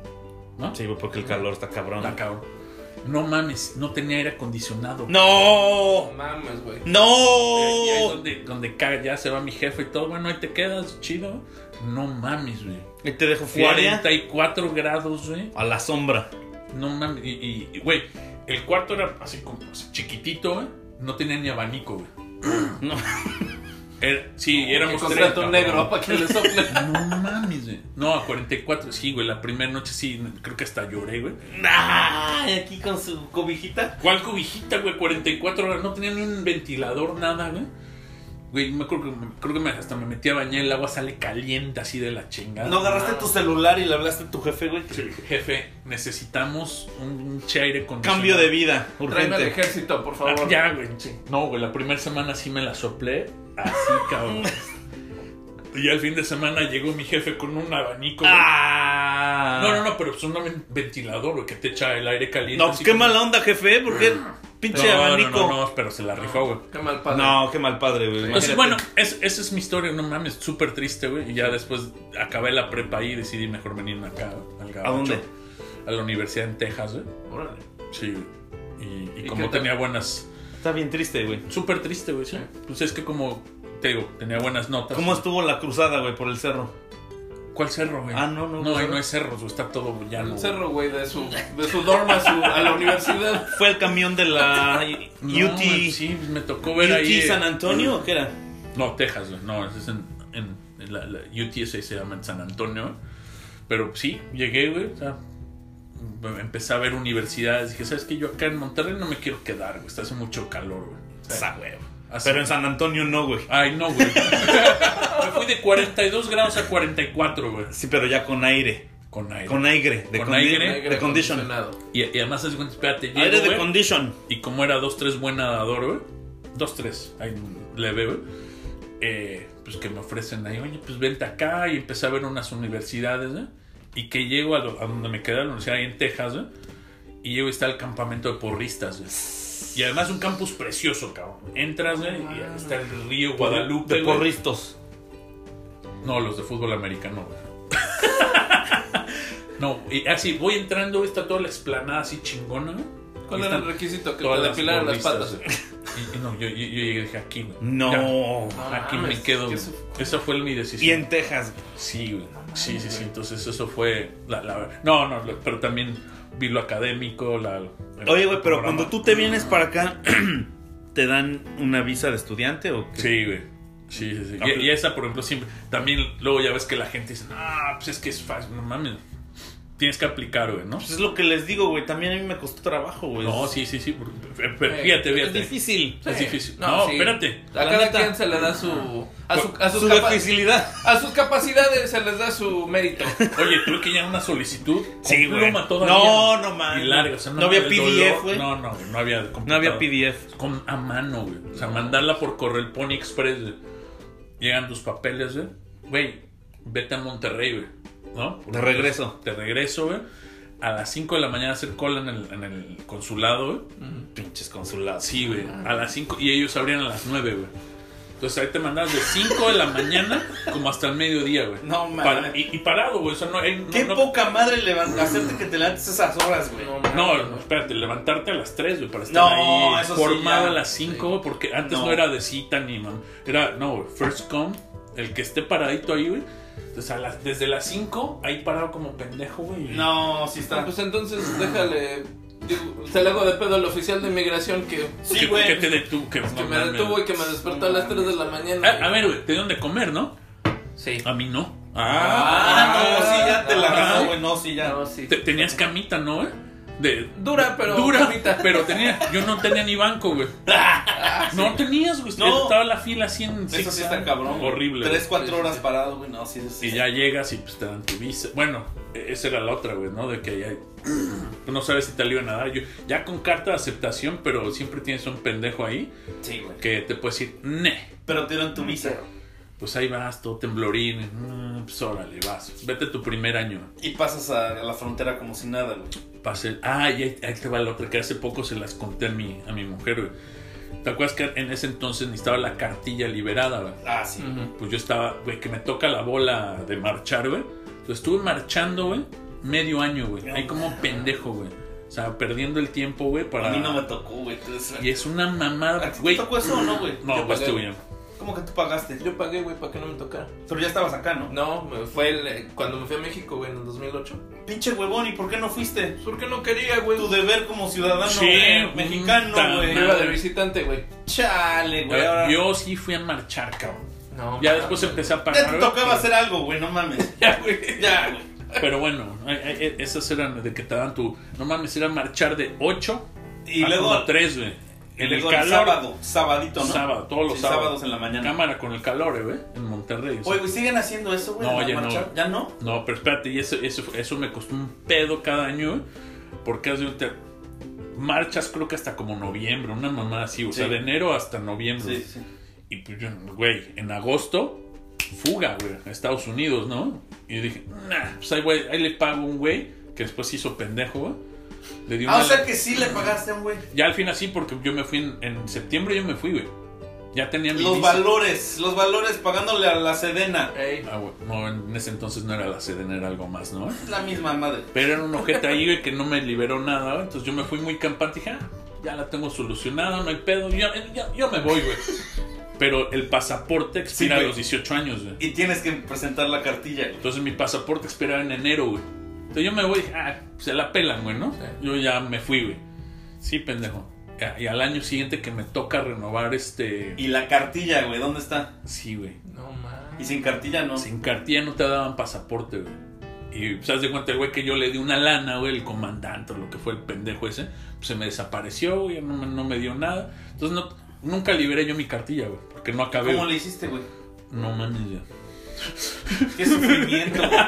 Speaker 2: ¿No?
Speaker 1: Sí, güey, porque el calor está cabrón.
Speaker 2: Está cabrón. No mames, no tenía aire acondicionado.
Speaker 4: No
Speaker 1: No.
Speaker 4: mames, güey.
Speaker 2: Y ahí
Speaker 1: No.
Speaker 2: donde, donde caga, ya se va mi jefe y todo, bueno, ahí te quedas, chido. No mames, güey.
Speaker 1: Y te dejo fuera
Speaker 2: 44 grados, güey.
Speaker 1: a la sombra.
Speaker 2: No mames, y- y, y, güey, el cuarto era así como así chiquitito, güey. No tenía ni abanico, güey.
Speaker 1: No.
Speaker 2: Era- sí, éramos
Speaker 4: que
Speaker 2: tres,
Speaker 4: contrata un
Speaker 2: cabrón.
Speaker 4: negro para que le sople.
Speaker 2: No mames, güey. No, a 44, sí, güey. La primera noche sí, creo que hasta lloré, güey.
Speaker 1: Ay, aquí con su cobijita.
Speaker 2: ¿Cuál cobijita, güey? 44 horas. No tenía ni un ventilador, nada, güey. Güey, me acuerdo que, creo que me- hasta me metí a bañar. El agua sale caliente así de la chingada.
Speaker 3: No agarraste tu celular y le hablaste a tu jefe, güey.
Speaker 2: Jefe, necesitamos un, un che aire acondicionado.
Speaker 1: Cambio de vida.
Speaker 4: <laughs> Tráeme al
Speaker 1: Urgente.
Speaker 4: ejército, por
Speaker 2: Ah,
Speaker 4: favor.
Speaker 2: ya, güey. sí. No, güey, la primera semana sí me la soplé. Así, cabrón. y al fin de semana llegó mi jefe con un abanico. güey.
Speaker 1: Ah.
Speaker 2: No, no, no, pero es un ven- ventilador, güey, que te echa el aire caliente.
Speaker 1: No, pues
Speaker 2: así
Speaker 1: qué
Speaker 2: como-
Speaker 1: mala onda, jefe. Porque pinche
Speaker 2: No, no,
Speaker 1: abanico.
Speaker 2: no, no, pero se la rifó, güey.
Speaker 4: Qué mal padre.
Speaker 1: No, qué mal padre, güey.
Speaker 2: Entonces,
Speaker 1: Imagínate.
Speaker 2: bueno, es- esa es mi historia, no mames, súper triste, güey. Y ya después acabé la prepa ahí y decidí mejor venirme acá, al gabacho.
Speaker 1: ¿A dónde?
Speaker 2: A la universidad en Texas, güey.
Speaker 4: Órale.
Speaker 2: Sí, güey. Y, y
Speaker 4: ¿Y
Speaker 2: como
Speaker 4: qué tal?
Speaker 2: tenía buenas...
Speaker 1: Está bien triste, güey.
Speaker 2: Súper triste, güey, sí. Pues es que como, te digo, tenía buenas notas.
Speaker 1: ¿Cómo estuvo la cruzada, güey, por el cerro?
Speaker 2: ¿Cuál cerro, güey?
Speaker 1: Ah, no, no,
Speaker 2: No,
Speaker 1: güey.
Speaker 2: ahí no hay cerros, güey, está todo llano.
Speaker 4: Un
Speaker 2: güey.
Speaker 4: cerro, güey, de su, de su dorm a, su, a la universidad.
Speaker 1: ¿Fue el camión de la
Speaker 2: <laughs>
Speaker 1: UT,
Speaker 2: No, güey, sí, me tocó ver
Speaker 1: UT
Speaker 2: ahí... eh,
Speaker 1: San Antonio o qué era?
Speaker 2: No, Texas, güey. No, ese es en, en, en la, la UTSA se llama en San Antonio. Pero sí, llegué, güey. O sea, em- empecé a ver universidades. Dije, ¿sabes qué? Yo acá en Monterrey no me quiero quedar, güey. Está hace mucho calor, güey. O sea,
Speaker 1: Esa, güey.
Speaker 2: hace-
Speaker 1: Pero en San Antonio no, güey.
Speaker 2: Ay, no, güey. <laughs> me fui de 42 grados a 44, güey.
Speaker 1: Sí, pero ya con aire.
Speaker 2: Con aire.
Speaker 1: Con aire. De
Speaker 2: Con
Speaker 1: condi-
Speaker 2: aire.
Speaker 1: De condition.
Speaker 4: acondicionado.
Speaker 2: Y, y además, haz de cuenta, espérate, llego,
Speaker 1: Aire de
Speaker 2: güey,
Speaker 1: condition.
Speaker 2: Y como era 2-3 buen nadador, güey. 2-3, ahí le veo. Eh, pues que me ofrecen ahí, oye, pues vente acá. Y empecé a ver unas universidades, ¿eh? Y que llego a, lo- a donde me quedé, a la universidad ahí en Texas, ¿eh? Y llego y está el campamento de porristas, güey. Y además un campus precioso, cabrón. Entras, güey, y ahí está el río Guadalupe,
Speaker 1: De
Speaker 2: güey.
Speaker 1: porristos.
Speaker 2: No, los de fútbol americano, güey. <laughs> No, y así voy entrando, güey, está toda la explanada así chingona, güey.
Speaker 4: ¿Cuál
Speaker 2: Y
Speaker 4: era
Speaker 2: están-
Speaker 4: el requisito? Que
Speaker 2: Todas
Speaker 4: te depilaran las
Speaker 2: porristas,
Speaker 4: patas.
Speaker 2: güey. Y, y no, yo, yo, yo llegué y dije aquí, güey. Ya,
Speaker 1: No.
Speaker 2: aquí
Speaker 4: Ah,
Speaker 2: me
Speaker 4: es
Speaker 2: quedo.
Speaker 4: que
Speaker 2: güey.
Speaker 4: eso-
Speaker 2: Esa fue mi
Speaker 1: Y
Speaker 2: decisión.
Speaker 1: en Texas, güey.
Speaker 2: Sí, güey. Sí, sí, sí. Entonces eso fue la, la- No, no, lo- pero también vi lo académico, la. el
Speaker 1: Oye, güey, pero
Speaker 2: programa.
Speaker 1: cuando tú te vienes para acá, <clears throat> ¿te dan una visa de estudiante o qué?
Speaker 2: Sí, güey. Sí, sí, sí. "Ah, Y, y esa, por ejemplo, siempre. También luego ya ves que la gente dice, ah, pues es que es fácil, no mames. tienes que aplicar, güey, ¿no?
Speaker 1: Pues es lo que les digo, güey. También a mí me costó trabajo, güey.
Speaker 2: No,
Speaker 1: Es-
Speaker 2: sí, sí, sí. porque- pero- pero Fíjate,
Speaker 1: Es
Speaker 2: fíjate.
Speaker 1: difícil.
Speaker 2: Es difícil.
Speaker 4: No,
Speaker 2: No,
Speaker 4: sí.
Speaker 2: espérate.
Speaker 4: A
Speaker 1: La
Speaker 4: cada
Speaker 1: neta.
Speaker 4: quien se le da su. A, su, a, sus
Speaker 1: Su
Speaker 4: capa-
Speaker 1: facilidad.
Speaker 4: a sus capacidades se les da su mérito.
Speaker 2: Oye, tuve que llenar una solicitud.
Speaker 1: Sí, güey.
Speaker 2: pluma todavía.
Speaker 1: No, no mames.
Speaker 2: Y larga, o sea,
Speaker 1: No había
Speaker 2: el
Speaker 1: PDF,
Speaker 2: dolor-
Speaker 1: güey.
Speaker 2: No, no, güey, no había.
Speaker 1: No había
Speaker 2: computadora.
Speaker 1: PDF.
Speaker 2: Con, a mano, güey. O sea, mandarla por correo, el Pony Express, güey. Llegan tus papeles, güey. Güey, vete a Monterrey, güey. ¿No?
Speaker 1: Te regreso.
Speaker 2: Te regreso, güey. A las 5 de la mañana hacer cola en el, en el consulado, güey.
Speaker 1: Mm, Pinches consulados. Ah.
Speaker 2: Sí, güey. A las 5 y ellos abrían a las 9, güey. Entonces ahí te mandabas de 5 de la mañana como hasta el mediodía, güey.
Speaker 3: No, mames.
Speaker 2: Para- y, y parado, güey. O sea, no, hay- no-
Speaker 3: Qué
Speaker 2: no-
Speaker 3: poca madre levant- hacerte que te levantes esas horas, güey.
Speaker 4: No,
Speaker 2: No,
Speaker 4: mames.
Speaker 2: no, espérate, levantarte a las 3, güey, para estar
Speaker 3: No,
Speaker 2: ahí
Speaker 3: eso sí,
Speaker 2: formado
Speaker 3: ya.
Speaker 2: a las 5, güey, porque antes no.
Speaker 3: No.
Speaker 2: era de cita ni mam- Era, no, güey, first come, el que esté paradito ahí, güey. Entonces, a las- desde las 5, ahí parado como pendejo, güey.
Speaker 3: No, sí
Speaker 4: Ah,
Speaker 3: está.
Speaker 4: Pues entonces déjale. digo, se le hago de pedo al oficial de inmigración que,
Speaker 2: Que-
Speaker 3: Sí,
Speaker 2: Que
Speaker 3: güey.
Speaker 2: te detuvo, que,
Speaker 4: que
Speaker 2: no
Speaker 4: me
Speaker 2: mames.
Speaker 4: detuvo y que me despertó a las 3 de la
Speaker 2: Ah,
Speaker 4: mañana.
Speaker 2: A, ver, güey, te dieron de comer, ¿no?
Speaker 4: Sí.
Speaker 2: A mí no.
Speaker 3: Ah, no, sí, ya te la
Speaker 2: Ah,
Speaker 3: ganó,
Speaker 2: sí.
Speaker 3: güey. No, sí, ya.
Speaker 4: No, sí.
Speaker 2: Te- tenías camita, ¿no, güey? De,
Speaker 4: Dura, pero.
Speaker 2: dura,
Speaker 4: bonita.
Speaker 2: pero tenía, yo no tenía ni banco,
Speaker 3: <laughs>
Speaker 2: güey. no tenías, güey.
Speaker 3: Ah, No.
Speaker 2: Estaba la fila así en
Speaker 3: Eso sí está
Speaker 2: zigzag.
Speaker 3: cabrón. güey.
Speaker 2: Horrible.
Speaker 3: Tres,
Speaker 2: güey.
Speaker 3: cuatro horas parado, güey. No, sí, sí.
Speaker 2: Y
Speaker 3: sí.
Speaker 2: ya llegas y pues te dan tu visa. Bueno, e, esa era la otra, güey, ¿no? De que ya <clears throat> no sabes si te la iban a dar. Yo, ya con carta de aceptación, pero siempre tienes un pendejo ahí
Speaker 3: Sí, güey.
Speaker 2: que te puede decir, ne.
Speaker 3: Pero te dieron tu visa.
Speaker 2: Pues ahí vas, todo temblorín. mm, Pues órale, vas. Vete tu primer año.
Speaker 3: Y pasas a la frontera como si nada, güey.
Speaker 2: Pasé. Ah, y ahí, ahí te va la otra que hace poco se las conté a mi, a mi mujer, güey. ¿Te acuerdas que en ese entonces necesitaba la cartilla liberada, güey?
Speaker 3: Ah, sí.
Speaker 4: Ujú.
Speaker 2: Pues yo estaba, güey, que me toca la bola de marchar, güey. Entonces estuve marchando, güey, medio año, güey. Ahí
Speaker 3: <laughs>
Speaker 2: como pendejo, güey. O sea, perdiendo el tiempo, güey, para.
Speaker 3: A mí no me tocó, güey. entonces-
Speaker 2: Ah. Y es una
Speaker 3: ¿A
Speaker 2: mamada,
Speaker 3: ti
Speaker 2: güey.
Speaker 3: ¿Te tocó eso o no, güey?
Speaker 2: No,
Speaker 4: Yo
Speaker 2: pues
Speaker 4: pagué.
Speaker 2: güey.
Speaker 3: ¿Cómo que tú pagaste?
Speaker 4: Yo pagué, güey, para que no me tocara.
Speaker 3: Pero ya estabas acá, ¿no?
Speaker 4: No, me fue el- eh, cuando me fui a México, güey, en el 2008.
Speaker 3: Pinche huevón, ¿y por qué no fuiste?
Speaker 4: Pues, ¿Por qué no quería, güey?
Speaker 3: Tu deber como ciudadano
Speaker 2: Sí,
Speaker 3: güey, mexicano,
Speaker 2: puta
Speaker 4: Yo iba
Speaker 3: güey.
Speaker 2: madre.
Speaker 4: de visitante, güey.
Speaker 3: Chale, Eh, güey. ahora- Ah,
Speaker 2: Yo sí fui a marchar, cabrón.
Speaker 4: No.
Speaker 2: Ya
Speaker 4: mames.
Speaker 2: después empecé a pagar.
Speaker 3: Ya te
Speaker 2: güey,
Speaker 3: tocaba hacer algo, güey, no mames.
Speaker 4: Ya, güey.
Speaker 2: Ah,
Speaker 3: Ya, güey.
Speaker 2: Pero bueno, ay, ay, esas eran de que te dan tu. No mames, era marchar de 8
Speaker 3: Y
Speaker 2: a
Speaker 3: luego,
Speaker 2: como 3, güey.
Speaker 3: y
Speaker 2: En el
Speaker 3: luego
Speaker 2: calor.
Speaker 3: sábado, sabadito, ¿no?
Speaker 2: Sábado, todos los
Speaker 3: Sí,
Speaker 2: sábados.
Speaker 3: sábados en la mañana.
Speaker 2: Cámara con el calor, eh, güey, en Monterrey. o sea.
Speaker 3: Oye, güey, ¿siguen haciendo eso, güey?
Speaker 2: No,
Speaker 3: la
Speaker 2: ya no,
Speaker 3: marcha?
Speaker 2: güey.
Speaker 3: ¿Ya no?
Speaker 2: No, pero espérate, y eso, eso, eso me costó un pedo cada año, güey, porque hace un te- marchas creo que hasta como noviembre, una mamá así, o
Speaker 3: Sí.
Speaker 2: sea, de enero hasta noviembre.
Speaker 3: Sí, sí.
Speaker 2: Y pues yo, güey, en agosto, fuga, güey, a Estados Unidos, ¿no? Y yo dije, nah, pues ahí, güey, ahí le pago a un güey que después se hizo pendejo, güey. Le di
Speaker 3: Ah, o
Speaker 2: una-
Speaker 3: sea que sí le pagaste a un güey.
Speaker 2: Ya al fin así, porque yo me fui en, en septiembre, yo me fui, güey. Ya tenía mi
Speaker 3: Los
Speaker 2: visa.
Speaker 3: valores, los valores pagándole a la Sedena.
Speaker 4: Ey.
Speaker 2: Ah, güey, no, en ese entonces no era la Sedena, era algo más, ¿no?
Speaker 3: Es la misma madre.
Speaker 2: Pero era un ojete ahí, güey, que no me liberó nada, güey. Entonces yo me fui muy campante y dije, "Ah, ya la tengo solucionada, no hay pedo, yo, yo- yo me voy, güey. Pero el pasaporte
Speaker 3: Sí,
Speaker 2: expira a
Speaker 3: güey.
Speaker 2: los 18 años, güey.
Speaker 3: Y tienes que presentar la cartilla, güey.
Speaker 2: Entonces mi pasaporte expiraba en enero, güey. Entonces yo me voy, dije, ah, se la pelan, güey, ¿no?
Speaker 4: Sí.
Speaker 2: Yo ya me fui, güey. Sí, pendejo. Y- Y al año siguiente que me toca renovar este...
Speaker 3: Y la cartilla, güey, ¿dónde está?
Speaker 2: Sí, güey.
Speaker 4: No
Speaker 3: Y
Speaker 4: mames.
Speaker 3: sin cartilla no.
Speaker 2: Sin cartilla no te daban pasaporte, güey. Y pues haz de cuenta el güey que yo le di una lana, güey, el comandante o lo que fue el pendejo ese, pues se me desapareció, güey, no, me- no me dio nada. Entonces no, nunca liberé yo mi cartilla, güey, porque no acabé.
Speaker 3: ¿Cómo
Speaker 2: güey.
Speaker 3: le hiciste, güey?
Speaker 2: No mames, ya.
Speaker 3: Qué sufrimiento,
Speaker 2: <laughs>
Speaker 3: güey.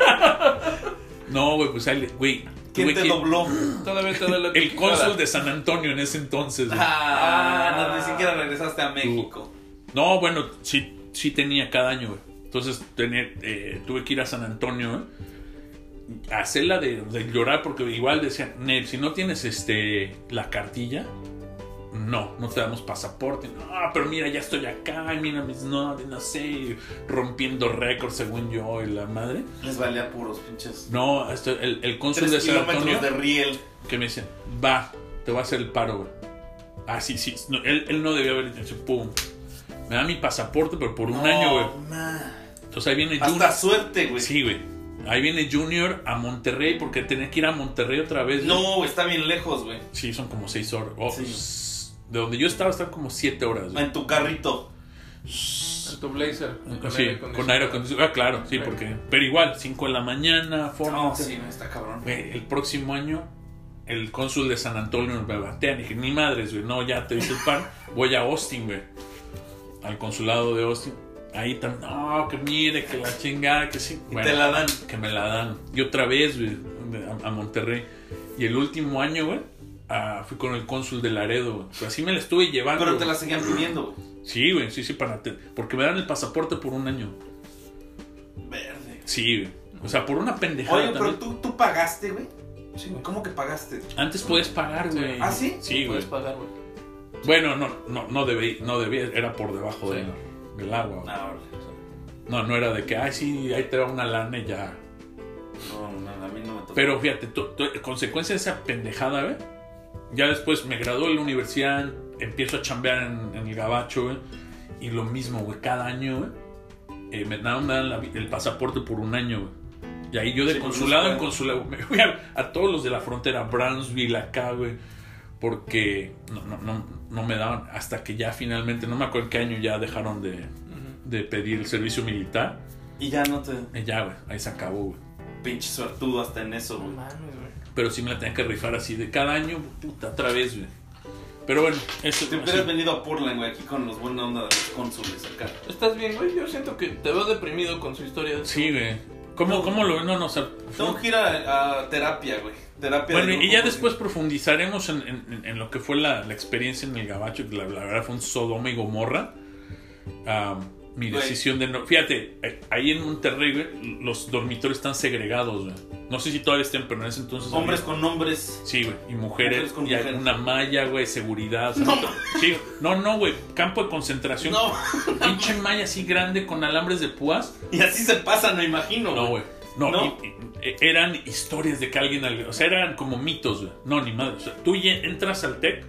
Speaker 2: No, güey, pues ahí, le- güey.
Speaker 3: ¿Quién
Speaker 2: tuve
Speaker 3: te
Speaker 2: que-
Speaker 3: dobló?
Speaker 4: Todavía te <laughs> duele la
Speaker 2: El cónsul
Speaker 4: picada.
Speaker 2: de San Antonio en ese entonces, güey.
Speaker 3: Ah, no, ni siquiera regresaste a México.
Speaker 2: No, bueno, sí, sí tenía cada año, güey. Entonces tenía, eh, tuve que ir a San Antonio, güey. a Hacerla de, de llorar porque igual decían, "Nel, si no tienes este la cartilla, no, no te damos pasaporte. No, pero mira, ya estoy acá, y mira mis no, no sé, rompiendo récords según yo y la madre.
Speaker 3: Les valía puros, pinches.
Speaker 2: No, esto- el, el cónsul
Speaker 3: Tres
Speaker 2: de San
Speaker 3: kilómetros
Speaker 2: Antonio
Speaker 3: de riel.
Speaker 2: que me dicen, va, te voy a hacer el paro, güey. Ah, sí, sí. no, él, él no debió haber dicho, pum. Me da mi pasaporte, pero por
Speaker 3: No,
Speaker 2: un año, güey.
Speaker 3: ma.
Speaker 2: Entonces ahí viene
Speaker 3: Hasta
Speaker 2: Junior.
Speaker 3: suerte, güey.
Speaker 2: Sí, güey. Ahí viene Junior a Monterrey porque tenía que ir a Monterrey otra vez. güey.
Speaker 3: No, está bien lejos, güey.
Speaker 2: Sí, son como seis horas. Oh,
Speaker 3: Sí.
Speaker 2: s- De donde yo estaba, están como siete horas. güey.
Speaker 3: En tu carrito.
Speaker 1: acondicionados.
Speaker 5: Tu blazer.
Speaker 2: Con sí, aire con aire acondicionado. Ah, claro, sí,
Speaker 5: Claro.
Speaker 2: porque. Pero igual, 5 de la mañana, forma.
Speaker 5: No, sí, no, está cabrón.
Speaker 2: Güey, el próximo año, el cónsul de San Antonio nos va a batear. Y dije, ni madres, güey, no, ya te hice el pan. Voy a Austin, güey. Al consulado de Austin. Ahí también, no, que mire, que la chingada, que sí.
Speaker 3: Y
Speaker 2: Bueno,
Speaker 3: te la dan.
Speaker 2: que me la dan. Y otra vez, güey, de- a, a Monterrey. Y el último año, güey, ah, fui con el cónsul de Laredo, güey. Pero así me la estuve llevando.
Speaker 3: Pero te
Speaker 2: güey.
Speaker 3: la seguían pidiendo, güey.
Speaker 2: Sí, güey, sí, sí, para. te- Porque me dan el pasaporte por un año.
Speaker 3: Verde.
Speaker 2: Sí, güey. O sea, por una pendejada.
Speaker 3: Oye, pero
Speaker 2: también.
Speaker 3: tú, tú pagaste, güey. Sí, güey. ¿Cómo que pagaste?
Speaker 2: Antes puedes pagar, güey.
Speaker 3: ¿Ah, sí?
Speaker 2: Sí, güey.
Speaker 5: Puedes pagar, güey.
Speaker 2: Bueno, no, no, no debía, no debía, era por debajo
Speaker 5: Sí.
Speaker 2: del, del agua. güey.
Speaker 3: No,
Speaker 2: No, no era de que, ay, sí, ahí te va una lana y ya.
Speaker 3: no, no, a mí no me tocó.
Speaker 2: Pero fíjate, to- to- consecuencia de esa pendejada, güey. Ya después me gradué de la universidad, empiezo a chambear en, en el gabacho, güey. Y lo mismo, güey, cada año, güey. eh, me, nada más me dan la vi- el pasaporte por un año, güey. Y ahí yo de
Speaker 3: Sí, pues,
Speaker 2: consulado en
Speaker 3: bueno.
Speaker 2: consulado me voy a, a todos los de la frontera, Brownsville, acá, güey. Porque no, no, no, no me daban, hasta que ya finalmente, no me acuerdo en qué año ya dejaron de, de pedir el servicio militar.
Speaker 3: Y ya no te.
Speaker 2: Y ya, güey, ahí se acabó, güey.
Speaker 3: Pinche suertudo hasta en eso,
Speaker 4: No
Speaker 3: güey.
Speaker 4: mames, güey.
Speaker 2: Pero sí me la tenía que rifar así de cada año, puta, otra vez, güey. Pero bueno, eso
Speaker 3: Te
Speaker 2: así.
Speaker 3: hubieras venido a Portland, güey, aquí con los buena onda de los cónsules acá.
Speaker 4: ¿Estás bien, güey? Yo siento que te veo deprimido con su historia.
Speaker 2: Sí, güey. ¿Cómo, ¿Cómo lo No, no, o sea, fue-
Speaker 3: Tengo que ir a, a terapia, güey. Terapia de
Speaker 2: Bueno, y
Speaker 3: grupo,
Speaker 2: ya
Speaker 3: güey.
Speaker 2: después profundizaremos en, en- en- en lo que fue la, la experiencia en el Gabacho, que la, la verdad fue un Sodoma y Gomorra. Ah, mi
Speaker 3: Güey.
Speaker 2: decisión de no. Fíjate, eh, ahí en Monterrey, güey, los dormitorios están segregados, güey. No sé si todavía estén, pero en ese entonces. había-
Speaker 3: Hombres con hombres.
Speaker 2: Sí, güey. Y mujeres.
Speaker 3: Mujeres con
Speaker 2: y hay
Speaker 3: mujeres.
Speaker 2: una malla, güey, seguridad. o sea, sí, no, no, güey. Campo de concentración.
Speaker 3: No.
Speaker 2: Pinche malla así grande con alambres de púas.
Speaker 3: Y así se pasa, no imagino.
Speaker 2: No, güey. No,
Speaker 3: ¿No?
Speaker 2: y- y- e- eran historias de que alguien. al- O sea, eran como mitos, güey. No, ni madre. O sea, tú ye- entras al TEC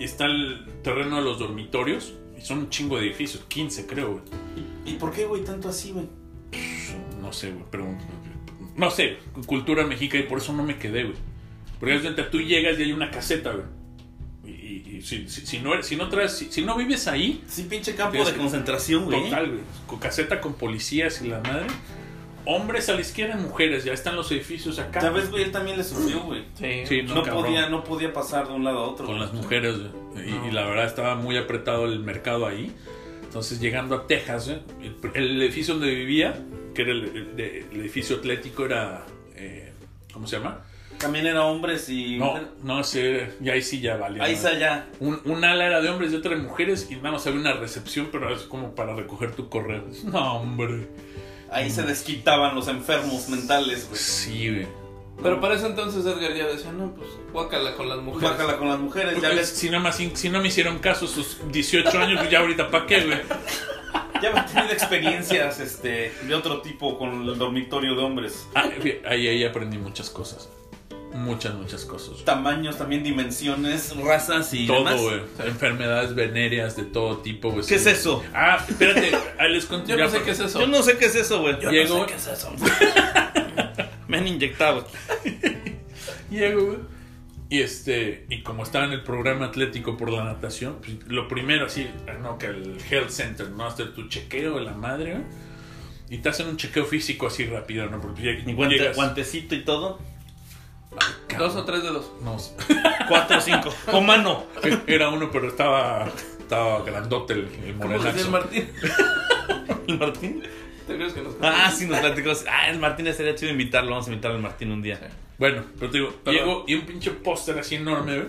Speaker 2: y está el terreno de los dormitorios. Y son un chingo de edificios. 15, creo, güey. Pues,
Speaker 3: ¿Y por qué, güey, tanto así, güey?
Speaker 2: No sé, güey. Pero. No sé. Cultura mexicana y por eso no me quedé, güey. Porque haz de cuenta, tú llegas y hay una caseta, güey. Y, y- y si, si- si no eres- si no traes, si- si no vives ahí,
Speaker 3: Sí, pinche campo
Speaker 2: Tienes
Speaker 3: de
Speaker 2: que-
Speaker 3: concentración,
Speaker 1: Pues,
Speaker 3: güey.
Speaker 2: Total, güey. Con caseta con policías y la madre. Hombres a la izquierda, mujeres. Ya están los edificios acá.
Speaker 3: ¿Sabes, güey? Él también le sufrió, güey.
Speaker 4: Sí.
Speaker 2: Sí, no,
Speaker 3: No
Speaker 2: cabrón.
Speaker 3: podía, no podía pasar de un lado a otro.
Speaker 2: Con
Speaker 3: güey.
Speaker 2: las mujeres, güey. Y, y la verdad estaba muy apretado el mercado ahí. Entonces, llegando a Texas, güey, el, pr- el edificio donde vivía, que era el, el- de- el edificio atlético, era. eh, ¿Cómo se llama?
Speaker 3: También era hombres y.
Speaker 2: No, no sé. Y ahí sí ya valía.
Speaker 3: Ahí
Speaker 2: madre.
Speaker 3: está ya.
Speaker 2: Un, un ala era de hombres y otra de mujeres. Y nada más había una recepción, pero es como para recoger tu correo. No, hombre.
Speaker 3: Ahí se desquitaban los enfermos mentales, güey.
Speaker 2: Sí, güey.
Speaker 4: Pero para ese entonces Edgar ya decía, no, pues guácala con las mujeres.
Speaker 3: Bájala con las mujeres, ya
Speaker 2: Porque
Speaker 3: ves,
Speaker 2: si, no más, si no me hicieron caso sus 18 años, pues ya ahorita pa' qué, güey.
Speaker 3: ya había tenido experiencias este, de otro tipo con el dormitorio de hombres.
Speaker 2: Ah, fí- Ahí, ahí aprendí muchas cosas. Muchas, muchas cosas.
Speaker 3: Tamaños, también dimensiones, razas y demás.
Speaker 2: Todo, güey. Enfermedades venéreas de todo tipo, güey.
Speaker 1: ¿Qué es
Speaker 2: Sí.
Speaker 1: eso?
Speaker 2: Ah, espérate, ahí les conté.
Speaker 4: Yo
Speaker 2: ya,
Speaker 4: no sé
Speaker 2: pero-
Speaker 4: qué es eso.
Speaker 1: Yo no sé qué es eso, güey.
Speaker 2: Yo Llego,
Speaker 4: es eso.
Speaker 1: <laughs> Me han inyectado.
Speaker 2: llego, güey. Y este, y como estaba en el programa atlético por la natación, pues, lo primero así, ah, no, que el health center, no, hacer tu chequeo de la madre, güey. Y te hacen un chequeo físico así rápido, ¿no? Porque ya-
Speaker 1: Mi guante-
Speaker 2: llegas-
Speaker 1: guantecito y todo.
Speaker 4: Dos o tres dedos.
Speaker 2: No,
Speaker 1: 4 o 5. Con mano.
Speaker 2: <laughs> Era uno, pero estaba, estaba grandote el, el
Speaker 4: ¿Cómo le decía el
Speaker 2: morenazo.
Speaker 4: Martín?
Speaker 1: ¿El Martín?
Speaker 4: ¿Te crees que nos
Speaker 1: Ah, sí, nos platicó. Ah, el Martín estaría chido invitarlo. Vamos a invitar al Martín un día.
Speaker 2: Bueno, pero te digo,
Speaker 4: Perdón.
Speaker 2: llego y un pinche póster así enorme, güey.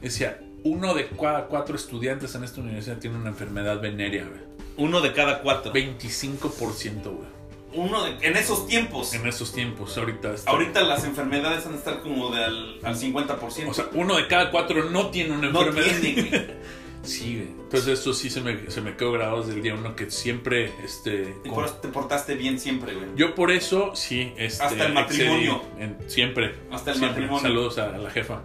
Speaker 2: Decía, uno de cada cuatro estudiantes en esta universidad tiene una enfermedad venérea, güey.
Speaker 1: Uno de cada cuatro.
Speaker 2: 25%, güey.
Speaker 3: Uno de, en esos tiempos.
Speaker 2: En esos tiempos, ahorita. está-
Speaker 3: Ahorita las enfermedades han de estar como de al, al 50%.
Speaker 2: O sea, uno de cada cuatro no tiene una
Speaker 3: no
Speaker 2: enfermedad.
Speaker 3: tienen, güey.
Speaker 2: Sí, güey. Entonces, eso sí se me, se me quedó grabado desde el día uno que siempre, este.
Speaker 3: Y
Speaker 2: con-
Speaker 3: por eso te portaste bien siempre, güey.
Speaker 2: Yo por eso, sí, este.
Speaker 3: Hasta el matrimonio.
Speaker 2: excedí en- siempre.
Speaker 3: Hasta el
Speaker 2: siempre.
Speaker 3: matrimonio.
Speaker 2: Saludos a la jefa.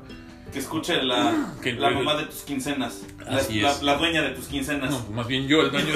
Speaker 3: Que escuche la,
Speaker 2: Que-
Speaker 3: la mamá de tus quincenas. La,
Speaker 2: Así
Speaker 3: la-
Speaker 2: es.
Speaker 3: la dueña de tus quincenas.
Speaker 2: No, más bien yo,
Speaker 3: <laughs>
Speaker 2: el dueño.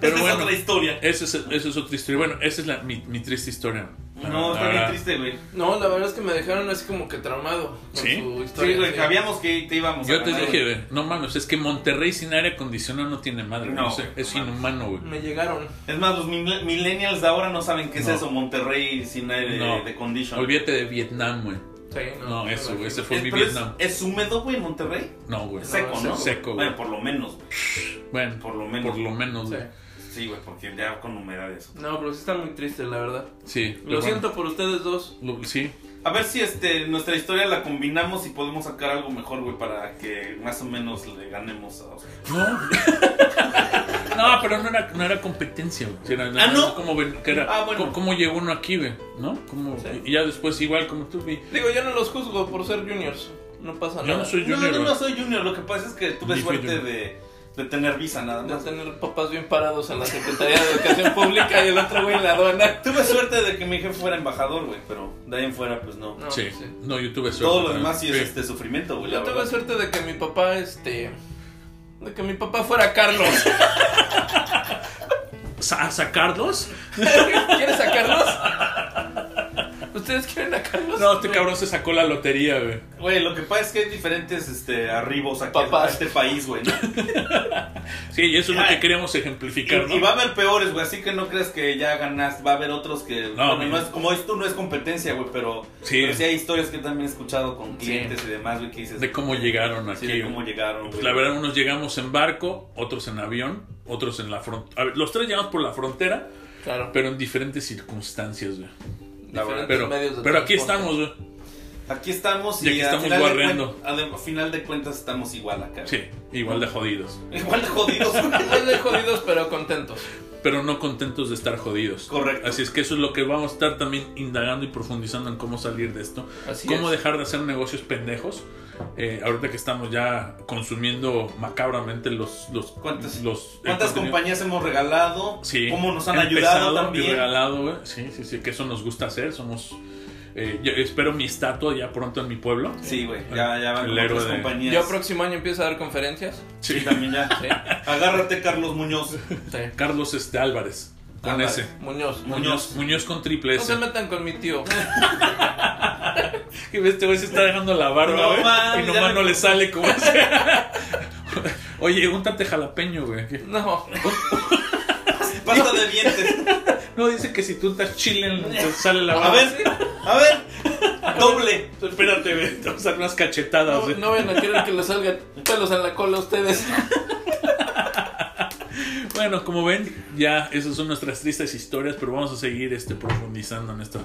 Speaker 3: Pero
Speaker 2: Pero bueno,
Speaker 3: es otra historia.
Speaker 2: esa es, esa es otra historia. Ah, Bueno, esa es la- mi, mi triste historia. La
Speaker 3: No,
Speaker 2: la
Speaker 3: está bien
Speaker 2: verdad.
Speaker 3: triste, güey.
Speaker 4: No, la verdad es que me dejaron así como que traumado con
Speaker 2: ¿Sí?
Speaker 4: su historia.
Speaker 3: Ah. Sí, güey, sabíamos que te íbamos
Speaker 2: Yo te
Speaker 3: ganar,
Speaker 2: dije,
Speaker 3: güey.
Speaker 2: güey, no mames, es que Monterrey sin aire acondicionado no tiene madre. güey.
Speaker 3: No,
Speaker 2: Eso es
Speaker 3: no mames.
Speaker 2: inhumano, güey.
Speaker 4: Me llegaron.
Speaker 3: Es más, los mil- millennials de ahora no saben qué es
Speaker 2: No.
Speaker 3: eso, Monterrey sin aire
Speaker 2: No.
Speaker 3: de condition.
Speaker 2: Olvídate de Vietnam, güey.
Speaker 4: Sí,
Speaker 2: No, eso, güey, ese fue
Speaker 3: Es-
Speaker 2: mi
Speaker 3: pero es-
Speaker 2: Vietnam.
Speaker 3: ¿Es húmedo, güey, Monterrey?
Speaker 2: No, güey.
Speaker 3: Es seco, ¿no?
Speaker 4: es
Speaker 2: seco, güey.
Speaker 3: Bueno, por lo menos.
Speaker 2: Bueno,
Speaker 3: Por lo menos.
Speaker 2: por lo menos,
Speaker 4: Sí.
Speaker 2: güey.
Speaker 3: Sí, güey, porque ya con humedad y eso.
Speaker 4: No, pero sí está muy triste, la verdad.
Speaker 2: Sí.
Speaker 4: Lo siento por ustedes dos.
Speaker 2: sí.
Speaker 3: A ver si este nuestra historia la combinamos y podemos sacar algo mejor, güey, para que más o menos le ganemos a
Speaker 2: No. <laughs> no, pero no era, no era competencia, güey. Era,
Speaker 3: Ah, ¿no?
Speaker 2: Como, ven- que era,
Speaker 3: Ah, bueno.
Speaker 2: co- cómo llegó uno aquí, güey. ¿No? Como,
Speaker 4: Sí.
Speaker 2: Y ya después, igual como tú, güey.
Speaker 4: Digo, yo no los juzgo por ser juniors. No pasa
Speaker 2: Yo
Speaker 4: nada.
Speaker 2: no soy
Speaker 3: No,
Speaker 2: junior,
Speaker 3: no,
Speaker 2: güey.
Speaker 3: no soy junior, lo que pasa es que tuve
Speaker 2: Ni fui
Speaker 3: suerte
Speaker 2: junior.
Speaker 3: de, de tener visa nada
Speaker 4: De
Speaker 3: más.
Speaker 4: tener papás bien parados en la Secretaría de Educación Pública y el otro güey en la aduana.
Speaker 3: Tuve suerte de que mi jefe fuera embajador, güey, pero de ahí en fuera, pues no.
Speaker 4: No,
Speaker 2: sí.
Speaker 4: sí.
Speaker 2: No, yo tuve suerte.
Speaker 3: Todo lo
Speaker 2: güey.
Speaker 3: demás sí es
Speaker 2: Sí.
Speaker 3: este sufrimiento, güey.
Speaker 4: Yo
Speaker 3: la
Speaker 4: tuve
Speaker 3: verdad.
Speaker 4: suerte de que mi papá, este. De que mi papá fuera Carlos.
Speaker 2: ¿A sacarlos?
Speaker 4: ¿Quieres a Carlos? ¿Ustedes quieren a
Speaker 3: Pues,
Speaker 4: Carlos?
Speaker 2: No, este cabrón se sacó la lotería, güey.
Speaker 3: Güey, lo que pasa es que hay diferentes este, arribos aquí
Speaker 4: Papás.
Speaker 3: a este país, güey. ¿no?
Speaker 2: Sí, y eso es lo
Speaker 3: Ay.
Speaker 2: que queríamos ejemplificar,
Speaker 3: Ah.
Speaker 2: ¿no?
Speaker 3: Y, y va a haber peores, güey, así que no creas que ya ganaste. Va a haber otros que.
Speaker 2: No,
Speaker 3: bueno,
Speaker 2: mira.
Speaker 3: no es, como esto no es competencia, güey, pero
Speaker 2: Sí.
Speaker 3: pero sí hay historias que también he escuchado con
Speaker 4: Sí.
Speaker 3: clientes y demás, güey, que dices.
Speaker 2: De cómo llegaron
Speaker 3: sí,
Speaker 2: aquí.
Speaker 3: de cómo
Speaker 2: güey.
Speaker 3: llegaron, güey.
Speaker 2: Pues la verdad, unos llegamos en barco, otros en avión, otros en la frontera. Los tres llegamos por la frontera,
Speaker 4: Claro.
Speaker 2: pero en diferentes circunstancias, güey.
Speaker 4: diferentes
Speaker 3: verdad,
Speaker 2: Pero,
Speaker 4: medios de
Speaker 2: pero aquí
Speaker 4: transporte.
Speaker 2: estamos, güey.
Speaker 3: Aquí estamos
Speaker 2: Y aquí
Speaker 3: al
Speaker 2: estamos
Speaker 3: final de
Speaker 2: guarreando.
Speaker 3: cuen- al- al final de cuentas estamos igual acá.
Speaker 2: Sí, igual de jodidos.
Speaker 3: <laughs> Igual de jodidos,
Speaker 2: <laughs>
Speaker 3: güey.
Speaker 4: Igual de jodidos, pero contentos.
Speaker 2: Pero no contentos de estar jodidos.
Speaker 3: Correcto.
Speaker 2: Así es que eso es lo que vamos a estar también indagando y profundizando en cómo salir de esto.
Speaker 4: Así
Speaker 2: cómo
Speaker 4: es.
Speaker 2: dejar de hacer negocios pendejos. Eh, ahorita que estamos ya consumiendo macabramente los... los
Speaker 3: ¿Cuántas-
Speaker 2: los, el
Speaker 3: ¿Cuántas
Speaker 2: contenido.
Speaker 3: compañías hemos regalado?
Speaker 2: Sí.
Speaker 3: ¿Cómo nos han
Speaker 2: Empezado
Speaker 3: ayudado
Speaker 2: y
Speaker 3: también?
Speaker 2: regalado, güey. Sí, sí, sí, que eso nos gusta hacer. Somos. eh, yo espero mi estatua ya pronto en mi pueblo.
Speaker 3: Sí, güey, ya, ya van
Speaker 2: El
Speaker 3: con
Speaker 2: héroe
Speaker 3: otras
Speaker 2: de-
Speaker 3: compañías.
Speaker 4: Yo próximo año empiezo a dar conferencias.
Speaker 3: Sí,
Speaker 2: Sí.
Speaker 3: también ya.
Speaker 4: <laughs> Sí.
Speaker 3: Agárrate, Carlos Muñoz.
Speaker 4: sí.
Speaker 2: Carlos este, Álvarez. Con
Speaker 3: Álvarez.
Speaker 2: ese.
Speaker 4: Muñoz.
Speaker 2: Muñoz. Muñoz con triple
Speaker 4: No
Speaker 2: S.
Speaker 4: se metan con mi tío.
Speaker 2: Que este güey se está dejando la barba,
Speaker 3: No
Speaker 2: güey.
Speaker 3: mames,
Speaker 2: y
Speaker 3: ya
Speaker 2: nomás
Speaker 3: me-
Speaker 2: no le sale como ese. <laughs> Oye, úntate jalapeño, güey. Ah,
Speaker 4: No.
Speaker 3: Pasta
Speaker 4: <laughs>
Speaker 3: de dientes.
Speaker 2: No, dice que si tú untas chile, te sale la barba.
Speaker 3: A ver, a ver. Doble.
Speaker 2: Espérate, güey. Te vas a dar unas cachetadas,
Speaker 4: No,
Speaker 2: güey.
Speaker 4: no vayan a querer que les salgan pelos en la cola a ustedes.
Speaker 2: Bueno, como ven, ya esas son nuestras tristes historias, pero vamos a seguir este, profundizando en esta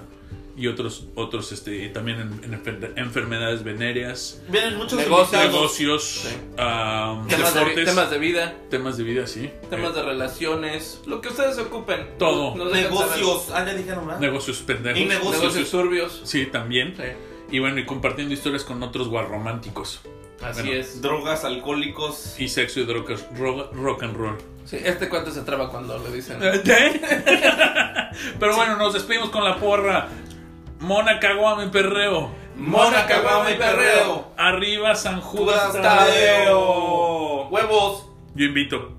Speaker 2: y otros, otros este, también en, en enfer- enfermedades venéreas,
Speaker 3: Vienen muchos
Speaker 4: Negocios.
Speaker 3: invitados.
Speaker 2: negocios, am,
Speaker 4: Temas de, vi-
Speaker 2: deportes,
Speaker 4: temas de vida,
Speaker 2: temas de vida, sí.
Speaker 4: temas de relaciones, lo que ustedes se ocupen.
Speaker 2: Todo.
Speaker 4: Nos dejan
Speaker 3: Negocios. Ah, ya dije nomás.
Speaker 2: Eh, negocios pendejos.
Speaker 3: Y nego-
Speaker 4: saber. Negocios turbios.
Speaker 2: sí, también.
Speaker 4: Sí.
Speaker 2: Y bueno, y compartiendo historias con otros guarrománticos.
Speaker 4: Así
Speaker 2: Bueno.
Speaker 4: es.
Speaker 3: Drogas, alcohólicos.
Speaker 2: Y sexo y drogas, rock, rock and roll.
Speaker 4: Sí, este cuento se traba cuando le dicen.
Speaker 2: ¿Eh? Pero bueno, nos despedimos con la porra. Mona Caguame Perreo.
Speaker 3: Mona, caguama y perreo.
Speaker 2: Arriba San Judas
Speaker 3: Judas Tadeo. Huevos.
Speaker 2: Yo invito.